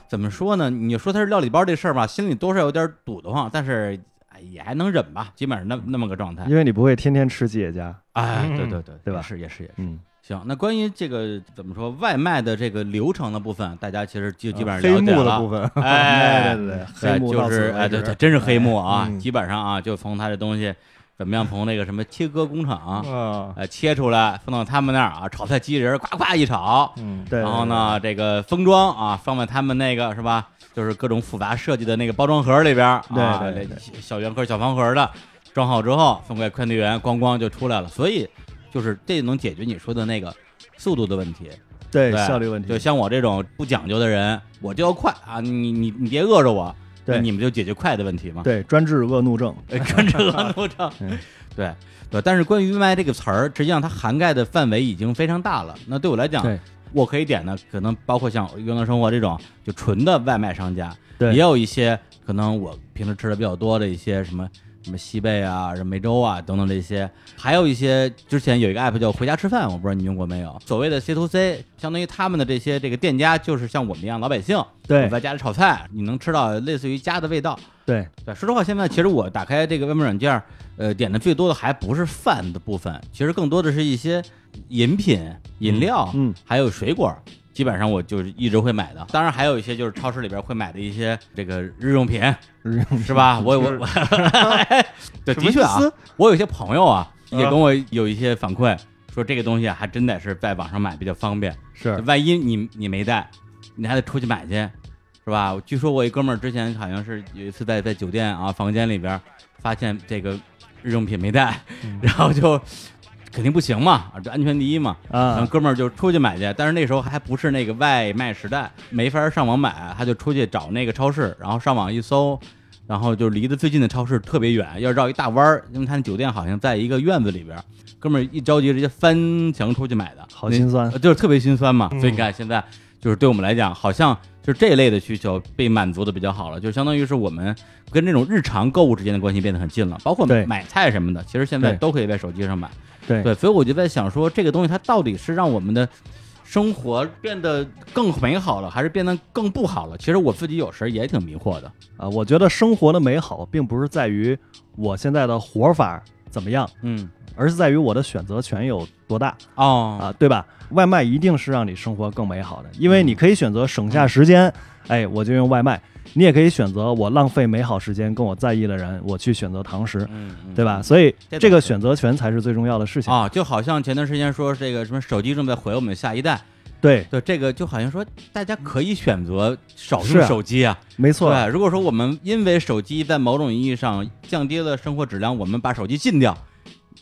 S1: 怎么说呢？你说它是料理包这事儿吧，心里多少有点堵得慌，但是哎也还能忍吧，基本上那那么个状态。
S3: 因为你不会天天吃吉野家，
S1: 哎，
S2: 嗯
S1: 对对对，
S3: 对吧
S1: 也是也是也是。
S3: 嗯，
S1: 行，那关于这个怎么说外卖的这个流程的部分，大家其实
S3: 呃
S1: 就基本上
S2: 黑
S1: 了解
S2: 幕
S1: 了。
S2: 的部分，
S1: 哎，
S3: 啊对对，
S1: 对，
S3: 黑幕到
S1: 就
S3: 此
S1: 是
S3: 为
S1: 哎，对
S3: 止
S1: 对，真是黑幕啊！
S2: 嗯
S1: 基本上啊，就从他这东西怎么样从那个什么切割工厂、
S2: 嗯
S1: 呃切出来，放到他们那儿啊，炒菜机器人夸夸一炒，
S2: 嗯，
S3: 对，
S1: 然后呢，这个封装啊，放在他们那个是吧，就是各种复杂设计的那个包装盒里边儿，
S3: 对
S1: 啊
S3: 对对
S1: 这小圆盒、小方盒的，装好之后送给快递员，咣咣就出来了。所以就是这能解决你说的那个速度的问题。
S3: 对
S1: 对
S3: 效率问题，
S1: 就像我这种不讲究的人，我就要快啊！你你你别饿着我，
S3: 对
S1: 那你们就解决快的问题嘛。
S3: 对专治恶怒症，
S1: 对，跟这个路 程
S3: 嗯，
S1: 对对。但是关于“外卖”这个词儿，实际上它涵盖的范围已经非常大了。那对我来讲，
S3: 对
S1: 我可以点的可能包括像原来生活这种就纯的外卖商家，
S3: 对
S1: 也有一些可能我平时吃的比较多的一些什么。什么西贝啊、什么梅州啊等等这些，还有一些之前有一个 app 叫“回家吃饭”，我不知道你用过没有。所谓的 C to C，相当于他们的这些这个店家就是像我们一样老百姓，我
S3: 对
S1: 在家里炒菜，你能吃到类似于家的味道。
S3: 对
S1: 对，说实话，现在其实我打开这个外卖软件儿，呃，点的最多的还不是饭的部分，其实更多的是一些饮品、饮料，
S3: 嗯嗯
S1: 还有水果。基本上我就是一直会买的，当然还有一些就是超市里边会买的一些这个日用品，
S3: 日用
S1: 是吧？我我我，对，的确啊，我有一些朋友啊，也
S3: 嗯
S1: 跟我有一些反馈，说这个东西啊还真得是在网上买比较方便。
S3: 是
S1: 万一你你没带，你还得出去买去，是吧？据说我一哥们儿之前好像是有一次在在酒店啊房间里边儿发现这个日用品没带， 然后就肯定不行嘛，啊这安全第一嘛。然后
S3: 啊，
S1: 哥们儿就出去买去，但是那时候还不是那个外卖时代，没法上网买，他就出去找那个超市，然后上网一搜，然后就离得最近的超市特别远，要绕一大弯儿，因为他那酒店好像在一个院子里边儿。哥们儿一着急，直接翻墙出去买的，
S3: 好心酸
S1: 那呃就是特别心酸嘛。
S2: 嗯
S1: 所以你看，现在就是对我们来讲，好像就是这一类的需求被满足的比较好了，就相当于是我们跟这种日常购物之间的关系变得很近了，包括
S3: 对
S1: 买菜什么的，其实现在
S3: 对
S1: 都可以在手机上买。
S3: 对
S1: 对，所以我就在想说，这个东西它到底是让我们的生活变得更美好了，还是变得更不好了？其实我自己有时候也挺迷惑的。
S3: 啊，我觉得生活的美好并不是在于我现在的活法怎么样，
S1: 嗯，
S3: 而是在于我的选择权有多大
S1: 哦，
S3: 啊，对吧？外卖一定是让你生活更美好的，因为你可以选择省下时
S1: 嗯
S3: 间，哎，我就用外卖；你也可以选择我浪费美好时间跟我在意的人，我去选择堂食，
S1: 嗯，嗯
S3: 对吧？？所以
S1: 这
S3: 这个
S1: 倒是
S3: 选择权才是最重要的事情。
S1: 啊，就好像前段时间说这个什么手机正在毁我们下一代，
S3: 对，
S1: 对这个就好像说大家可以选择少
S3: 是
S1: 用
S3: 啊
S1: 手机啊，
S3: 没错，
S1: 对。如果说我们因为手机在某种意义上降低了生活质量，我们把手机禁掉，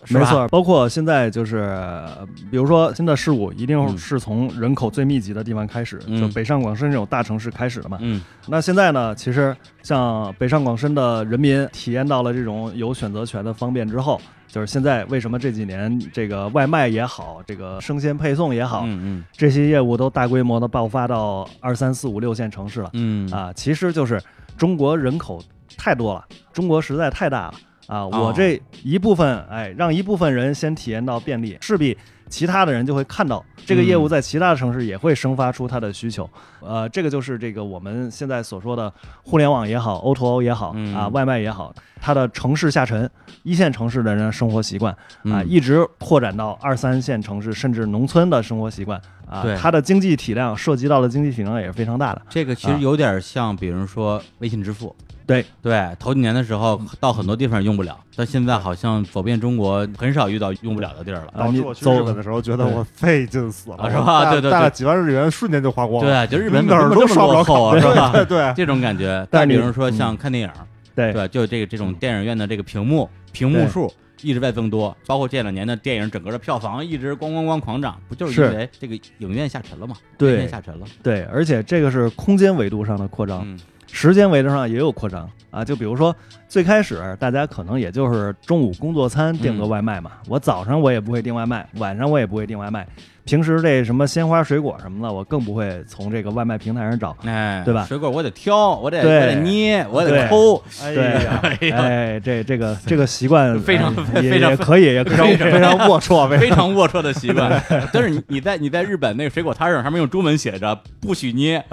S2: 是吧
S3: 没错，包括现在就是，呃比如说新的事物一定
S1: 嗯
S3: 是从人口最密集的地方开始，
S1: 嗯
S3: 就北上广深这种大城市开始的嘛。
S1: 嗯
S3: 那现在呢，其实像北上广深的人民体验到了这种有选择权的方便之后，就是现在为什么这几年这个外卖也好，这个生鲜配送也好，
S1: 嗯
S3: 这些业务都大规模的爆发到二三四五六线城市了。
S1: 嗯嗯
S3: 啊，其实就是中国人口太多了，中国实在太大了啊！我
S1: 哦
S3: 这一部分，哎，让一部分人先体验到便利，势必其他的人就会看到这个业
S1: 嗯
S3: 务在其他的城市也会生发出它的需求。呃，这个就是这个我们现在所说的互联网也好，O to O 也好
S1: 嗯
S3: 啊，外卖也好，它的城市下沉，一线城市的人的生活习惯啊，
S1: 嗯
S3: 一直拓展到二三线城市甚至农村的生活习惯啊
S1: 对，
S3: 它的经济体量涉及到的经济体量也是非常大的。
S1: 这个
S3: 啊
S1: 其实有点像，比如说微信支付。
S3: 对
S1: 对，头几年的时候到很多地方用不了，但现在好像走遍中国很少遇到用不了的地儿了。
S3: 啊
S2: 当
S3: 你
S2: 时我去
S3: 走
S2: 日本的时候，觉得我费劲死
S1: 啊
S2: 了，
S1: 是吧
S2: 我带
S1: 对对
S2: 带
S1: 对
S2: 了几万日元，瞬间就花光了，
S1: 对，啊就日本怎
S2: 哪
S1: 么
S2: 儿
S1: 这
S2: 都
S1: 么
S2: 刷不
S1: 落
S2: 着
S1: 后
S2: 卡，
S1: 啊，是吧？
S2: 对对
S1: 这种感觉。再
S3: 但是
S1: 比
S3: 你
S1: 如说像
S3: 嗯
S1: 看电影儿，
S3: 对
S1: 对，就这个这种电影院的这个屏幕屏幕
S3: 对
S1: 数一直在增多，包括这两年的电影整个的票房一直咣咣咣狂涨，不就是
S3: 是
S1: 因为这个影院下沉了嘛？
S3: 对
S1: 影院下沉了。
S3: 对，而且这个是空间维度上的扩张，
S1: 嗯
S3: 时间维度上也有扩张啊。就比如说最开始大家可能也就是中午工作餐订个
S1: 嗯
S3: 外卖嘛，我早上我也不会订外卖，晚上我也不会订外卖，平时这什么鲜花水果什么的，我更不会从这个外卖平台上找。
S1: 哎，
S3: 嗯对吧
S1: 水果我得挑，我得我
S3: 对
S1: 得捏，我得
S3: 对
S1: 抠，
S2: 哎
S3: 对
S2: 呀，
S3: 哎，这这个这个习惯
S1: 非常
S3: 哎也
S1: 非常
S3: 也可以，也可以
S2: 非常非常龌龊，非
S1: 非常龌龊的习惯。但是你你在你在日本那个水果摊上，上面用中文写着“不许 捏”，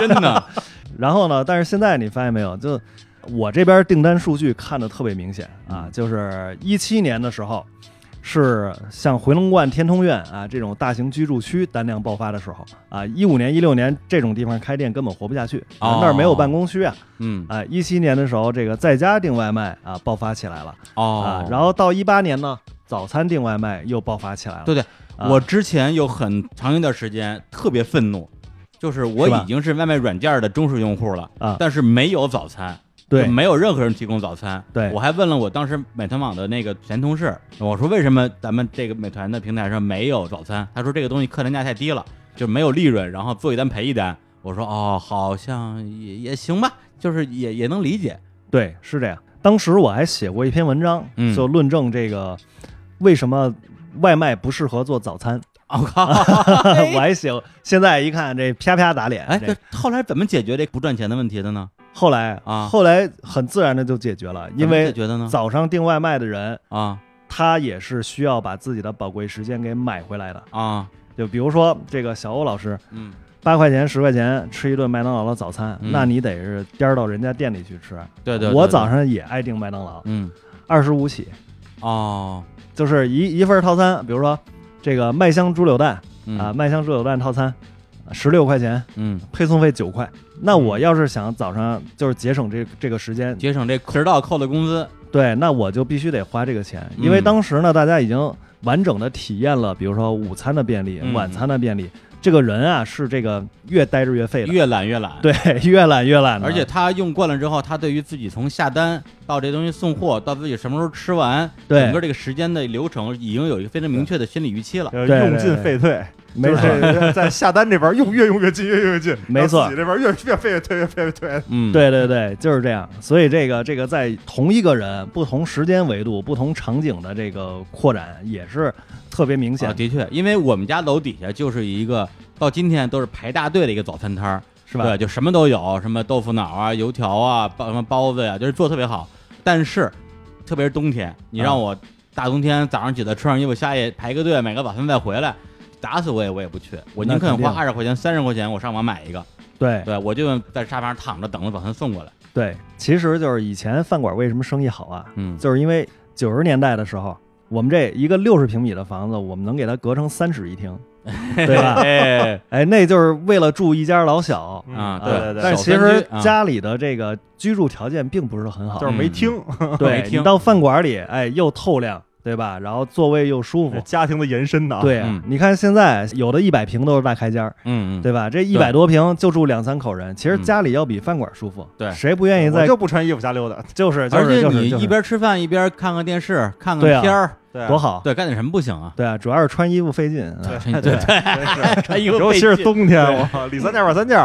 S1: 真的。
S3: 然后呢，但是现在你发现没有，就我这边订单数据看的特别明显
S1: 嗯
S3: 啊，就是一七年的时候，是像回龙观、天通苑啊这种大型居住区单量爆发的时候啊，一五年、一六年这种地方开店根本活不下去，
S1: 哦
S3: 那儿没有办公区啊
S1: 嗯
S3: 啊，一七年的时候，这个在家订外卖啊爆发起来了 啊
S1: 哦，，
S3: 然后到一八年呢，早餐订外卖又爆发起来了，
S1: 对对，
S3: 啊
S1: 我之前有很长一段时间特别愤怒，就是我
S3: 是吧
S1: 已经是外卖软件的忠实用户了
S3: 啊
S1: 但是没有早餐，
S3: 对
S1: 就没有任何人提供早餐。
S3: 对
S1: 我还问了我当时美团网的那个前同事，我说为什么咱们这个美团的平台上没有早餐？他说这个东西客单价太低了，就没有利润，然后做一单赔一单。我说哦，好像也也行吧，就是也也能理解。
S3: 对，是这样。当时我还写过一篇文章，
S1: 嗯
S3: 就论证这个为什么外卖不适合做早餐。
S1: 我、靠，
S3: 我还写，现在一看这啪啪打脸。
S1: 哎，
S3: 这
S1: 这后来怎么解决这不赚钱的问题的呢？
S3: 后来
S1: 啊
S3: 后来很自然的就解决了，因
S1: 怎么解
S3: 为
S1: 决的呢
S3: 早上订外卖的人，
S1: 啊
S3: 他也是需要把自己的宝贵时间给买回来的。
S1: 啊，
S3: 就比如说这个小欧老师，
S1: 嗯，
S3: 八块钱十块钱吃一顿麦当劳的早餐，
S1: 嗯
S3: 那你得是颠儿到人家店里去吃。
S1: 对对对
S3: 我
S1: 对
S3: 早上也爱订麦当劳，
S1: 嗯
S3: 二十五起。
S1: 哦，
S3: 就是一一份套餐，比如说这个麦香猪柳蛋
S1: 嗯
S3: 啊，麦香猪柳蛋套餐，十六块钱，
S1: 嗯，
S3: 配送费九块。那我要是想早上就是节省这这个时间，
S1: 节省这迟到扣的工资，
S3: 对，那我就必须得花这个钱，
S1: 嗯
S3: 因为当时呢，大家已经完整的体验了，比如说午餐的便利
S1: 嗯，
S3: 晚餐的便利。这个人啊，是这个越待着越废的，
S1: 越懒越懒。，
S3: 对， 越懒越懒的，
S1: 而且他用惯了之后，他对于自己从下单到这东西送货到自己什么时候吃完，
S3: 对
S1: 整个这个时间的流程已经有一个非常明确的心理预期了。
S3: 对
S2: 常
S3: 对
S2: 用进废退，
S3: 没
S2: 就
S3: 错，
S2: 是这在下单这边用越用越近，越用越近，
S3: 没错
S2: 然后自己这边越越费越退越费越退，
S1: 嗯，，
S3: 对对对，就是这样。所以这个这个在同一个人、不同时间维度、不同场景的这个扩展也是特别明显
S1: 啊，
S3: 的，
S1: 的确，因为我们家楼底下就是一个到今天都是排大队的一个早餐摊儿，
S3: 是吧？
S1: 对，就什么都有，什么豆腐脑啊、油条啊、包什么包子呀、就是做得特别好。但是，特别是冬天，你让
S3: 啊
S1: 我大冬天早上起来穿上衣服下夜排个队买个早餐再回来，打死我也我也不去，我宁
S3: 那
S1: 肯
S3: 肯
S1: 花
S3: 定
S1: 二十块钱、三十块钱，我上网买一个，
S3: 对
S1: 对我就在沙发上躺着等着早餐送过来。
S3: 对，其实就是以前饭馆为什么生意好啊，
S1: 嗯，
S3: 就是因为九十年代的时候，我们这一个六十平米的房子，我们能给它隔成三室 一厅，对吧？
S1: 哎，
S3: 哎，那就是为了住一家老小。
S1: 啊
S2: 嗯
S1: 对
S2: 对对
S3: 但
S2: 对，
S3: 是其
S1: 小分
S3: 实
S1: 居啊
S3: 家里的这个居住条件并不是很好
S2: 就，是
S1: 嗯
S2: 没听，
S1: 没
S3: 对
S1: 听
S3: 你到饭馆里，哎，又透亮，对吧？然后座位又舒服，
S2: 家庭的延伸呢，
S3: 对、啊
S1: 嗯
S3: 你看现在有的一百平都是大开间儿，
S1: 嗯嗯，嗯
S3: 对吧？这一百多平就住两三口人，其实家里要比饭馆舒服。
S1: 对
S3: 谁不愿意
S2: 我
S3: 在
S2: 就不穿衣服瞎溜达，
S3: 就是就
S1: 而
S3: 是
S1: 且
S3: 就是
S1: 你
S3: 就是
S1: 一边吃饭一边看看电视、看看
S3: 对啊
S1: 片儿，
S2: 对啊
S3: 多好。
S1: 对，干点什么不行啊？
S3: 对啊，主要是穿衣服费劲。
S2: 对
S3: 嗯
S1: 对对，
S2: 对，
S1: 穿衣服
S2: 尤
S1: 费
S2: 其是
S1: 劲
S2: 冬天，我里三件外三件。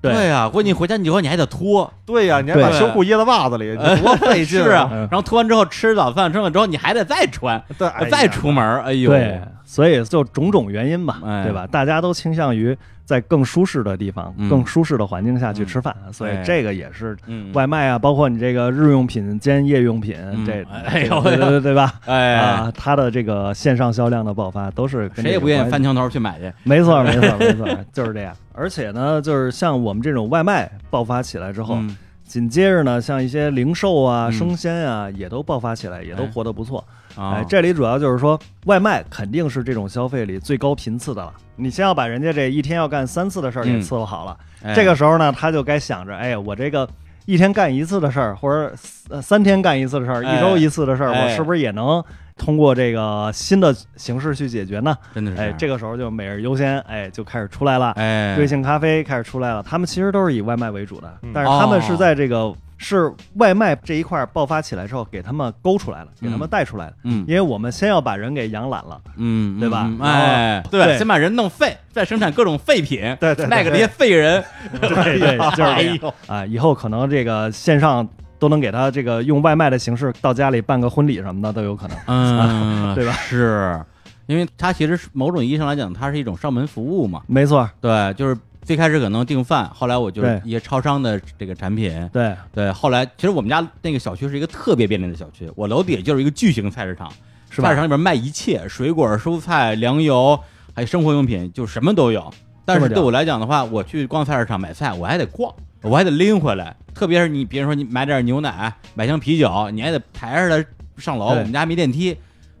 S3: 对
S1: 对呀，关键你回家你以后你还得脱，
S2: 对呀，你还把
S1: 对
S2: 秋裤掖在袜子里，多费劲
S1: 是啊
S2: 啊！，
S1: 然后脱完之后吃早饭，吃完之后你还得再穿，
S2: 对，哎呀
S1: 再出门儿，哎呦，
S3: 对，所以就种种原因吧，
S1: 哎
S3: 对吧？大家都倾向于在更舒适的地方、
S1: 嗯
S3: 更舒适的环境下去吃饭，啊所
S1: 哎
S3: 以这个也是
S1: 嗯，
S3: 外卖啊，包括你这个日用品兼夜用品，这
S1: 哎呦
S3: 对对对对吧？
S1: 哎，
S3: 啊，它的这个线上销量的爆发都是跟
S1: 谁也
S3: 这个
S1: 不愿意
S3: 关系
S1: 翻墙头去买去，
S3: 没错，没错，没错， 就是这样。而且呢，就是像我们这种外卖爆发起来之后，
S1: 嗯
S3: 紧接着呢，像一些零售啊、
S1: 嗯
S3: 生鲜啊，也都爆发起来，也都
S1: 哎
S3: 活得不错。
S1: 啊
S3: 哎，，这里主要就是说，外卖肯定是这种消费里最高频次的了。你先要把人家这一天要干三次的事儿给
S1: 嗯
S3: 伺候好了，
S1: 哎
S3: 这个时候呢，他就该想着，哎，我这个一天干一次的事儿，或者呃三天干一次的事儿，
S1: 哎
S3: 一周一次的事儿，我
S1: 哎
S3: 是不是也能通过这个新的形式去解决呢？
S1: 真的是
S3: 哎，这
S1: 个
S3: 个时候就每日优先，哎，就开始出来了。
S1: 嗯哎，
S3: 瑞幸咖啡开始出来了，他们其实都是以外卖为主的
S2: 嗯，
S3: 但是他们是在这个是外卖这一块爆发起来之后，给他们勾出来了，给他们带出来了。
S1: 嗯
S3: 因为我们先要把人给养懒 了，
S1: 嗯，
S3: 对吧
S1: 嗯
S3: 然后
S1: 哎，
S3: 对
S1: 先把人弄废，再生产各种废品，
S2: 对对对
S1: 卖给这些废人，
S3: 对对，就是
S1: 哎
S3: 这样
S1: 呦，
S3: 啊。以后可能这个线上都能给他这个用外卖的形式到家里办个婚礼什么的都有可能。
S1: 嗯，
S3: 对吧
S1: 是因为它其实是某种意义上来讲，它是一种上门服务嘛，
S3: 没错，
S1: 对，就是。最开始可能订饭，后来我就是
S3: 对
S1: 一些超商的这个产品，
S3: 对，
S1: 对，后来其实我们家那个小区是一个特别便利的小区，我楼底下就是一个巨型菜市场，
S3: 是
S1: 菜市
S3: 吧？
S1: 场里边卖一切，水果、蔬菜、粮油，还有生活用品，就什么都有。但是
S3: 这么
S1: 对
S3: 屌
S1: 我来讲的话，我去逛菜市场买菜，我还得逛，我还得拎回来。特别是你，比如说你买点牛奶，买箱啤酒，你还得抬着它上楼。我
S3: 对
S1: 们家没电梯，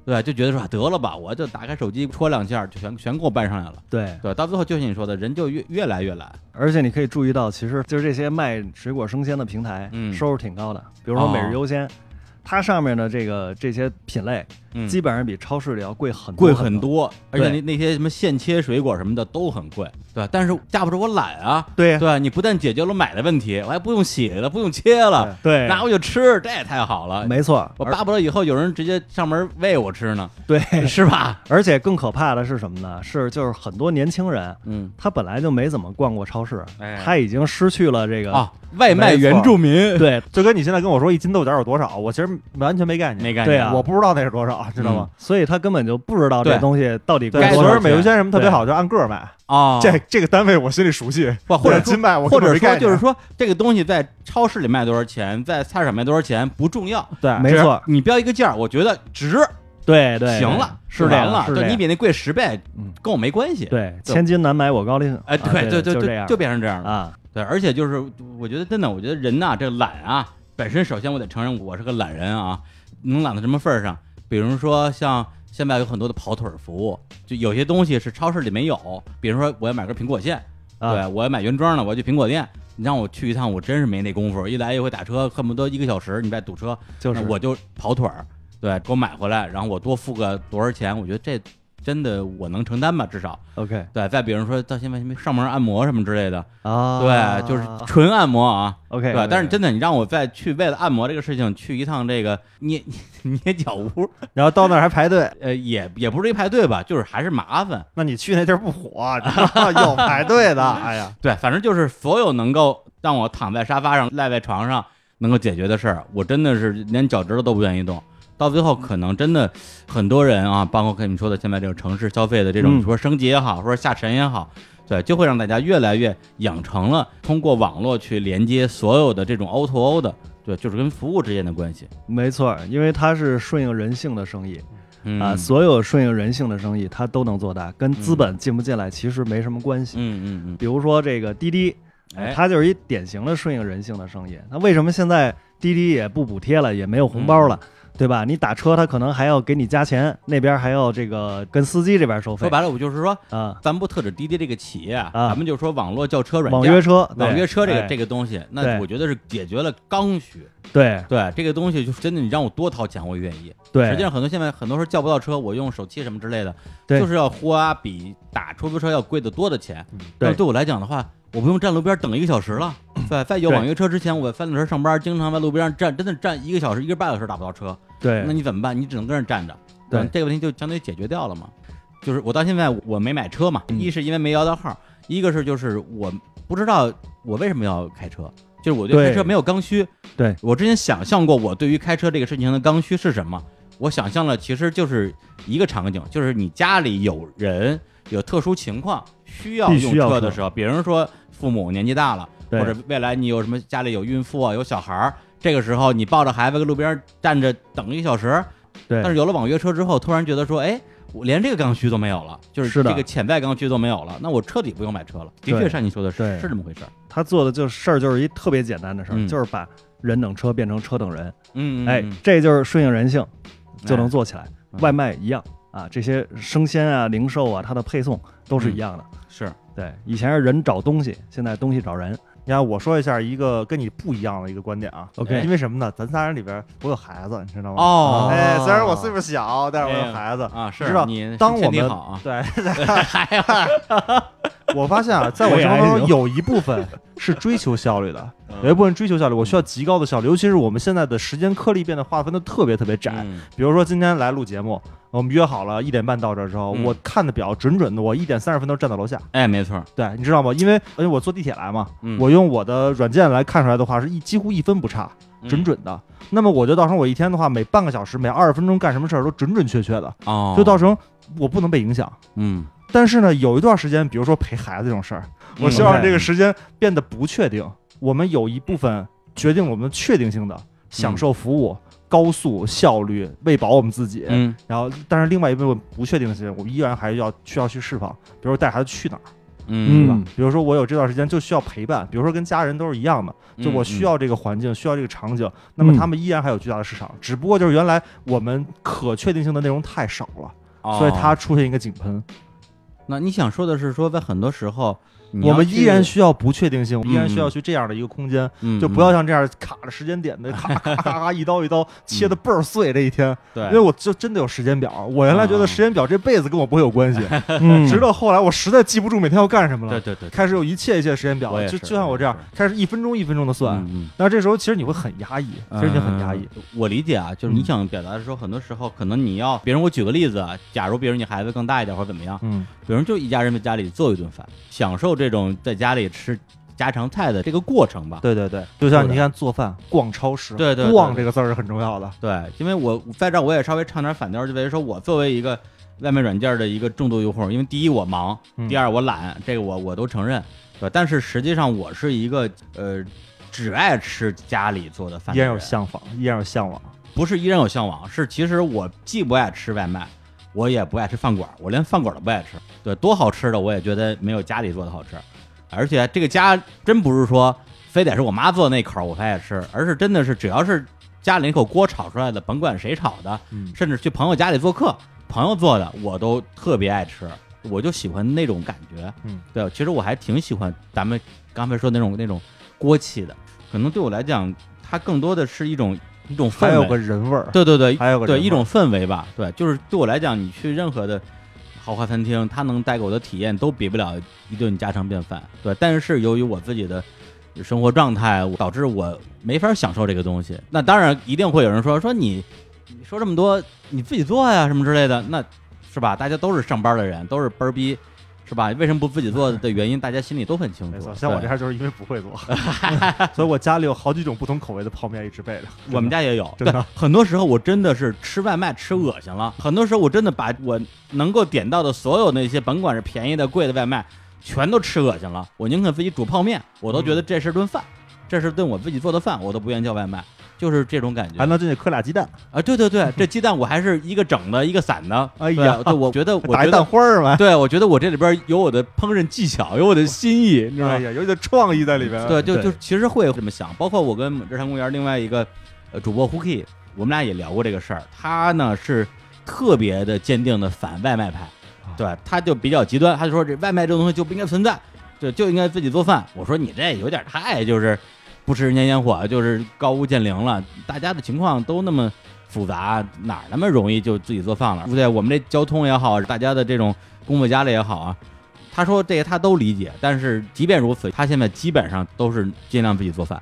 S1: 对，就觉得说啊得了吧，我就打开手机戳两下，就全全给我办上来了。
S3: 对，
S1: 对，到最后就像你说的，人就越越来越懒。
S3: 而且你可以注意到，其实就是这些卖水果生鲜的平台，
S1: 嗯哦
S3: 收入挺高的。比如说每日优鲜，它上面的这个这些品类，
S1: 嗯，
S3: 基本上比超市里要贵很多
S1: 贵
S3: 很
S1: 很。多，而
S3: 对
S1: 且那那些什么现切水果什么的都很贵，对。但是架不住我懒啊，
S3: 对呀
S1: 对吧你不但解决了买的问题，我还不用洗了，不用切了，
S3: 对，
S1: 拿回去吃，这也太好了。
S3: 没错，
S1: 我
S3: 而
S1: 巴不得以后有人直接上门喂我吃呢，
S3: 对，
S1: 是吧？
S3: 而且更可怕的是什么呢？是就是很多年轻人，
S1: 嗯
S3: 他本来就没怎么逛过超市，
S1: 哎
S3: 他已经失去了这个、
S1: 啊，外卖原住民，
S3: 对
S2: 就跟你现在跟我说一斤豆角有多少，我其实完全没概念，
S1: 没概念，
S3: 对啊
S2: 我不知道那是多少，知道吗？
S3: 所以他根本就不知道
S1: 嗯
S3: 这
S1: 对
S3: 东西到底贵
S1: 该
S2: 对，
S3: 多
S2: 所
S1: 多少
S3: 少
S2: 以说
S1: 钱
S2: 美优先什么特别好，就按个儿买。
S1: 啊，
S2: 这这个单位我心里熟悉，
S1: 或或者
S2: 金麦我
S1: 或
S2: 根本
S1: 者
S2: 没
S1: 说
S2: 概念
S1: 就是说这个东西在超市里卖多少钱，在菜市场卖多少钱不重要，
S2: 对，
S3: 哎没
S2: 这
S3: 错，
S1: 你标一个价儿，我觉得值，
S3: 对对，
S1: 行
S3: 对
S1: 了，
S3: 是
S1: 就
S3: 这
S1: 完
S3: 样
S1: 了，
S3: 是
S1: 就
S3: 这
S1: 你
S3: 样
S1: 比那贵十倍
S3: 嗯，
S1: 跟我没关系。
S3: 对，千金难买我高兴，
S1: 哎，
S3: 啊
S1: 对对
S3: 就
S1: 对
S3: 这样
S1: 对，就变成这样了。
S3: 啊，
S1: 对，而且就是我觉得真的，我觉得人呐，这懒啊，本身首先我得承认我是个懒人啊，能懒到什么份儿上？比如说像现在有很多的跑腿儿服务，就有些东西是超市里没有，比如说我要买根苹果线，
S3: 啊
S1: 对我要买原装的，我要去苹果店。你让我去一趟，我真是没那功夫，一来一回打车，恨不得一个小时，你再堵车，
S3: 就是
S1: 那我就跑腿儿，对，给我买回来，然后我多付个多少钱，我觉得这真的我能承担吧，至少
S3: OK
S1: 对。再比如说到现在什么上门按摩什么之类的，
S3: 啊，
S1: 对，就是纯按摩啊，
S3: OK，
S1: 对。但是真的，你让我再去为了按摩这个事情去一趟这个捏捏脚屋，
S2: 然后到那儿还排队，
S1: 呃，也也不是一排队吧，就是还是麻烦。
S2: 那你 去那地儿不火， 你知道吗有排队的，哎呀，
S1: 对，反正就是所有能够让我躺在沙发上、赖在床上能够解决的事儿，我真的是连脚趾头都不愿意动。到最后，可能真的很多人啊，包括跟你说的现在这个城市消费的这种，
S3: 嗯
S1: 你说升级也好，或者下沉也好，对，就会让大家越来越养成了通过网络去连接所有的这种 O to O 的，对，就是跟服务之间的关系。
S3: 没错，因为它是顺应人性的生意，
S1: 嗯
S3: 啊，所有顺应人性的生意，它都能做大，跟资本进不进来其实没什么关系。
S1: 嗯嗯嗯，
S3: 比如说这个滴滴，
S1: 哎，
S3: 它就是一典型的顺应人性的生意。那为什么现在滴滴也不补贴了，也没有红包了，
S1: 嗯
S3: 对吧？你打车，它可能还要给你加钱，那边还要这个跟司机这边收
S1: 说
S3: 费
S1: 白了，我就是说，
S3: 啊，
S1: 咱不特指滴滴这个企业，啊，
S3: 啊
S1: 咱们就说网络叫车软件，
S3: 网约车，哎
S1: 网约车这个这
S3: 个
S1: 个东西，那
S3: 对
S1: 我觉得是解决了刚需。
S3: 对
S1: 对这个东西，就是真的，你让我多掏钱，我愿意。
S3: 对，
S1: 实际上，很多现在很多时候叫不到车，我用手机什么之类的，
S3: 对嗯
S1: 就是要花比打出租车要贵得多的钱。
S3: 对
S1: 那对我来讲的话，我不用站路边等一个小时 了。在在有
S3: 对
S1: 网约车之前，我在三轮车上班，经常在路边上站，真的站一个小时、一个半小时打不到车，
S3: 对
S1: 那你怎么办？你只能跟那儿站着。
S3: 对
S1: 嗯这个问题就相对解决掉了嘛。就是我到现在我没买车嘛，
S3: 嗯
S1: 一是因为没摇到号，一个是就是我不知道我为什么要开车，就是我
S3: 对
S1: 对开车没有刚需。
S3: 对
S1: 我之前想象过我对于开车这个事情的刚需是什么，我想象了其实就是一个场景，就是你家里有人有特殊情况需要
S3: 必
S1: 用
S3: 须要
S1: 车的
S3: 车
S1: 时候，比如说父母年纪大了。
S3: 对
S1: 或者未来你有什么家里有孕妇啊、有小孩儿，这个时候你抱着孩子跟路边站着等一小时，
S3: 对
S1: 但是有了网约车之后，突然觉得说，哎，我连这个刚需都没有了，就是
S3: 是的
S1: 这个潜在刚需都没有了，那我彻底不用买车了。的
S3: 对
S1: 确，像你说的是
S3: 对
S1: 是这么回事
S2: 哎
S1: 儿。
S3: 他做的就是事儿就是一特别简单的事儿，
S1: 嗯
S3: 就是把人等车变成车等人，
S1: 嗯，嗯
S3: 哎
S1: 嗯，哎
S3: 这就是顺应人性，就能做起来。
S1: 嗯
S3: 外卖一样啊，这些生鲜啊、零售啊，它的配送都是一样的。
S1: 是
S3: 对，以前是人找东西，现在东西 找人。
S2: 你看，我说一下一个跟你不一样的一个观点啊。
S1: OK
S2: 因为什么呢？咱仨人里边，我有孩子，你知道吗？
S1: 哦
S2: 哎，虽然我岁数小，但是我有孩子。
S1: 啊，是
S2: 知道
S1: 你
S2: 当我
S1: 身体
S2: 们哎
S1: 好 啊，
S2: 对，
S1: 还有
S2: 我发现啊，在我生活当中有一部分是追求效率的，
S1: 嗯
S2: 有一部分追求效率，我需要极高的效率，尤其是我们现在的时间颗粒变得划分的特别特别窄。
S1: 嗯
S2: 比如说今天来录节目，我们约好了一点半到这儿之后，
S1: 嗯
S2: 我看的表准准的，我一点三十分都站到楼下。
S1: 哎，没错儿，
S2: 对，你知道吗？因为因为我坐地铁来嘛，
S1: 嗯
S2: 我用我的软件来看出来的话，是一几乎一分不差，
S1: 嗯
S2: 准准的。那么我就到时候我一天的话，每半个小时、每二十分钟干什么事儿都准准确确的，
S1: 嗯哦，
S2: 就到时候我不能被影响。
S1: 嗯，
S2: 但是呢，有一段时间，比如说陪孩子这种事儿，嗯
S1: 嗯
S2: 我希望这个时间变得不确定。我们有一部分决定我们确定性
S1: 嗯
S2: 的享受服务、高速、效率，喂饱我们自己。
S1: 嗯
S2: 然后，但是另外一部分不确定性，我们依然还要需要去释放。比如说带孩子去哪儿，对
S1: 嗯
S2: 吧
S3: 嗯？
S2: 比如说我有这段时间就需要陪伴，比如说跟家人都是一样的，
S1: 嗯，
S2: 就我需要这个环境，需要这个场景。那么他们依然还有巨大的市场，只不过就是原来我们可确定性的内容太少了，
S1: 嗯，
S2: 所以
S1: 哦
S2: 它出现一个井喷。
S1: 那你想说的是说，在很多时候你
S2: 我
S1: 要
S2: 们
S1: 去
S2: 依然需要不确定性，依然需要
S1: 嗯
S2: 去这样的一个空间，
S1: 嗯
S2: 就不
S1: 嗯
S2: 要像这样卡着时间点的，咔咔咔咔一刀一刀切的倍儿碎。这一天，
S1: 嗯对，嗯
S2: 因为我就真的有时间表，我原来觉得时间表这辈子跟我不会有关系，
S3: 嗯
S2: 直到后来我实在记不住每天要干什么
S1: 对
S2: 了，
S1: 对对，
S2: 开始有一切一切时间表
S1: 我
S2: 了，
S1: 也
S2: 就是就像我这样
S1: 我也是，
S2: 开始一分钟一分钟的算。
S1: 嗯嗯
S2: 那这时候其实你会很压抑，其实你很压抑。
S1: 嗯我理解啊，就是你
S2: 嗯
S1: 想表达的时候，很多时候可能你要，比如我举个例子啊，假如比如你孩子更大一点或者怎么样，
S2: 嗯，
S1: 比如就一家人在家里做一顿饭，享受这种在家里吃家常菜的这个过程吧。
S2: 对对对，就像
S1: 是的
S2: 你看做饭、逛超市，
S1: 对对对
S2: 逛
S1: 对
S2: 这个字儿是很重要的。
S1: 对，因为我在这儿我也稍微唱点反调，就在于说我作为一个外卖软件的一个重度用户，因为第一我忙，
S2: 嗯
S1: 第二我懒，这个我我都承认，对吧。但是实际上我是一个呃。只爱吃家里做的饭
S2: 依
S1: 的
S2: 然
S1: 人，
S2: 有向往，依然有向往。
S1: 不是依然有向往，是其实我既不爱吃外卖，我也不爱吃饭馆，我连饭馆都不爱吃。对，多好吃的我也觉得没有家里做的好吃。而且这个家真不是说非得是我妈做的那口我才爱吃，而是真的是只要是家里那口锅炒出来的，甭管谁炒的，
S2: 嗯，
S1: 甚至去朋友家里做客，朋友做的我都特别爱吃，我就喜欢那种感觉。
S2: 嗯，
S1: 对，其实我还挺喜欢咱们刚才说的那种那种锅气的，可能对我来讲，它更多的是一种一种氛围，
S2: 还有个人味儿，
S1: 对对对，
S2: 还有个
S1: 对
S2: 人
S1: 一
S2: 味
S1: 种
S2: 儿
S1: 氛围吧，对，就是对我来讲，你去任何的豪华餐厅，它能带给我的体验都比不了一顿家常便饭，对。但是由于我自己的生活状态，我导致我没法享受这个东西。那当然，一定会有人说说你，你说这么多，你自己做呀什么之类的，那是吧？大家都是上班的人，都是班儿逼。是吧？为什么不自己做的原因，大家心里都很清
S2: 没
S1: 楚
S2: 错，。像我
S1: 对
S2: 这，样就是因为不 会做，所以我家里有好几种不同口味的泡面一直备着。
S1: 我们家也有。
S2: 真的
S1: 对，很多时候我真的是吃外卖吃恶心了，很多时候我真的把我能够点到的所有那些，甭管是便宜的、贵的外卖，全都吃恶心了。我宁肯自己煮泡面，我都觉
S2: 嗯
S1: 得这是顿饭，这是顿我自己做的饭，我都不愿意叫外卖，就是这种感觉
S2: 还能进去磕俩鸡 蛋，
S1: 啊！对对对，这鸡蛋我还是一个整的，一个散的。
S2: 哎呀
S1: 对对，我觉得我
S2: 打
S1: 觉
S2: 一
S1: 得。
S2: 蛋
S1: 嗯
S2: 花儿嘛。
S1: 对，我觉得我这里边有我的烹饪技巧，有我的心意，你知道吗
S2: 哎？呀，有点创意在里边。啊
S1: 对，就
S3: 对
S1: 就其实会这么想，包括我跟日坛公园另外一个呃主播胡 k 我们俩也聊过这个事儿。他呢是特别的坚定的反外卖派，对，他就比较极端，他就说这外卖这种东西就不应该存在，对，就应该自己做饭。我说你这有点太就是不食人间烟火，就是高屋建瓴了。大家的情况都那么复杂，哪儿那么容易就自己做饭了？对，我们这交通也好，大家的这种工作压力也好啊，他说这些他都理解，但是即便如此，他现在基本上都是尽量自己做饭。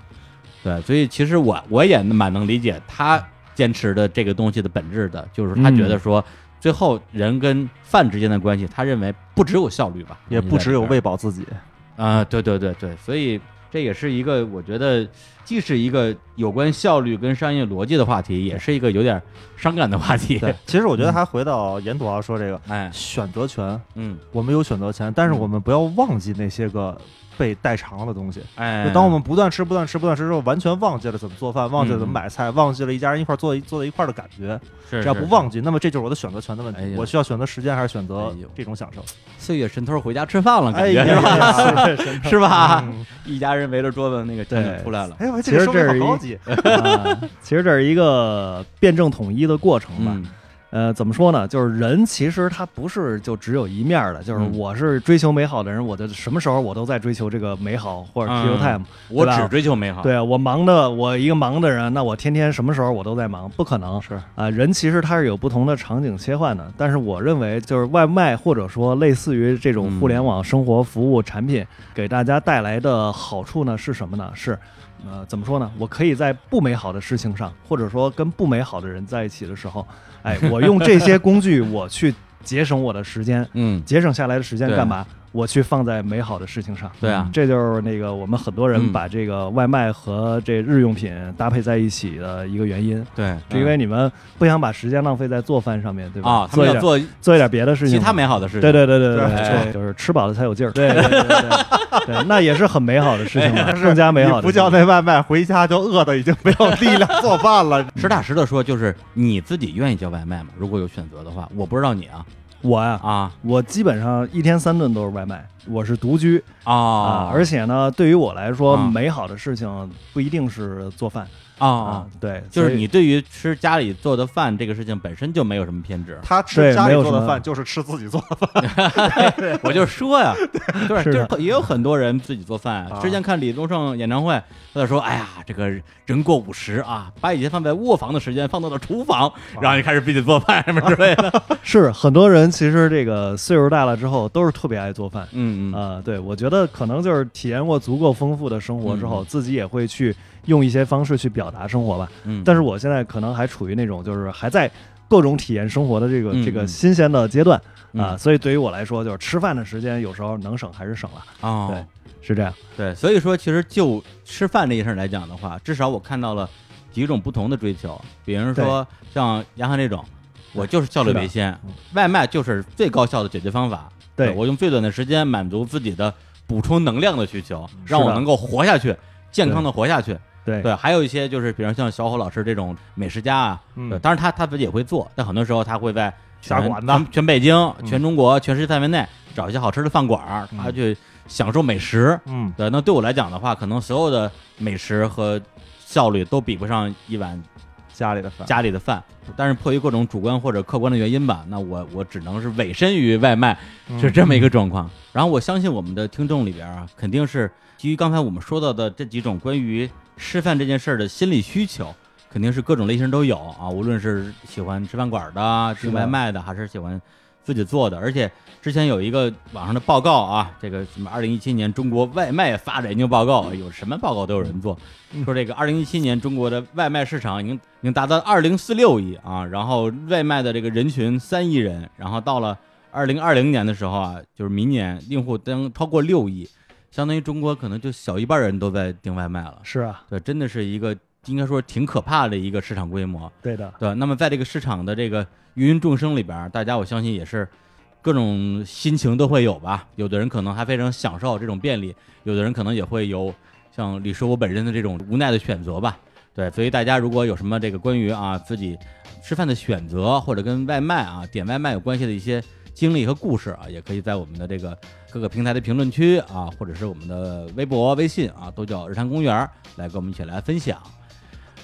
S1: 对，所以其实我我也蛮能理解他坚持的这个东西的本质的，就是他觉得说，最后人跟饭之间的关系，他认为不只有效率吧，
S3: 也不只有
S1: 味
S3: 喂饱自 己。
S1: 啊、对对对对，所以这也是一个我觉得既是一个有关效率跟商业逻辑的话题，也是一个有点伤感的话题。
S2: 对，
S3: 其实我
S2: 我
S1: 嗯
S2: 觉得还回到严土豪说这个
S1: 哎，
S2: 选择权，
S1: 嗯，
S2: 我们有选择权，但是
S1: 嗯
S2: 我们不要忘记那些个被代偿的东西。
S1: 哎
S2: 就，当我们不断吃、不断吃、不断吃之后，完全忘记了怎么做饭，忘记了怎么买菜，忘记了一家人一块儿坐坐在一块儿的感觉。
S1: 嗯是
S2: 只要不
S1: 是
S2: 忘记，那么这就是我的选择权的问
S1: 哎
S2: 题
S1: 呀。
S2: 我需要选择时间还是选择
S1: 哎呦
S2: 这种享受？哎
S1: 岁月神偷回家吃饭了，感觉、
S2: 呀
S1: 是吧？
S2: 呀，
S1: 是吧？
S2: 嗯
S1: 一家人围着桌子那个情景
S3: 对
S1: 出来了。
S2: 哎，我
S3: 其
S2: 这个
S3: 实
S2: 说法
S3: 这是一
S2: 好高级。
S3: 啊 其实这是一个辩证统一的过程吧。
S1: 嗯，
S3: 呃，怎么说呢？就是人其实他不是就只有一面儿的，就是
S1: 嗯
S3: 我是追求美好的人，我就什么时候我都在追求这个美好或者 PU
S1: 嗯
S3: time。
S1: 我
S3: 对吧
S1: 只追求美好。
S3: 对啊我忙的，我一个忙的人，那我天天什么时候我都在忙，不可能
S2: 是
S3: 啊、人其实他是有不同的场景切换的，但是我认为就是外卖或者说类似于这种互联网生活服务产品给大家带来的好处呢是什么呢？是呃怎么说呢？我可以在不美好的事情上，或者说跟不美好的人在一起的时候，哎，我用这些工具我去节省我的时间，
S1: 嗯，
S3: 节省下来的时间
S1: 对
S3: 干嘛？我去放在美好的事情上。嗯
S1: 对啊，
S3: 这就是那个我们很多人
S1: 嗯
S3: 把这个外卖和这日用品搭配在一起的一个原因，
S1: 对，
S3: 是因为你们不想把时间浪费在做饭上面，对吧？
S1: 啊，他
S3: 做
S1: 们
S3: 一
S1: 要
S3: 点
S1: 做
S3: 做一点别的事情
S1: 其
S3: 吧，
S1: 他美好的事情。
S3: 对对对对
S1: 对
S3: 对
S1: 没错
S3: 就是吃饱了才有劲儿，对对对 对对，那也是很美好的事情
S1: 哎
S3: 嘛，更加美好
S2: 你
S3: 的。
S2: 不叫那外卖，回家就饿的已经没有力量做 饭了。。
S1: 实打实的说，就是你自己愿意叫外卖吗？如果有选择的话，我不知道你啊
S3: 我呀、
S1: 啊
S3: 我基本上一天三顿都是外卖，我是独居啊
S1: 啊，，
S3: 而且呢，对于我来说，
S1: 啊
S3: 美好的事情不一定是做饭
S1: 啊，，
S3: 对，
S1: 就是
S3: 所以
S1: 你对于吃家里做的饭这个事情本身就没有什么偏执
S2: 他
S3: 对
S2: 吃家
S3: 没
S2: 里
S3: 有
S2: 做
S3: 什么
S2: 的饭就是吃自己做的，
S1: 我就说呀，对，
S3: 是
S1: 就
S3: 的
S1: 是也有很多人自己做饭。
S2: 啊
S1: 之前看李宗盛演唱会，他就说：“哎呀，这个人过五十啊，把以前放在卧房的时间放到了厨房，然后就开始自己做饭什么之类的。
S3: 是很多人其实这个岁数大了之后都是特别爱做饭啊、”
S1: 嗯嗯，
S3: 呃对我觉得可能就是体验过足够丰富的生活之后，
S1: 嗯
S3: 自己也会去用一些方式去表达生活吧。
S1: 嗯
S3: 但是我现在可能还处于那种就是还在各种体验生活的这个、
S1: 嗯
S3: 这个
S1: 嗯
S3: 新鲜的阶段啊、
S1: 嗯
S3: 所以对于我来说，就是吃饭的时间有时候能省还是省了，
S1: 哦，
S3: 对是这样。
S1: 对，所以说其实就吃饭这件事儿来讲的话，至少我看到了几种不同的追求，比如说像杨涵这种，我就是效率为先
S3: 嗯，
S1: 外卖就是最高效的解决方法。
S3: 对
S1: 我用最短的时间满足自己的补充能量的需求，
S3: 是的
S1: 让我能够活下去，健康的活下去。
S3: 对
S1: 对，还有一些就是，比如像小虎老师这种美食家啊，
S2: 嗯
S1: 对，当然他他自己也会做，但很多时候他会在
S2: 下
S1: 全
S2: 馆子
S1: 全全北京、
S3: 嗯
S1: 全中国、全世界范围内找一些好吃的饭馆儿，他去享受美食。
S2: 嗯，
S1: 对，那对我来讲的话，可能所有的美食和效率都比不上一碗
S2: 家里的饭。
S1: 家里的饭，但是迫于各种主观或者客观的原因吧，那我我只能是委身于外卖，是这么一个状况。然后我相信我们的听众里边啊，肯定是基于刚才我们说到的这几种关于吃饭这件事儿的心理需求，肯定是各种类型都有啊，无论是喜欢吃饭馆的、啊
S3: 是
S1: 订
S3: 的
S1: 外卖的，还是喜欢自己做的。而且之前有一个网上的报告啊，这个什么二零一七年中国外卖发展研究报告，有什么报告都有人做，说这个二零一七年中国的外卖市场已经已经达到二零四六亿啊，然后外卖的这个人群三亿人，然后到了二零二零年的时候啊，就是明年用户将超过六亿，相当于中国可能就小一半人都在订外卖了。
S3: 是啊，
S1: 对，真的是一个应该说挺可怕的一个市场规模。
S3: 对的，
S1: 对，那么在这个市场的这个芸芸众生里边儿，大家我相信也是各种心情都会有吧。有的人可能还非常享受这种便利，有的人可能也会有像李叔我本人的这种无奈的选择吧。对，所以大家如果有什么这个关于啊自己吃饭的选择，或者跟外卖啊点外卖有关系的一些经历和故事啊，也可以在我们的这个各个平台的评论区啊，或者是我们的微博、微信啊，都叫日坛公园儿来跟我们一起来分享。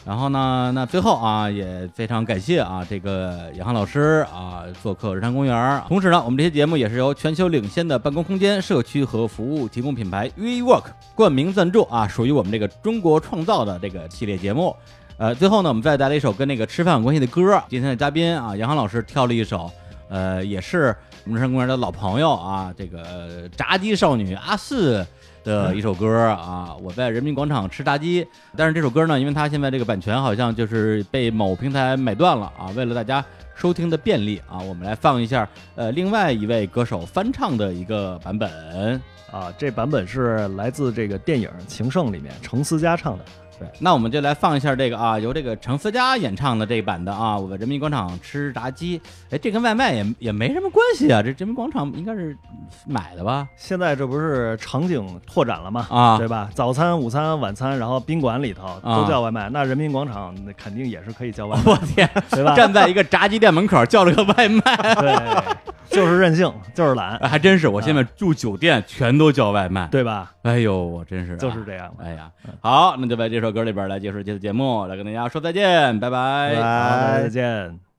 S1: 然后呢，那最后啊，也非常感谢啊，这个杨航老师啊，做客日坛公园儿。啊同时呢，我们这些节目也是由全球领先的办公空间、社区和服务提供品牌 WeWork 冠名赞助啊，属于我们这个中国创造的这个系列节目。呃，最后呢，我们再带来一首跟那个吃饭有关系的歌儿。今天的嘉宾啊，杨航老师挑了一首，呃，也是我们日坛公园的老朋友啊，这个呃炸鸡少女阿四的一首歌啊，我在人民广场吃炸鸡。但是这首歌呢，因为它现在这个版权好像就是被某平台买断了啊，为了大家收听的便利啊，我们来放一下呃另外一位歌手翻唱的一个版本。
S3: 啊，这版本是来自这个电影《情圣》里面程思佳唱的。
S1: 对，那我们就来放一下这个啊，由这个程思佳演唱的这一版的啊，我在人民广场吃炸鸡。哎，这跟外卖也也没什么关系啊，这人民广场应该是买的吧？
S3: 现在这不是场景拓展了吗？
S1: 啊
S3: 对吧？早餐、午餐、晚餐，然后宾馆里头
S1: 啊哦
S3: 都叫外卖，那人民广场那肯定也是可以叫外卖，
S1: 我天，
S3: 对吧？
S1: 站在一个炸鸡店门口叫了个外卖，
S3: 对，就是任性，就是懒，
S1: 还真是。我现在住酒店全都叫外卖。
S3: 对吧？
S1: 哎呦，我真是、
S3: 就是。这样。
S1: 哎呀，好，那就在这首歌里边来结束这次节目，来跟大家说再见，拜拜
S3: 好，大家再见。